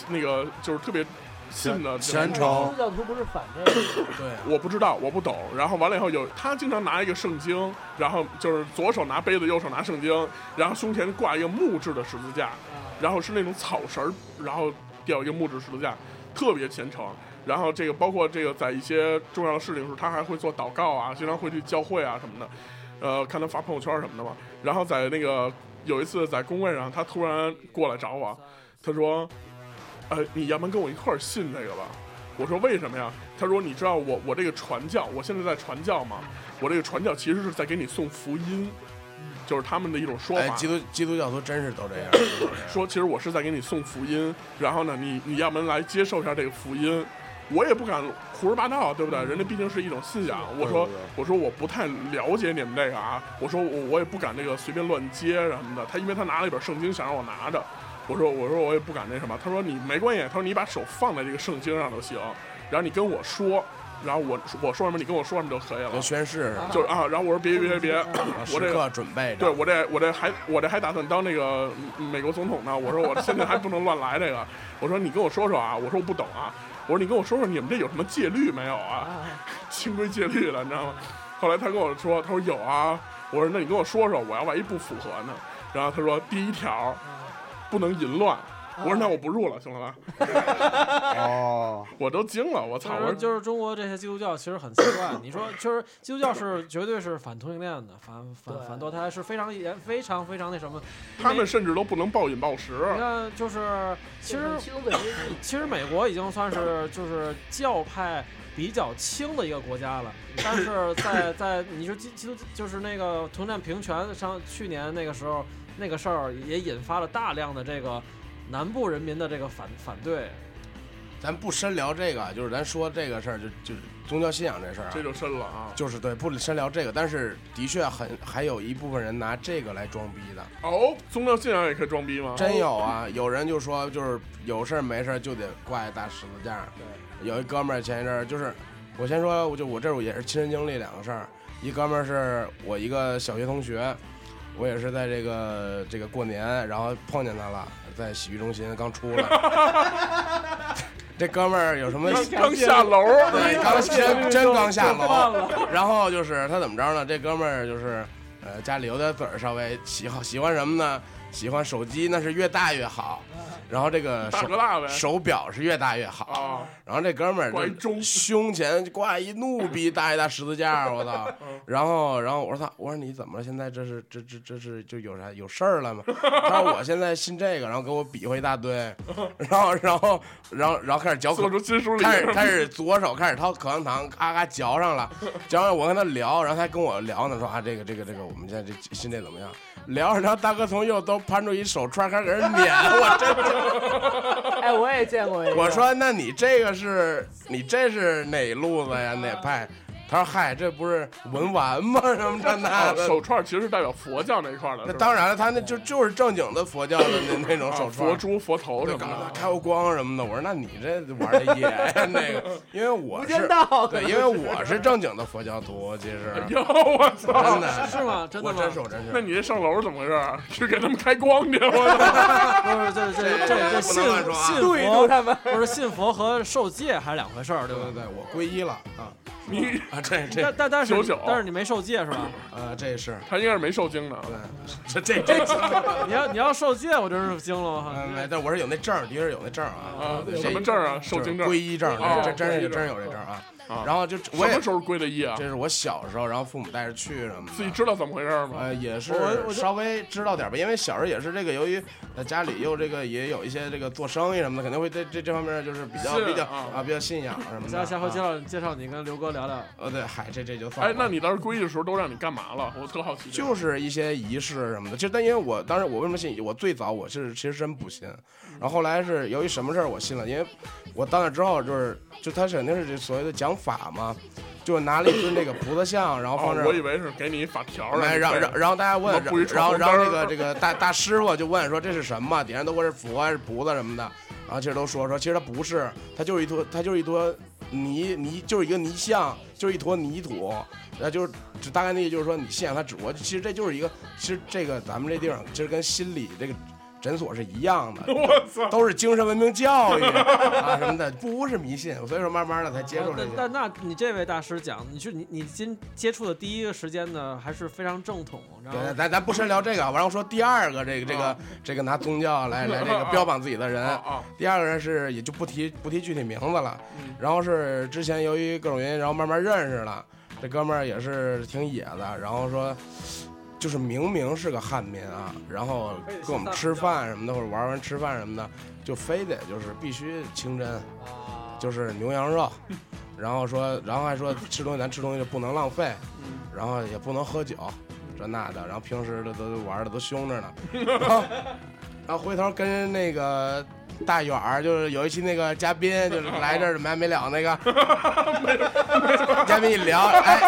[SPEAKER 1] 那个就是特别信的
[SPEAKER 4] 虔虔诚
[SPEAKER 6] 基督教徒不是反这
[SPEAKER 1] *laughs*
[SPEAKER 6] 个
[SPEAKER 4] 对，
[SPEAKER 1] 我不知道，我不懂。然后完了以后有他经常拿一个圣经，然后就是左手拿杯子，右手拿圣经，然后胸前挂一个木质的十字架，然后是那种草绳儿，然后吊一个木质十字架，特别虔诚。然后这个包括这个在一些重要的事情的时候，他还会做祷告啊，经常会去教会啊什么的，呃，看他发朋友圈什么的嘛。然后在那个有一次在工位上，他突然过来找我，他说：“呃，你要不然跟我一块儿信这个吧。”我说为什么呀？他说你知道我我这个传教，我现在在传教吗？我这个传教其实是在给你送福音，就是他们的一种说
[SPEAKER 4] 哎，
[SPEAKER 1] 法，
[SPEAKER 4] 基督基督教徒真是都这样，
[SPEAKER 1] 说其实我是在给你送福音，然后呢，你你要不然来接受一下这个福音。我也不敢胡说八道，对不对？人家毕竟是一种信仰。我说
[SPEAKER 5] 对对对，
[SPEAKER 1] 我说我不太了解你们这个啊。我说我我也不敢这个随便乱接什么的。他因为他拿了一本圣经，想让我拿着。我说我说我也不敢那什么。他说你没关系，他说你把手放在这个圣经上就行，然后你跟我说，然后我我说什么你跟我说什么就可以了
[SPEAKER 4] 跟。宣誓似的，
[SPEAKER 1] 就是啊，然后我说别别别，
[SPEAKER 4] 时
[SPEAKER 1] 我这个
[SPEAKER 4] 刻准备
[SPEAKER 1] 对
[SPEAKER 4] 着。
[SPEAKER 1] 我这我这还我这还打算当那个嗯美国总统呢。我说我现在还不能乱来这个。我说你跟我说说啊，我说我不懂啊。我说你跟我说说你们这有什么戒律没有啊？
[SPEAKER 6] 啊，
[SPEAKER 1] 清规戒律了，你知道吗？后来他跟我说，他说有啊。我说那你跟我说说，我要万一不符合呢？然后他说第一条，不能淫乱。我说那我不入了，行了吧？
[SPEAKER 5] *laughs* 哦，
[SPEAKER 1] 我都惊了，我操！
[SPEAKER 7] 嗯就
[SPEAKER 1] 我说
[SPEAKER 7] 是就是中国这些基督教其实很奇怪，你说就是基督教是绝对是反同性恋的，反反
[SPEAKER 6] 对
[SPEAKER 7] 反堕胎是非常严非常非常那什么。
[SPEAKER 1] 他们甚至都不能暴饮暴食。
[SPEAKER 7] 你看，就是其实
[SPEAKER 6] 轻松的接近
[SPEAKER 7] 其实美国已经算是就是教派比较轻的一个国家了，但是在在你说基基督就是那个同性恋平权上，去年那个时候那个事儿也引发了大量的这个南部人民的这个反反对。
[SPEAKER 4] 咱不深聊这个，啊就是咱说这个事儿，就就是宗教信仰这事儿啊
[SPEAKER 1] 这，就深了啊！
[SPEAKER 4] 就是对，不深聊这个，但是的确很还有一部分人拿这个来装逼的，
[SPEAKER 1] 哦，宗教信仰也可以装逼吗？
[SPEAKER 4] 真有啊！有人就说，就是有事儿没事儿就得挂一大十字架。有一哥们儿前一阵儿就是，我先说，我就我这儿也是亲身经历两个事儿。一哥们儿是我一个小学同学，我也是在这个这个过年，然后碰见他了，在洗浴中心刚出来。 *laughs* 这哥们儿有什么？
[SPEAKER 1] 刚刚下楼，
[SPEAKER 4] 对，
[SPEAKER 1] *laughs*
[SPEAKER 4] 刚真真刚下
[SPEAKER 7] 忘
[SPEAKER 4] 楼，然后就是他怎么着呢？这哥们儿就是，呃，家里有点子儿，稍微喜好喜欢什么呢？喜欢手机，那是越大越好。然后这个
[SPEAKER 1] 大
[SPEAKER 4] 手
[SPEAKER 1] 哥大呗。
[SPEAKER 4] 手表是越大越好。
[SPEAKER 1] 啊，
[SPEAKER 4] 然后这哥们儿
[SPEAKER 1] 挂一
[SPEAKER 4] 就
[SPEAKER 1] 钟
[SPEAKER 4] 胸前挂一怒逼大一大十字架儿，我操！
[SPEAKER 1] 嗯
[SPEAKER 4] 然后，然后我说他，我说你怎么了？现在这是这这这是就有啥有事儿了吗？他说我现在信这个，然后给我比划一
[SPEAKER 1] *laughs*
[SPEAKER 4] 大堆，然后然后然后然后开始嚼口
[SPEAKER 1] 做出金属礼。
[SPEAKER 4] 开始开始左手开始掏口香糖，咔咔嚼上了，嚼上我跟他聊，然后他还跟我聊呢，说啊这个这个这个，我们现在这心这怎么样？聊着聊，大哥从右兜攀出一手串，开始给人撵，我真
[SPEAKER 6] 哎，我也见过一个，
[SPEAKER 4] 我说那你这个是你这是哪路子呀？哪派？他说：“嗨，这不是文玩吗？什么这那
[SPEAKER 1] 啊
[SPEAKER 4] 的。
[SPEAKER 1] 手串其实是代表佛教那一块儿的，
[SPEAKER 4] 那
[SPEAKER 1] 是吧
[SPEAKER 4] 当然了，他那就就是正经的佛教的那那种
[SPEAKER 1] 啊
[SPEAKER 4] 手串
[SPEAKER 1] 佛，珠、佛头
[SPEAKER 4] 对
[SPEAKER 1] 什么
[SPEAKER 4] 搞得
[SPEAKER 1] 的。
[SPEAKER 4] 开过光什么的。我说那你这玩的野呀，
[SPEAKER 1] *laughs*
[SPEAKER 4] 那个，因为我
[SPEAKER 6] 无
[SPEAKER 4] 是
[SPEAKER 6] 间道，
[SPEAKER 4] 对，因为我是正经的佛教徒，其实
[SPEAKER 1] *laughs* 哎呦，我操！
[SPEAKER 4] 真的
[SPEAKER 7] 是吗？真的
[SPEAKER 4] 我
[SPEAKER 7] 吗？
[SPEAKER 4] 真是我真
[SPEAKER 1] 那
[SPEAKER 4] 是。
[SPEAKER 1] 你这上楼是怎么回事儿？去给他们开光去了？我操！
[SPEAKER 7] 不是，这这这这
[SPEAKER 4] 不
[SPEAKER 7] 信
[SPEAKER 4] 能乱说啊
[SPEAKER 7] 信
[SPEAKER 6] 对住
[SPEAKER 7] 佛，
[SPEAKER 6] 他们。
[SPEAKER 7] 不是信佛和受戒还是两回事儿，对
[SPEAKER 4] 对
[SPEAKER 7] 吧
[SPEAKER 4] 对？对，我皈依了啊
[SPEAKER 1] 你
[SPEAKER 4] 啊！这这
[SPEAKER 7] 但但但是
[SPEAKER 1] 九九
[SPEAKER 7] 但是你没受戒是吧？
[SPEAKER 4] 啊，这是
[SPEAKER 1] 他应该是没受精呢。
[SPEAKER 4] 对，这这这是， *laughs*
[SPEAKER 7] 你要你要受戒，我真是惊了，我
[SPEAKER 4] 嗯，
[SPEAKER 7] 靠！
[SPEAKER 4] 哎但我是有那证儿，的确是有那证儿啊，
[SPEAKER 1] 啊，
[SPEAKER 4] 对
[SPEAKER 1] 什么证儿啊？受精证
[SPEAKER 4] 皈
[SPEAKER 1] 儿。
[SPEAKER 4] 依证儿，
[SPEAKER 1] 哦
[SPEAKER 4] 这真
[SPEAKER 1] 皈依
[SPEAKER 4] 是
[SPEAKER 1] 证
[SPEAKER 4] 真
[SPEAKER 1] 儿
[SPEAKER 4] 是有这证儿啊。
[SPEAKER 1] 啊
[SPEAKER 4] 然后就
[SPEAKER 1] 什
[SPEAKER 4] 我也
[SPEAKER 1] 么时候归的一啊
[SPEAKER 4] 这？是我小时候，然后父母带着去什么的，
[SPEAKER 1] 自己知道怎么回事儿吗？
[SPEAKER 4] 呃，也是
[SPEAKER 7] 我我就
[SPEAKER 4] 稍微知道点吧，因为小时候也是这个，由于呃家里又这个也有一些这个做生意什么的，肯定会对这这方面就是比较
[SPEAKER 1] 是
[SPEAKER 4] 比较
[SPEAKER 1] 啊
[SPEAKER 4] 啊比较信仰什么
[SPEAKER 7] 下
[SPEAKER 4] 的。
[SPEAKER 7] 下回介
[SPEAKER 4] 啊
[SPEAKER 7] 绍介绍你跟刘哥聊聊。
[SPEAKER 4] 呃对，嗨，这这就算了。
[SPEAKER 1] 哎，那你当时皈依的时候都让你干嘛了？我特好奇这个。
[SPEAKER 4] 就是一些仪式什么的。就但因为我当时我为什么信？我最早我是其实真不信，然后后来是由于什么事儿我信了，因为我到那之后就是就他肯定是这所谓的讲法嘛，就拿了一尊这个菩萨像，然后放这
[SPEAKER 1] 哦
[SPEAKER 4] 儿。，
[SPEAKER 1] 我以为是给你一法条儿。
[SPEAKER 4] 来，
[SPEAKER 1] 让
[SPEAKER 4] 让
[SPEAKER 1] 你
[SPEAKER 4] 让让大家问
[SPEAKER 1] 什么，不许闯
[SPEAKER 4] 然后
[SPEAKER 1] 红
[SPEAKER 4] 然后
[SPEAKER 1] 灯
[SPEAKER 4] 那
[SPEAKER 1] 儿。
[SPEAKER 4] 个这个大大师傅就问说这是什么？底下都说是佛还是菩萨什么的，然后其实都说说其实它不是，它就是一坨它就是一坨泥泥就是一个泥像，就是一坨泥土，然后就是就大概那意思就是说你信仰它只不过其实这就是一个其实这个咱们这地方其实跟心理这个诊所是一样的
[SPEAKER 1] 我操！
[SPEAKER 4] 都是精神文明教育啊什么的，不是迷信，所以说慢慢的才接受这
[SPEAKER 7] 但
[SPEAKER 4] 些。
[SPEAKER 7] 但那你这位大师讲，你去你你今接触的第一个时间呢，还是非常正统，然后
[SPEAKER 4] 对，咱咱不深聊这个啊，然后说第二个，这个这个、
[SPEAKER 1] 啊
[SPEAKER 4] 这个拿宗教来来这个标榜自己的人，
[SPEAKER 1] 啊啊！
[SPEAKER 4] 第二个人是也就不提不提具体名字了，
[SPEAKER 1] 嗯
[SPEAKER 4] 然后是之前由于各种原因，然后慢慢认识了，这哥们儿也是挺野的，然后说。就是明明是个汉民啊，然后跟我们吃饭什么的，或者玩完吃饭什么的，就非得就是必须清真，就是牛羊肉，然后说，然后还说吃东西咱吃东西就不能浪费，然后也不能喝酒，这那的，然后平时的都玩的都凶着呢，然后然后回头跟那个大远儿，就是有一期那个嘉宾，就是来这儿没完没了那个， *laughs* 嘉宾一聊，哎，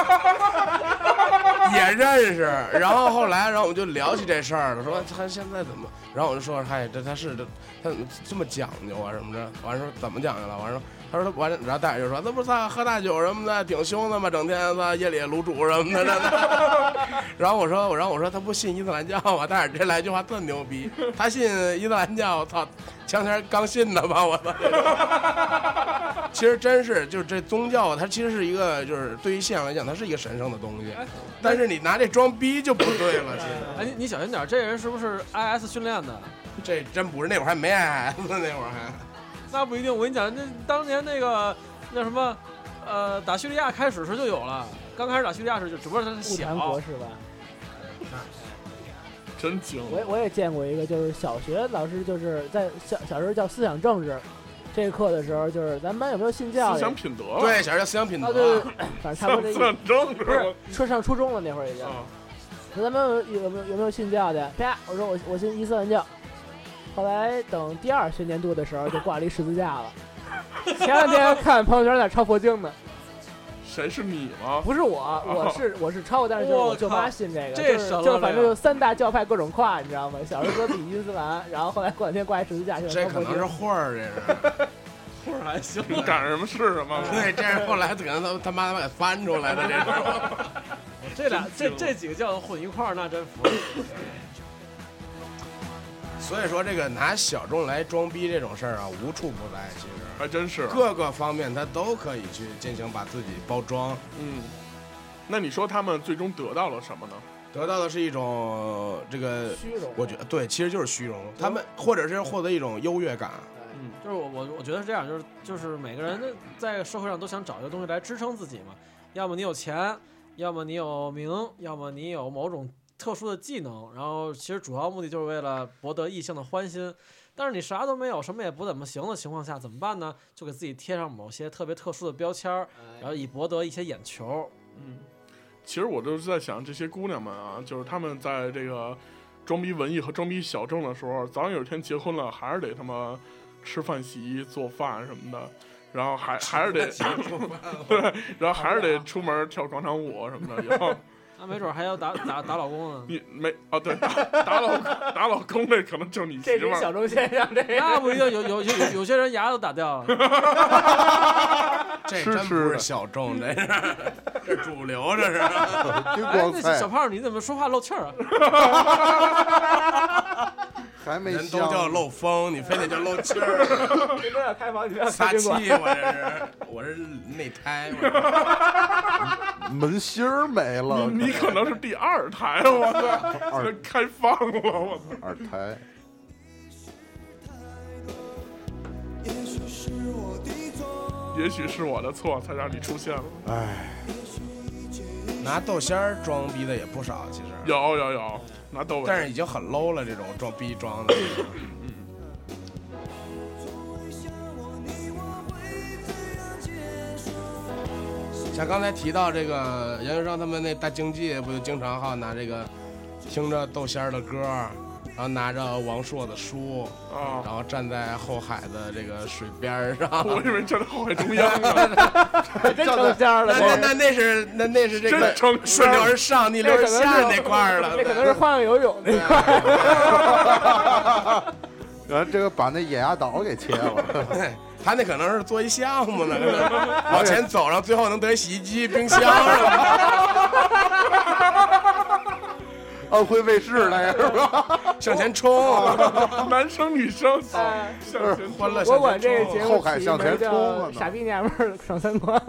[SPEAKER 4] 也认识，然后后来，然后我们就聊起这事儿了，说他现在怎么，然后我就说，嗨，这他是这他怎么这么讲究啊什么的，完说怎么讲究了，完说。他说：“完，然后大远就说，那不是他喝大酒什么的，挺凶的嘛，整天他夜里卤煮什么的。真的”然后我说：“我然后我说他不信伊斯兰教吗？”大远这来句话特牛逼，他信伊斯兰教，我操，前天刚信的吧，我操！ *laughs* 其实真是，就是这宗教，它其实是一个，就是对于信仰来讲，它是一个神圣的东西，但是你拿这装逼就不对了。其实
[SPEAKER 7] 哎，你你小心点儿，这人是不是 IS 训练的？
[SPEAKER 4] 这真不是那会儿还没爱孩子，那会儿还
[SPEAKER 7] 那不一定，我跟你讲，那当年那个那什么，呃，打叙利亚开始时就有了，刚开始打叙利亚时就，只不过他是
[SPEAKER 6] 顾
[SPEAKER 1] 啊
[SPEAKER 6] 全国
[SPEAKER 7] 小，
[SPEAKER 6] 是吧？
[SPEAKER 1] 真精！
[SPEAKER 6] 我也我也见过一个，就是小学老师就是在小小时候叫思想政治这课的时候，就是咱们班有没有信教
[SPEAKER 1] 思
[SPEAKER 6] 的？
[SPEAKER 1] 想啊
[SPEAKER 6] 啊，
[SPEAKER 1] 品德吧，
[SPEAKER 4] 对，小时候叫思想品
[SPEAKER 6] 对啊对，
[SPEAKER 4] 德
[SPEAKER 6] 对，反正差不多这
[SPEAKER 1] 思
[SPEAKER 6] 意思。
[SPEAKER 1] 想政治
[SPEAKER 6] 不是，说上初中了那会儿已经。
[SPEAKER 1] 啊
[SPEAKER 6] 说咱们有有没有有没有信教的？啪，我说我我信伊斯兰教。后来等第二学年度的时候，就挂了一十字架了。前两天看朋友圈在抄佛经呢，
[SPEAKER 1] 谁是你吗？
[SPEAKER 6] 不是我，我是我是抄，但是就是
[SPEAKER 7] 我
[SPEAKER 6] 我舅
[SPEAKER 7] 靠
[SPEAKER 6] 妈信这个，
[SPEAKER 7] 这
[SPEAKER 6] 就是
[SPEAKER 7] 神了
[SPEAKER 6] 就是反正
[SPEAKER 7] 这
[SPEAKER 6] 就三大教派各种跨，你知道吗？小时候说自己伊斯兰，然后后来过两天挂一十字架，现在
[SPEAKER 4] 这
[SPEAKER 6] 抄
[SPEAKER 4] 可
[SPEAKER 6] 佛
[SPEAKER 4] 能是
[SPEAKER 6] 经。
[SPEAKER 4] 混儿，这是。
[SPEAKER 7] 或者还行。
[SPEAKER 1] 你赶上什么是什么？
[SPEAKER 4] 对，这是后来可能他他妈他妈给翻出来的，这是。
[SPEAKER 7] *laughs* 这俩这这几个教混一块儿，那真服了。
[SPEAKER 4] *laughs* 所以说，这个拿小众来装逼这种事儿啊，无处不在，其实
[SPEAKER 1] 还真是。啊
[SPEAKER 4] 各个方面他都可以去进行把自己包装。
[SPEAKER 1] 嗯，那你说他们最终得到了什么呢？
[SPEAKER 4] 得到的是一种这个，
[SPEAKER 6] 虚荣，
[SPEAKER 4] 我觉得对，其实就是虚荣，他
[SPEAKER 1] 哦
[SPEAKER 4] 们或者是获得一种优越感。
[SPEAKER 7] 就是我我我觉得是这样，就是就是每个人的在社会上都想找一个东西来支撑自己嘛，要么你有钱，要么你有名，要么你有某种特殊的技能，然后其实主要目的就是为了博得异性的欢心。但是你啥都没有，什么也不怎么行的情况下，怎么办呢？就给自己贴上某些特别特殊的标签儿，然后以博得一些眼球。
[SPEAKER 1] 嗯，其实我就是在想，这些姑娘们啊，就是她们在这个装逼文艺和装逼小众的时候，早晚有一天结婚了，还是得他妈吃饭、洗衣、做饭什么的。然后还还是
[SPEAKER 4] *laughs*
[SPEAKER 1] 得， *laughs* 对，然后还是得出门跳广场舞什么的。以后
[SPEAKER 7] 那没准还要打打打老
[SPEAKER 1] *laughs*
[SPEAKER 7] 公呢。
[SPEAKER 1] 你没哦，对，打打老打老公这可能就是你
[SPEAKER 3] 这
[SPEAKER 1] 媳
[SPEAKER 3] 是
[SPEAKER 1] 妇
[SPEAKER 3] 一
[SPEAKER 1] 儿。
[SPEAKER 3] 小众现象，这
[SPEAKER 6] *laughs*
[SPEAKER 7] 那不一定，有有有有有些人牙都打掉了。
[SPEAKER 4] 这
[SPEAKER 1] 吃
[SPEAKER 4] 真不
[SPEAKER 1] 吃
[SPEAKER 4] 是
[SPEAKER 1] 的
[SPEAKER 4] 小
[SPEAKER 1] *laughs*
[SPEAKER 4] 众，这是这主流，这是。
[SPEAKER 5] 金
[SPEAKER 7] 哎，
[SPEAKER 5] 光
[SPEAKER 7] 那小
[SPEAKER 5] 菜
[SPEAKER 7] 胖，你怎么说话漏气儿啊？
[SPEAKER 5] 还没
[SPEAKER 4] 人都
[SPEAKER 5] 香
[SPEAKER 4] 叫
[SPEAKER 5] 呢，
[SPEAKER 4] 漏风，你非得叫漏气儿，
[SPEAKER 1] *laughs*
[SPEAKER 3] 你不要开房，你不要
[SPEAKER 4] 撒
[SPEAKER 3] 开
[SPEAKER 4] 气，
[SPEAKER 3] 宾馆。
[SPEAKER 4] 我这是，我这是内胎，我这是
[SPEAKER 5] 门芯儿没了，
[SPEAKER 1] 你可能是第二胎，我操，
[SPEAKER 5] 二
[SPEAKER 1] 开放了，我操。
[SPEAKER 5] 二胎。
[SPEAKER 2] 也许是我的错，
[SPEAKER 1] 也许是我的错才让你出现了。
[SPEAKER 5] 唉，
[SPEAKER 3] *laughs*
[SPEAKER 4] 拿豆仙儿装逼的也不少，其实，
[SPEAKER 1] 有有有，拿窦
[SPEAKER 4] 但
[SPEAKER 1] 唯。
[SPEAKER 4] 是已经很 low 了，这种装逼装的。
[SPEAKER 2] 从未想过你我会怎样结束。
[SPEAKER 4] 像刚才提到这个研究生他们那大经济，不就经常好拿这个听着豆仙儿的歌儿，然后拿着王朔的书，
[SPEAKER 1] 啊，
[SPEAKER 4] 然后站在后海的这个水边儿上。
[SPEAKER 1] 我以为站在后海中央啊呢，
[SPEAKER 5] 哎
[SPEAKER 3] 真成仙儿了，
[SPEAKER 4] 那
[SPEAKER 3] 这
[SPEAKER 4] *laughs* 那那那是那那是这
[SPEAKER 1] 真
[SPEAKER 4] 个
[SPEAKER 1] 成
[SPEAKER 4] 顺流而上逆流而下那块儿了，
[SPEAKER 3] 这可能是花样游泳那块儿。
[SPEAKER 5] 然后呃这个把那野鸭岛给切了， *laughs*
[SPEAKER 4] *laughs* 他那可能是做一项目呢，可 *laughs* 能是往前走，然后最后能得洗衣机、冰箱什么的。
[SPEAKER 5] 安徽卫视来是吧？ *laughs*
[SPEAKER 4] 向前冲，
[SPEAKER 1] 男生女
[SPEAKER 4] *laughs*
[SPEAKER 1] 生走
[SPEAKER 4] 哎
[SPEAKER 1] 向前
[SPEAKER 4] 欢
[SPEAKER 1] 冲，
[SPEAKER 4] 乐
[SPEAKER 6] 我
[SPEAKER 4] 向
[SPEAKER 6] 管
[SPEAKER 4] 前
[SPEAKER 6] 这个
[SPEAKER 4] 冲。
[SPEAKER 6] 节目
[SPEAKER 5] 后海
[SPEAKER 6] 起
[SPEAKER 5] 向前
[SPEAKER 6] 名叫
[SPEAKER 5] 冲了呢
[SPEAKER 6] 傻逼娘们儿爽三观，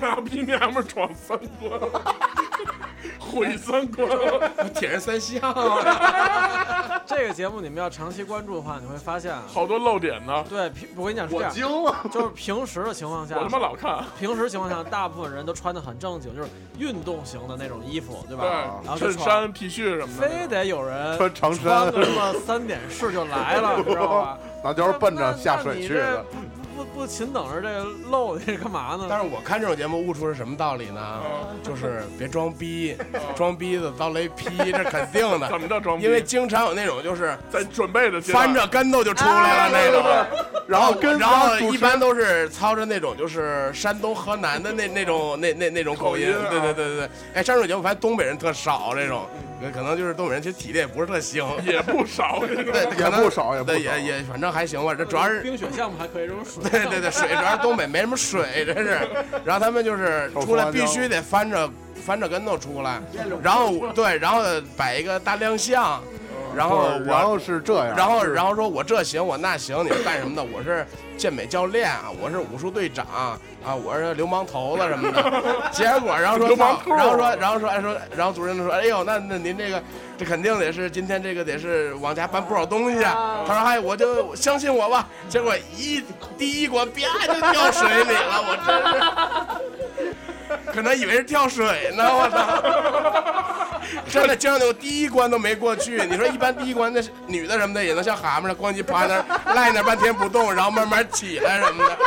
[SPEAKER 1] 傻逼娘们儿闯三关，毁三观。
[SPEAKER 4] 我铁人三项，
[SPEAKER 7] 这个节目你们要长期关注的话，你会发现啊，
[SPEAKER 1] 好多漏点呢，
[SPEAKER 7] 对，平我跟你讲是这
[SPEAKER 5] 我
[SPEAKER 7] 样，
[SPEAKER 5] 惊了，
[SPEAKER 7] 就是平时的情况下
[SPEAKER 1] 我他，妈老看。
[SPEAKER 7] 平时情况下，大部分人都穿的很正经，就是运动型的那种衣服，对吧？然后
[SPEAKER 1] 对，
[SPEAKER 7] 就
[SPEAKER 1] 衬
[SPEAKER 7] 穿
[SPEAKER 1] 衫、T 恤什么的
[SPEAKER 7] 非
[SPEAKER 1] 那种，
[SPEAKER 7] 得有人
[SPEAKER 5] 穿长
[SPEAKER 7] 穿
[SPEAKER 5] 衫
[SPEAKER 7] 个，他妈三点式就来了，知道吧？
[SPEAKER 5] 那 *laughs* 就是奔着下水去的。
[SPEAKER 7] 那。那你这不不不勤等着这个漏的干嘛呢？
[SPEAKER 4] 但是我看这种节目悟出是什么道理呢？
[SPEAKER 1] 啊
[SPEAKER 4] 就是别装逼，装逼的遭雷劈，这肯定的
[SPEAKER 1] 怎。么着装逼？
[SPEAKER 4] 因为经常有那种就是
[SPEAKER 1] 在准备的阶段
[SPEAKER 4] 翻着跟头就出来了那种，
[SPEAKER 5] 然后跟
[SPEAKER 4] 然后
[SPEAKER 5] 主
[SPEAKER 4] 一
[SPEAKER 5] 持
[SPEAKER 4] 般都是操着那种就是山东河南的那那种那那那种口音，
[SPEAKER 1] 口音啊
[SPEAKER 4] 对对对对对。哎，上这种节目我发现东北人特少这种，可能就是东北人其实体力也不是特行，
[SPEAKER 1] 也不少，
[SPEAKER 4] 对，
[SPEAKER 5] 也
[SPEAKER 4] 可能
[SPEAKER 5] 不少，也不少
[SPEAKER 4] 对，也也反正还行吧。这主要是
[SPEAKER 7] 冰雪项目还可以，这种水
[SPEAKER 4] 对对对，水主要是东北没什么水，真是。然后他们就是出来必须得翻着翻着跟头出来，然后对，然后摆一个大亮相，然后
[SPEAKER 5] 对然
[SPEAKER 4] 我。
[SPEAKER 5] 后是这样，
[SPEAKER 4] 然后，然后说我这行，我那行，你们干什么的？我是健美教练，啊我是武术队长啊，我是流氓头子什么的。结果，然后说，
[SPEAKER 1] 流氓头
[SPEAKER 4] 然后说，然后说，哎说，然后主任就说，哎呦，那那您这个，这肯定得是今天这个得是往家搬不少东西啊。他说：“嗨，我就相信我吧。”结果一第一锅啪就掉水里了，我真是，可 *laughs* 能以为是跳水呢，我 *laughs* 操！站在街上就第一关都没过去，你说一般第一关那是女的什么的也能像蛤蟆似的咣叽趴那儿赖那儿半天不动，然后慢慢起来什么的。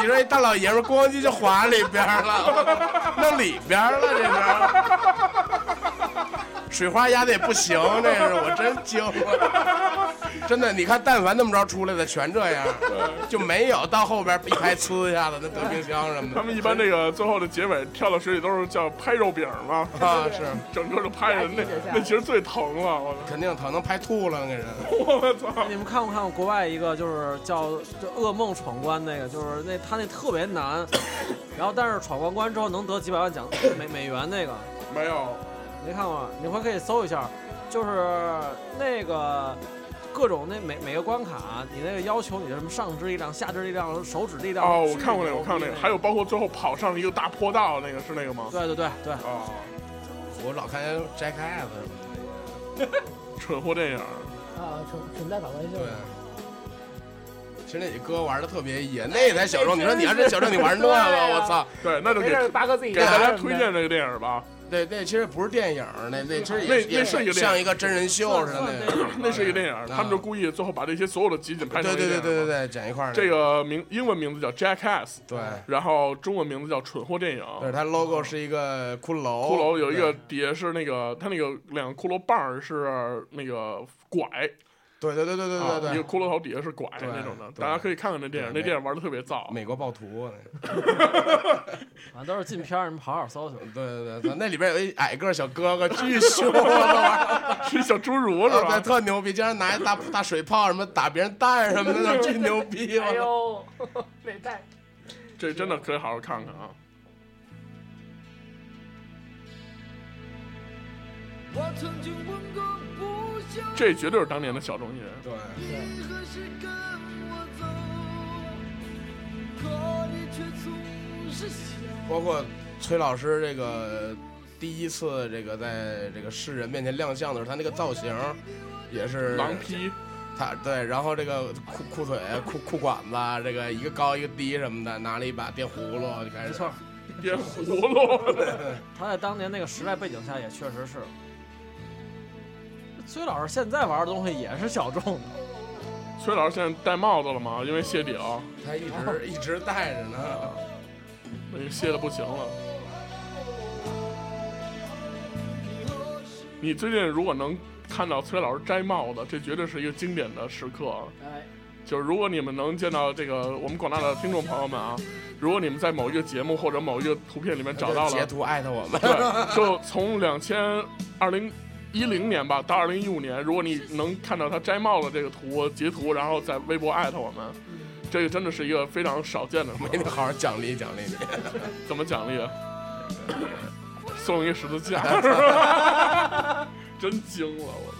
[SPEAKER 4] 你说一大老爷们儿咣叽就滑里边儿了，弄里边儿了，这是。水花压的也不行，这是我真惊了，真的。你看，但凡那么着出来的，全这样，就没有到后边一拍呲一下子那得冰箱什么
[SPEAKER 1] 他
[SPEAKER 4] 的。
[SPEAKER 1] 们一般那个最后的结尾跳到水里都是叫拍肉饼嘛，
[SPEAKER 4] 啊，是
[SPEAKER 1] 整个都拍人，那那其实最疼了，我
[SPEAKER 4] 肯定疼，能拍吐了那人。
[SPEAKER 1] 我操！
[SPEAKER 7] *laughs* 你们看没看过国外一个就是叫就噩梦闯关那个，就是那他那特别难， *coughs* 然后但是闯关关之后能得几百万奖美美元那个，
[SPEAKER 1] 没有，
[SPEAKER 7] 没看过，你回可以搜一下，就是那个各种那每每个关卡，你那个要求你的什么上肢力量、下肢力量、手指力量。
[SPEAKER 1] 哦，
[SPEAKER 7] 巨
[SPEAKER 1] 我看过那个，
[SPEAKER 7] 牛
[SPEAKER 1] 我看过那
[SPEAKER 7] 逼
[SPEAKER 1] 个，还有包括最后跑上一个大坡道，那个是那个吗？
[SPEAKER 7] 对对对对，
[SPEAKER 1] 啊，
[SPEAKER 4] 我老看见 Jackass 什么的。
[SPEAKER 1] 蠢货电影，
[SPEAKER 6] 啊，纯纯在搞怪秀
[SPEAKER 4] 对。其实那你哥玩的特别野，那才小众。你说你要是小众，你玩那个，我操！
[SPEAKER 1] 对，那就
[SPEAKER 6] 没
[SPEAKER 1] 给
[SPEAKER 6] 事，八哥自己
[SPEAKER 1] 给大家推荐这个电影吧，
[SPEAKER 4] 对，那其实不是电影，那那其实也
[SPEAKER 1] 那那是一个电影
[SPEAKER 4] 像一个真人秀似的
[SPEAKER 7] 算
[SPEAKER 4] 那
[SPEAKER 7] 算
[SPEAKER 4] 种。
[SPEAKER 1] *clears throat* 那是一个电影，他们就故意最后把这些所有的集锦拍成
[SPEAKER 4] 对
[SPEAKER 1] 一
[SPEAKER 4] 对
[SPEAKER 1] 个电
[SPEAKER 4] 对对
[SPEAKER 1] 影
[SPEAKER 4] 对
[SPEAKER 1] 嘛。
[SPEAKER 4] 对，剪一块儿那
[SPEAKER 1] 这个名英文名字叫 Jackass，
[SPEAKER 4] 对
[SPEAKER 1] 然后中文名字叫《蠢货电影》，
[SPEAKER 4] 对，它 logo 是一个骷髅，
[SPEAKER 1] 骷髅有一个
[SPEAKER 4] 哦对
[SPEAKER 1] 底下是那个，它那个两个骷髅棒儿是那个拐，
[SPEAKER 4] 对对对对
[SPEAKER 1] 啊
[SPEAKER 4] 对对
[SPEAKER 1] 一
[SPEAKER 4] 对
[SPEAKER 1] 个，骷髅头底下是拐
[SPEAKER 4] 对
[SPEAKER 1] 那种的，
[SPEAKER 4] 对
[SPEAKER 1] 大家可以看看那电影，
[SPEAKER 4] 对
[SPEAKER 1] 那电影玩的特别燥。
[SPEAKER 4] 美国暴徒，
[SPEAKER 7] 啊，都是禁片儿，你们好好搜搜。
[SPEAKER 4] 对对对对，那里边有一矮个小哥哥，巨凶，那玩意儿
[SPEAKER 1] 是小侏儒是
[SPEAKER 4] 呃对
[SPEAKER 1] 吧？
[SPEAKER 4] 特牛逼，竟然拿一大大水泡什么打别人蛋什么的，那巨牛逼，我
[SPEAKER 3] 哎
[SPEAKER 4] 操
[SPEAKER 3] 呦，美带。
[SPEAKER 1] 这真的可以好好看看啊！
[SPEAKER 2] 我曾经问过不休，
[SPEAKER 1] 这绝对是当年的小众音乐。
[SPEAKER 4] 对，
[SPEAKER 2] 你何时跟我走？可你却总是想。
[SPEAKER 4] 包括崔老师这个第一次这个在这个世人面前亮相的时候，他那个造型也是
[SPEAKER 1] 狼披，
[SPEAKER 4] 他对，然后这个裤裤腿、裤裤管子，这个一个高一个低什么的，拿了一把电葫芦就开
[SPEAKER 7] *laughs*
[SPEAKER 4] 始
[SPEAKER 7] 没错，
[SPEAKER 1] 别葫芦，
[SPEAKER 7] 他在当年那个时代背景下也确实是。崔老师现在玩的东西也是小众的，
[SPEAKER 1] *laughs* 崔老师现在戴帽子了吗？因为谢顶，
[SPEAKER 4] 他一直一直带着呢。
[SPEAKER 1] 那个谢的不行了。你最近如果能看到崔老师摘帽子，这绝对是一个经典的时刻啊。
[SPEAKER 6] 哎，
[SPEAKER 1] 就是如果你们能见到这个我们广大的听众朋友们啊，如果你们在某一个节目或者某一个图片里面找到
[SPEAKER 4] 截
[SPEAKER 1] 了，
[SPEAKER 4] 图艾特我们，
[SPEAKER 1] 对，就从两千二零一零年吧到二零一五年，如果你能看到他摘帽子这个图截图，然后在微博艾特我们，这个真的是一个非常少见的事儿。
[SPEAKER 4] 没得好好奖励奖励你。
[SPEAKER 1] 怎么奖励？啊送一个十字架，真惊了我！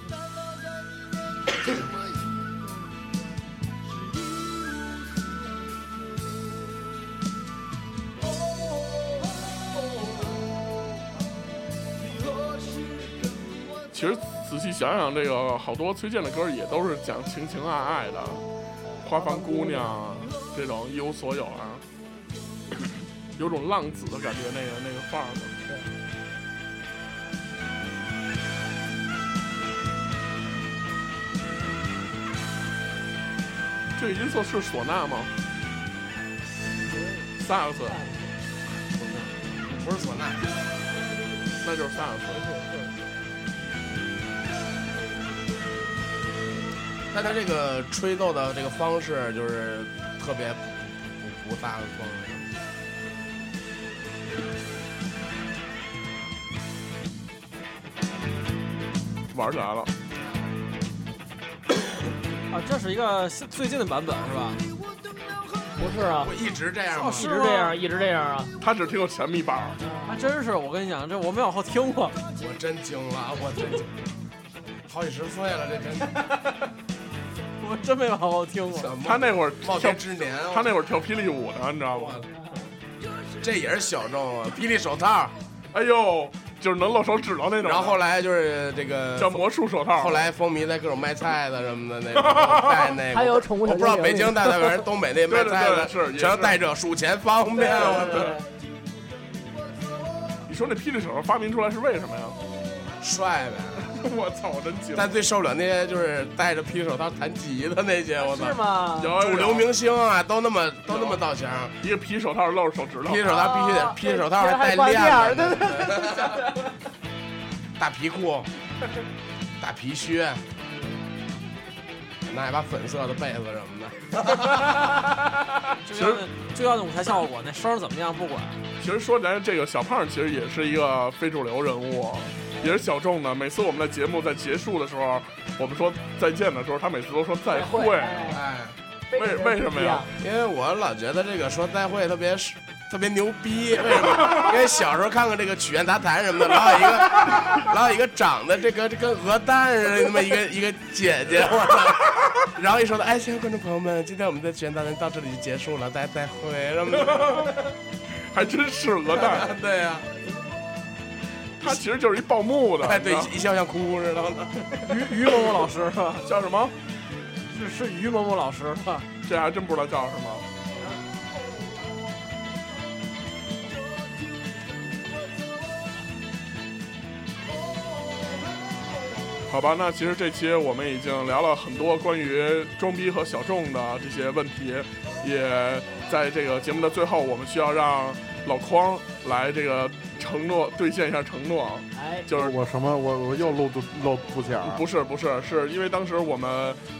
[SPEAKER 1] 其实仔细想想，这个好多崔健的歌也都是讲情情爱爱的，《花房姑娘》啊这种一无所有啊，有种浪子的感觉，那个那个范儿嘛。这个音色是唢呐吗？萨克斯，
[SPEAKER 4] 不是唢呐，
[SPEAKER 1] 那就是萨克斯。
[SPEAKER 4] 但他这个吹奏的这个方式就是特别不不大的方式。
[SPEAKER 1] 玩起来了，
[SPEAKER 7] 啊，这是一个新最近的版本是吧？
[SPEAKER 3] 不是啊，
[SPEAKER 4] 我一直这样吗
[SPEAKER 7] 哦
[SPEAKER 3] 一
[SPEAKER 7] 是
[SPEAKER 3] 直
[SPEAKER 7] 吗
[SPEAKER 3] 这样，一直这样啊。
[SPEAKER 1] 他只听过前一半儿。
[SPEAKER 4] 嗯
[SPEAKER 7] 还真是，我跟你讲，这我没往后听过。
[SPEAKER 4] 我真惊了，我真惊好几十岁了，这真
[SPEAKER 7] 我真没往后听过。
[SPEAKER 4] 怎么
[SPEAKER 1] 他那会儿
[SPEAKER 4] 冒
[SPEAKER 1] 跳
[SPEAKER 4] 天，之嗯年，
[SPEAKER 1] 他那会儿跳霹雳舞呢，你知道吗？
[SPEAKER 4] 这也是小众啊，霹雳手套，
[SPEAKER 1] 哎呦，就是能露手指头那种。
[SPEAKER 4] 然后后来就是这个
[SPEAKER 1] 叫魔术手套。
[SPEAKER 4] 后来风靡在各种卖菜的什么的那种，带那个，
[SPEAKER 6] 还有宠物
[SPEAKER 4] 我
[SPEAKER 6] 小精灵，
[SPEAKER 4] 不知道北京带的，反正东北那卖菜
[SPEAKER 1] *laughs* 对对
[SPEAKER 4] 的
[SPEAKER 1] 对是也是
[SPEAKER 4] 全都带这，数钱方 *laughs* 便，啊我
[SPEAKER 1] 对，啊你说那霹雳手套发明出来是为什么呀？ *laughs*
[SPEAKER 4] 操，帅呗。
[SPEAKER 1] 我操，我真惊！
[SPEAKER 4] 但最受不了那些就是戴着霹雳手套弹吉的那些，我操
[SPEAKER 7] 是，吗？
[SPEAKER 1] 摇
[SPEAKER 4] 主流明星啊都那么都那么造型，
[SPEAKER 1] 一个皮手套露着手指头
[SPEAKER 4] 霹雳，手套必须得，霹雳手套带
[SPEAKER 6] 啊挂链
[SPEAKER 4] 链
[SPEAKER 6] 儿，
[SPEAKER 4] 子
[SPEAKER 6] 对
[SPEAKER 4] 呢
[SPEAKER 6] 对，对
[SPEAKER 4] 大皮裤，大皮靴，拿一把粉色的被子什么的。
[SPEAKER 7] 就要那就要那舞台效果，那声儿怎么样不管。
[SPEAKER 1] 其实说起来，这个小胖其实也是一个非主流人物，啊也是小众的。每次我们的节目在结束的时候，我们说再见的时候，他每次都说再会。
[SPEAKER 6] 哎
[SPEAKER 4] 哎，
[SPEAKER 1] 为为什么呀？
[SPEAKER 4] 因为我老觉得这个说再会特别是特别牛逼，为什么？因为小时候看看这个曲苑杂谈什么的，老有一个老有一个长得这个这跟鹅蛋似的那么一个一个姐姐，我操！然后一说到，哎，亲爱的观众朋友们，今天我们的曲苑杂谈到这里就结束了，大家再会什么的。
[SPEAKER 1] 还真是鹅
[SPEAKER 4] *laughs*
[SPEAKER 1] 蛋，
[SPEAKER 4] 对啊呀、
[SPEAKER 1] 他其实就是一报幕的，
[SPEAKER 4] 哎，对
[SPEAKER 1] 你知道，
[SPEAKER 4] 一笑像哭似的。
[SPEAKER 7] 于于某某老师是吧？
[SPEAKER 1] 吗叫什么？
[SPEAKER 7] 是是于某某老师是吧？
[SPEAKER 1] 这还真不知道叫什么。好吧，那其实这期我们已经聊了很多关于装逼和小众的这些问题，也在这个节目的最后，我们需要让老匡来这个承诺兑现一下承诺啊，
[SPEAKER 6] *laughs* 哎，
[SPEAKER 1] 就是
[SPEAKER 5] 我什么我我又露肚露肚脐眼儿
[SPEAKER 1] 不是不是，是因为当时我们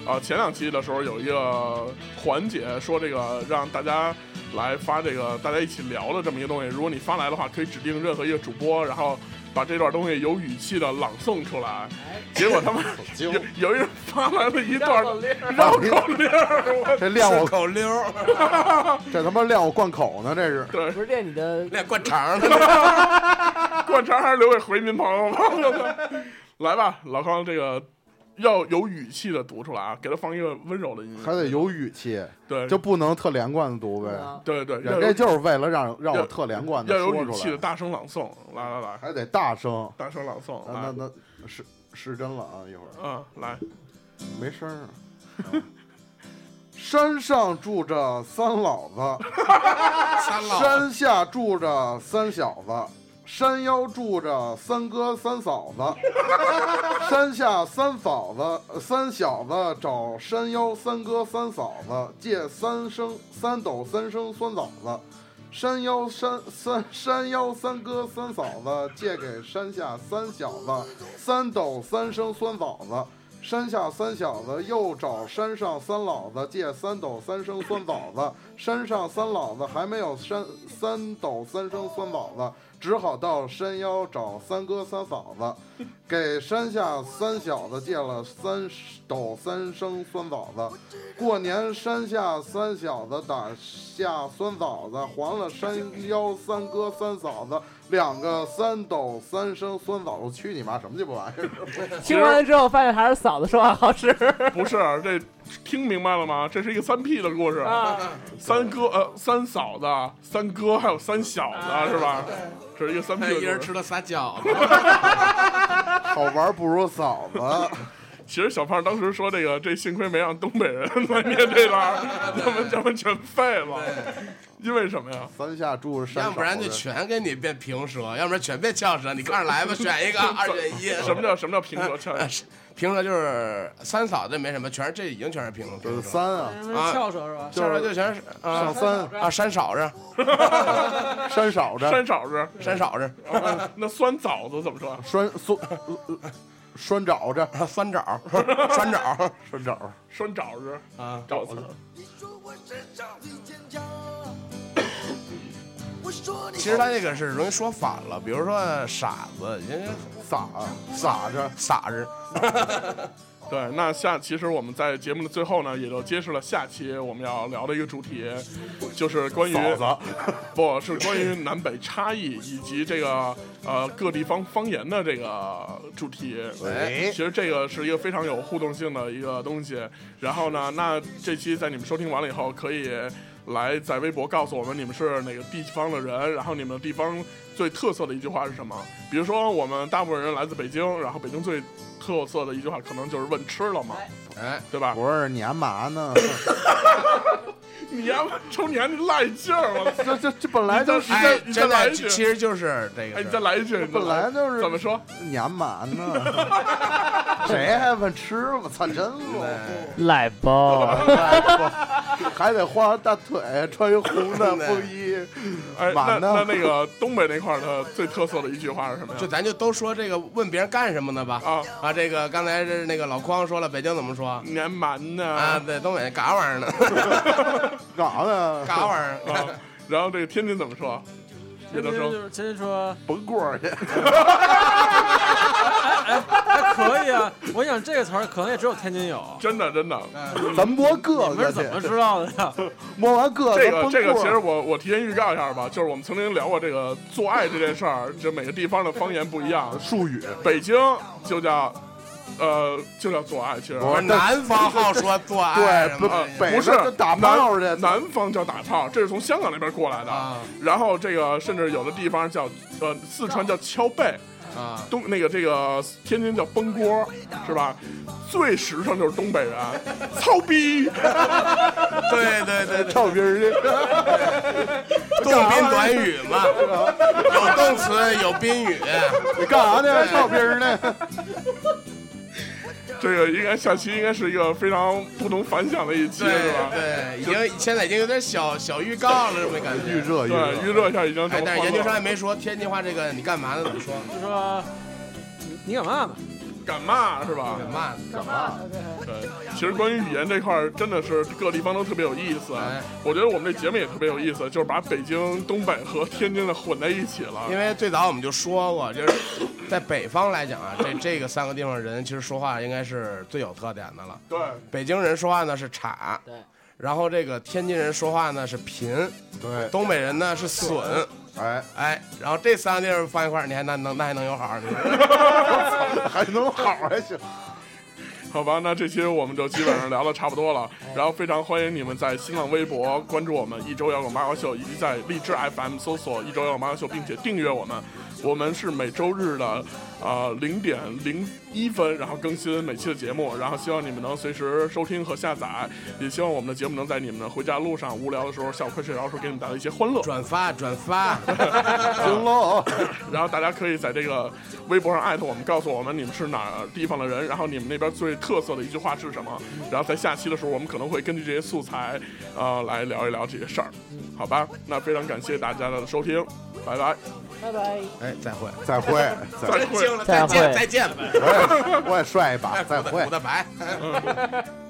[SPEAKER 1] 啊、呃前两期的时候有一个环节，说这个让大家来发这个大家一起聊的这么一个东西。如果你发来的话，可以指定任何一个主播，然后把这段东西有语气的朗诵出来。结果他们有有一人发来了一段绕口令儿，我
[SPEAKER 5] 这练我
[SPEAKER 4] 口溜儿，
[SPEAKER 5] 这他妈练我灌口呢，这是
[SPEAKER 1] 对
[SPEAKER 6] 不是练你的
[SPEAKER 4] 练灌肠的，
[SPEAKER 1] *laughs* 灌肠还是留给回民朋友吧。 *laughs* 我操来吧，老康，这个要有语气的读出来啊，给他放一个温柔的音乐，
[SPEAKER 5] 还得有语气，
[SPEAKER 1] 对，
[SPEAKER 5] 就不能特连贯的
[SPEAKER 6] *laughs*
[SPEAKER 5] 读呗。
[SPEAKER 6] 啊，
[SPEAKER 1] 对对，要
[SPEAKER 5] 人
[SPEAKER 1] 有
[SPEAKER 5] 家就是为了让让
[SPEAKER 1] 要
[SPEAKER 5] 我特连贯的
[SPEAKER 1] 要有
[SPEAKER 5] 说
[SPEAKER 1] 语气
[SPEAKER 5] 出
[SPEAKER 1] 的
[SPEAKER 5] 来，
[SPEAKER 1] 大声朗诵，来来来，
[SPEAKER 5] 还得大声。
[SPEAKER 1] 大声朗诵，
[SPEAKER 5] 啊那那
[SPEAKER 1] 来，
[SPEAKER 5] 那失失真了啊！一会儿
[SPEAKER 1] 嗯，来，
[SPEAKER 5] 没声儿啊。 *laughs* 山上住着三老子，
[SPEAKER 4] 三老啊
[SPEAKER 5] 山下住着三小子，山腰住着三哥三嫂子， *laughs* 山下三嫂子呃三小子找山腰三哥三嫂子借三升三斗三升酸枣子，山腰山三山腰三哥三嫂子借给山下三小子三斗三升酸枣子。山下三小子又找山上三老子借三斗三升酸枣子，山上三老子还没有山三斗三升酸枣子，只好到山腰找三哥三嫂子，给山下三小子借了三斗三升酸枣子。过年山下三小子打下酸枣子，还了山腰三哥三嫂子两个三斗三升酸枣子。去你妈什么鸡巴玩意儿！
[SPEAKER 6] 听完了之后发现还是嫂子说话好使
[SPEAKER 1] 不是啊这听明白了吗？这是一个三 P 的故事，
[SPEAKER 6] 啊，
[SPEAKER 1] 三哥呃三嫂子、三哥还有三小子是吧？这是一个三 P
[SPEAKER 4] 他
[SPEAKER 1] 的
[SPEAKER 4] 啊哎一人
[SPEAKER 1] 故
[SPEAKER 4] 吃
[SPEAKER 1] 事。
[SPEAKER 4] 了仨
[SPEAKER 1] *laughs*
[SPEAKER 4] 饺子，
[SPEAKER 5] 好玩不如嫂子。
[SPEAKER 1] 其实小胖当时说这个，这幸亏没让东北人 *laughs* 来念这段，要不咱们全废了。因为什么呀？
[SPEAKER 5] 三下住着山
[SPEAKER 4] 要
[SPEAKER 5] 上，
[SPEAKER 4] 不然就全给你变平舌，要不然全变翘舌。你看着来吧，选
[SPEAKER 1] *laughs*
[SPEAKER 4] 一个，二选一。啊哎
[SPEAKER 1] 什么叫什么叫平
[SPEAKER 4] *laughs*
[SPEAKER 1] 舌腔？
[SPEAKER 4] 平舌就是三嫂子没什么，全是这已经全是平舌。
[SPEAKER 1] 呃
[SPEAKER 5] 就是三啊，
[SPEAKER 4] 啊
[SPEAKER 7] 嗯翘舌是吧？
[SPEAKER 4] 下边就全是啊
[SPEAKER 5] 上三
[SPEAKER 4] 啊山苕子，
[SPEAKER 5] 山少着
[SPEAKER 1] 山枣子，哦
[SPEAKER 4] 山苕子，
[SPEAKER 1] 那酸枣子怎么说？ *laughs*
[SPEAKER 5] 拴拴 *laughs* 拴爪着
[SPEAKER 4] 啊酸枣， *laughs* 酸
[SPEAKER 1] *laughs*
[SPEAKER 4] 枣，
[SPEAKER 5] 拴爪，
[SPEAKER 1] 酸枣子
[SPEAKER 4] 啊
[SPEAKER 1] 枣子。
[SPEAKER 4] 其实他这个是容易说反了，比如说傻子，人家
[SPEAKER 5] 撒撒着
[SPEAKER 4] 傻子，
[SPEAKER 1] 对，那下其实我们在节目的最后呢，也就揭示了下期我们要聊的一个主题，就是关于
[SPEAKER 5] 嫂子，
[SPEAKER 1] 不是关于南北差异以及这个呃各地方方言的这个主题。
[SPEAKER 5] 哎
[SPEAKER 1] 其，实这个是一个非常有互动性的一个东西。然后呢，那这期在你们收听完了以后，可以来在微博告诉我们你们是哪个地方的人，然后你们地方最特色的一句话是什么？比如说我们大部分人来自北京，然后北京最特色的一句话可能就是问吃了吗？
[SPEAKER 4] 哎，
[SPEAKER 1] 对吧？
[SPEAKER 5] 不是你干嘛呢？
[SPEAKER 1] 你丫瞅你丫那赖劲儿，
[SPEAKER 5] *laughs*
[SPEAKER 1] 我操！
[SPEAKER 5] 这这这本来就是
[SPEAKER 4] 哎，
[SPEAKER 1] 你再
[SPEAKER 4] 真
[SPEAKER 1] 来
[SPEAKER 4] 的
[SPEAKER 1] 一句
[SPEAKER 4] 其实就是这
[SPEAKER 1] 哎，
[SPEAKER 4] 个
[SPEAKER 1] 你再
[SPEAKER 4] 是。
[SPEAKER 1] 来一句，你再
[SPEAKER 5] 本来就是
[SPEAKER 1] 怎么说？
[SPEAKER 5] 你干嘛呢？谁还问吃？我操，真
[SPEAKER 4] 对
[SPEAKER 5] 恶
[SPEAKER 3] 赖包，啊
[SPEAKER 5] 心，还得画大腿，穿一红的风衣，
[SPEAKER 1] 哎，那
[SPEAKER 5] 晚呢
[SPEAKER 1] 那那个东北那块儿的最特色的一句话是什么呀
[SPEAKER 4] 就？咱就都说这个问别人干什么呢吧
[SPEAKER 1] 啊
[SPEAKER 4] 啊，这个刚才是那个老匡说了，北京怎么说
[SPEAKER 1] 年蛮
[SPEAKER 4] 啊？
[SPEAKER 1] 呢？
[SPEAKER 4] 对，东北嘎玩意儿呢，
[SPEAKER 5] 干啥呢？
[SPEAKER 4] 嘎玩意
[SPEAKER 1] 啊
[SPEAKER 4] 儿，
[SPEAKER 1] 然后这个天津怎么说？叶德
[SPEAKER 7] 就
[SPEAKER 1] 生，
[SPEAKER 7] 是天津说哎
[SPEAKER 5] 甭过去，
[SPEAKER 7] 还可以啊，我想这个词儿可能也只有天津有，
[SPEAKER 1] 真的真
[SPEAKER 5] 啊
[SPEAKER 4] *laughs*
[SPEAKER 1] 的，
[SPEAKER 4] 嗯
[SPEAKER 5] 咱摸
[SPEAKER 7] 你
[SPEAKER 5] 个
[SPEAKER 7] 们
[SPEAKER 5] 子
[SPEAKER 7] 是怎么
[SPEAKER 5] 去，
[SPEAKER 7] 知道的呀？
[SPEAKER 5] 摸完个子
[SPEAKER 1] 这个
[SPEAKER 5] 呃崩
[SPEAKER 1] 这个其
[SPEAKER 5] 棍
[SPEAKER 1] 实
[SPEAKER 5] 儿
[SPEAKER 1] 我我提前预告一下吧，就是我们曾经聊过这个做爱这件事儿，就每个地方的方言不一样，术语。北京就叫呃就叫做爱，其实
[SPEAKER 4] 我说南方好说做爱
[SPEAKER 5] 对
[SPEAKER 4] 什
[SPEAKER 5] 不
[SPEAKER 4] 么
[SPEAKER 1] 哎
[SPEAKER 5] 哦北
[SPEAKER 1] 不是
[SPEAKER 5] 边就打炮去，
[SPEAKER 1] 南南方叫打炮，这是从香港那边过来的。
[SPEAKER 4] 啊
[SPEAKER 1] 然后这个甚至有的地方叫呃四川叫敲背，
[SPEAKER 4] 啊，
[SPEAKER 1] 东那个这个天津叫崩锅，是吧？最时尚就是东北人，操逼，
[SPEAKER 4] 对对对对，
[SPEAKER 5] 臭逼儿去。 *laughs*
[SPEAKER 4] 动宾短语嘛，有动词有宾语，
[SPEAKER 5] 你干啥呢？跳皮儿呢？
[SPEAKER 1] 这个应该下期应该是一个非常不同凡响的一期，是吧？
[SPEAKER 4] 对，已经现在已经有点小小预告了，这么一感觉。
[SPEAKER 5] 预热预
[SPEAKER 1] 对，
[SPEAKER 5] 热，
[SPEAKER 1] 预热一下已经这
[SPEAKER 4] 哎，
[SPEAKER 1] 么
[SPEAKER 4] 但是
[SPEAKER 1] 欢
[SPEAKER 4] 研
[SPEAKER 1] 乐
[SPEAKER 4] 究生
[SPEAKER 1] 了
[SPEAKER 4] 还没说天津话这个你干嘛呢？怎么说？
[SPEAKER 7] 就说你你敢嘛呢？
[SPEAKER 1] 敢骂是
[SPEAKER 5] 啊
[SPEAKER 1] 吧？
[SPEAKER 4] 干嘛呢？
[SPEAKER 5] 干嘛？
[SPEAKER 1] 对，其实关于语言这块儿，真的是各地方都特别有意思。
[SPEAKER 4] 哎
[SPEAKER 1] 我觉得我们这节目也特别有意思，就是把北京、东北和天津的混在一起了
[SPEAKER 4] 因。为最早我们就说过，就是在北方来讲啊，这这个三个地方人其实说话应该是最有特点的了。
[SPEAKER 1] 对，
[SPEAKER 4] 北京人说话呢是岔，
[SPEAKER 3] 对，
[SPEAKER 4] 然后这个天津人说话呢是贫，
[SPEAKER 5] 对，
[SPEAKER 4] 东北人呢是损，
[SPEAKER 5] 哎，
[SPEAKER 4] 哎，然后这三个地方放一块儿，你还那能那还能有好？你说
[SPEAKER 5] 还能好还行，
[SPEAKER 1] *laughs* 好吧，那这期我们就基本上聊的差不多了。然后非常欢迎你们在新浪微博关注我们一周摇滚八卦秀，以及在荔枝 FM 搜索一周摇滚八卦秀，并且订阅我们。我们是每周日的呃零点零一分，然后更新每期的节目。然后希望你们能随时收听和下载，也希望我们的节目能在你们的回家路上、无聊的时候、下午快睡着的时候，给你们带来一些欢乐。
[SPEAKER 4] *laughs* 转发转发， *laughs*
[SPEAKER 5] 行喽，
[SPEAKER 1] 然后大家可以在这个微博上艾特我们，告诉我们你们是哪儿地方的人，然后你们那边最特色的一句话是什么。然后在下期的时候，我们可能会根据这些素材，呃，来聊一聊这些事儿，好吧？那非常感谢大家的收听，拜拜，
[SPEAKER 6] *laughs* 拜拜。
[SPEAKER 4] 哎，再会，
[SPEAKER 5] 再会，再 *laughs*
[SPEAKER 1] 再
[SPEAKER 5] 会，
[SPEAKER 1] 会。
[SPEAKER 4] 了
[SPEAKER 3] 再会
[SPEAKER 4] 再见吧，
[SPEAKER 5] 我也我也帅一把，再
[SPEAKER 4] 古
[SPEAKER 5] 会
[SPEAKER 4] 的。白。
[SPEAKER 5] 拜拜。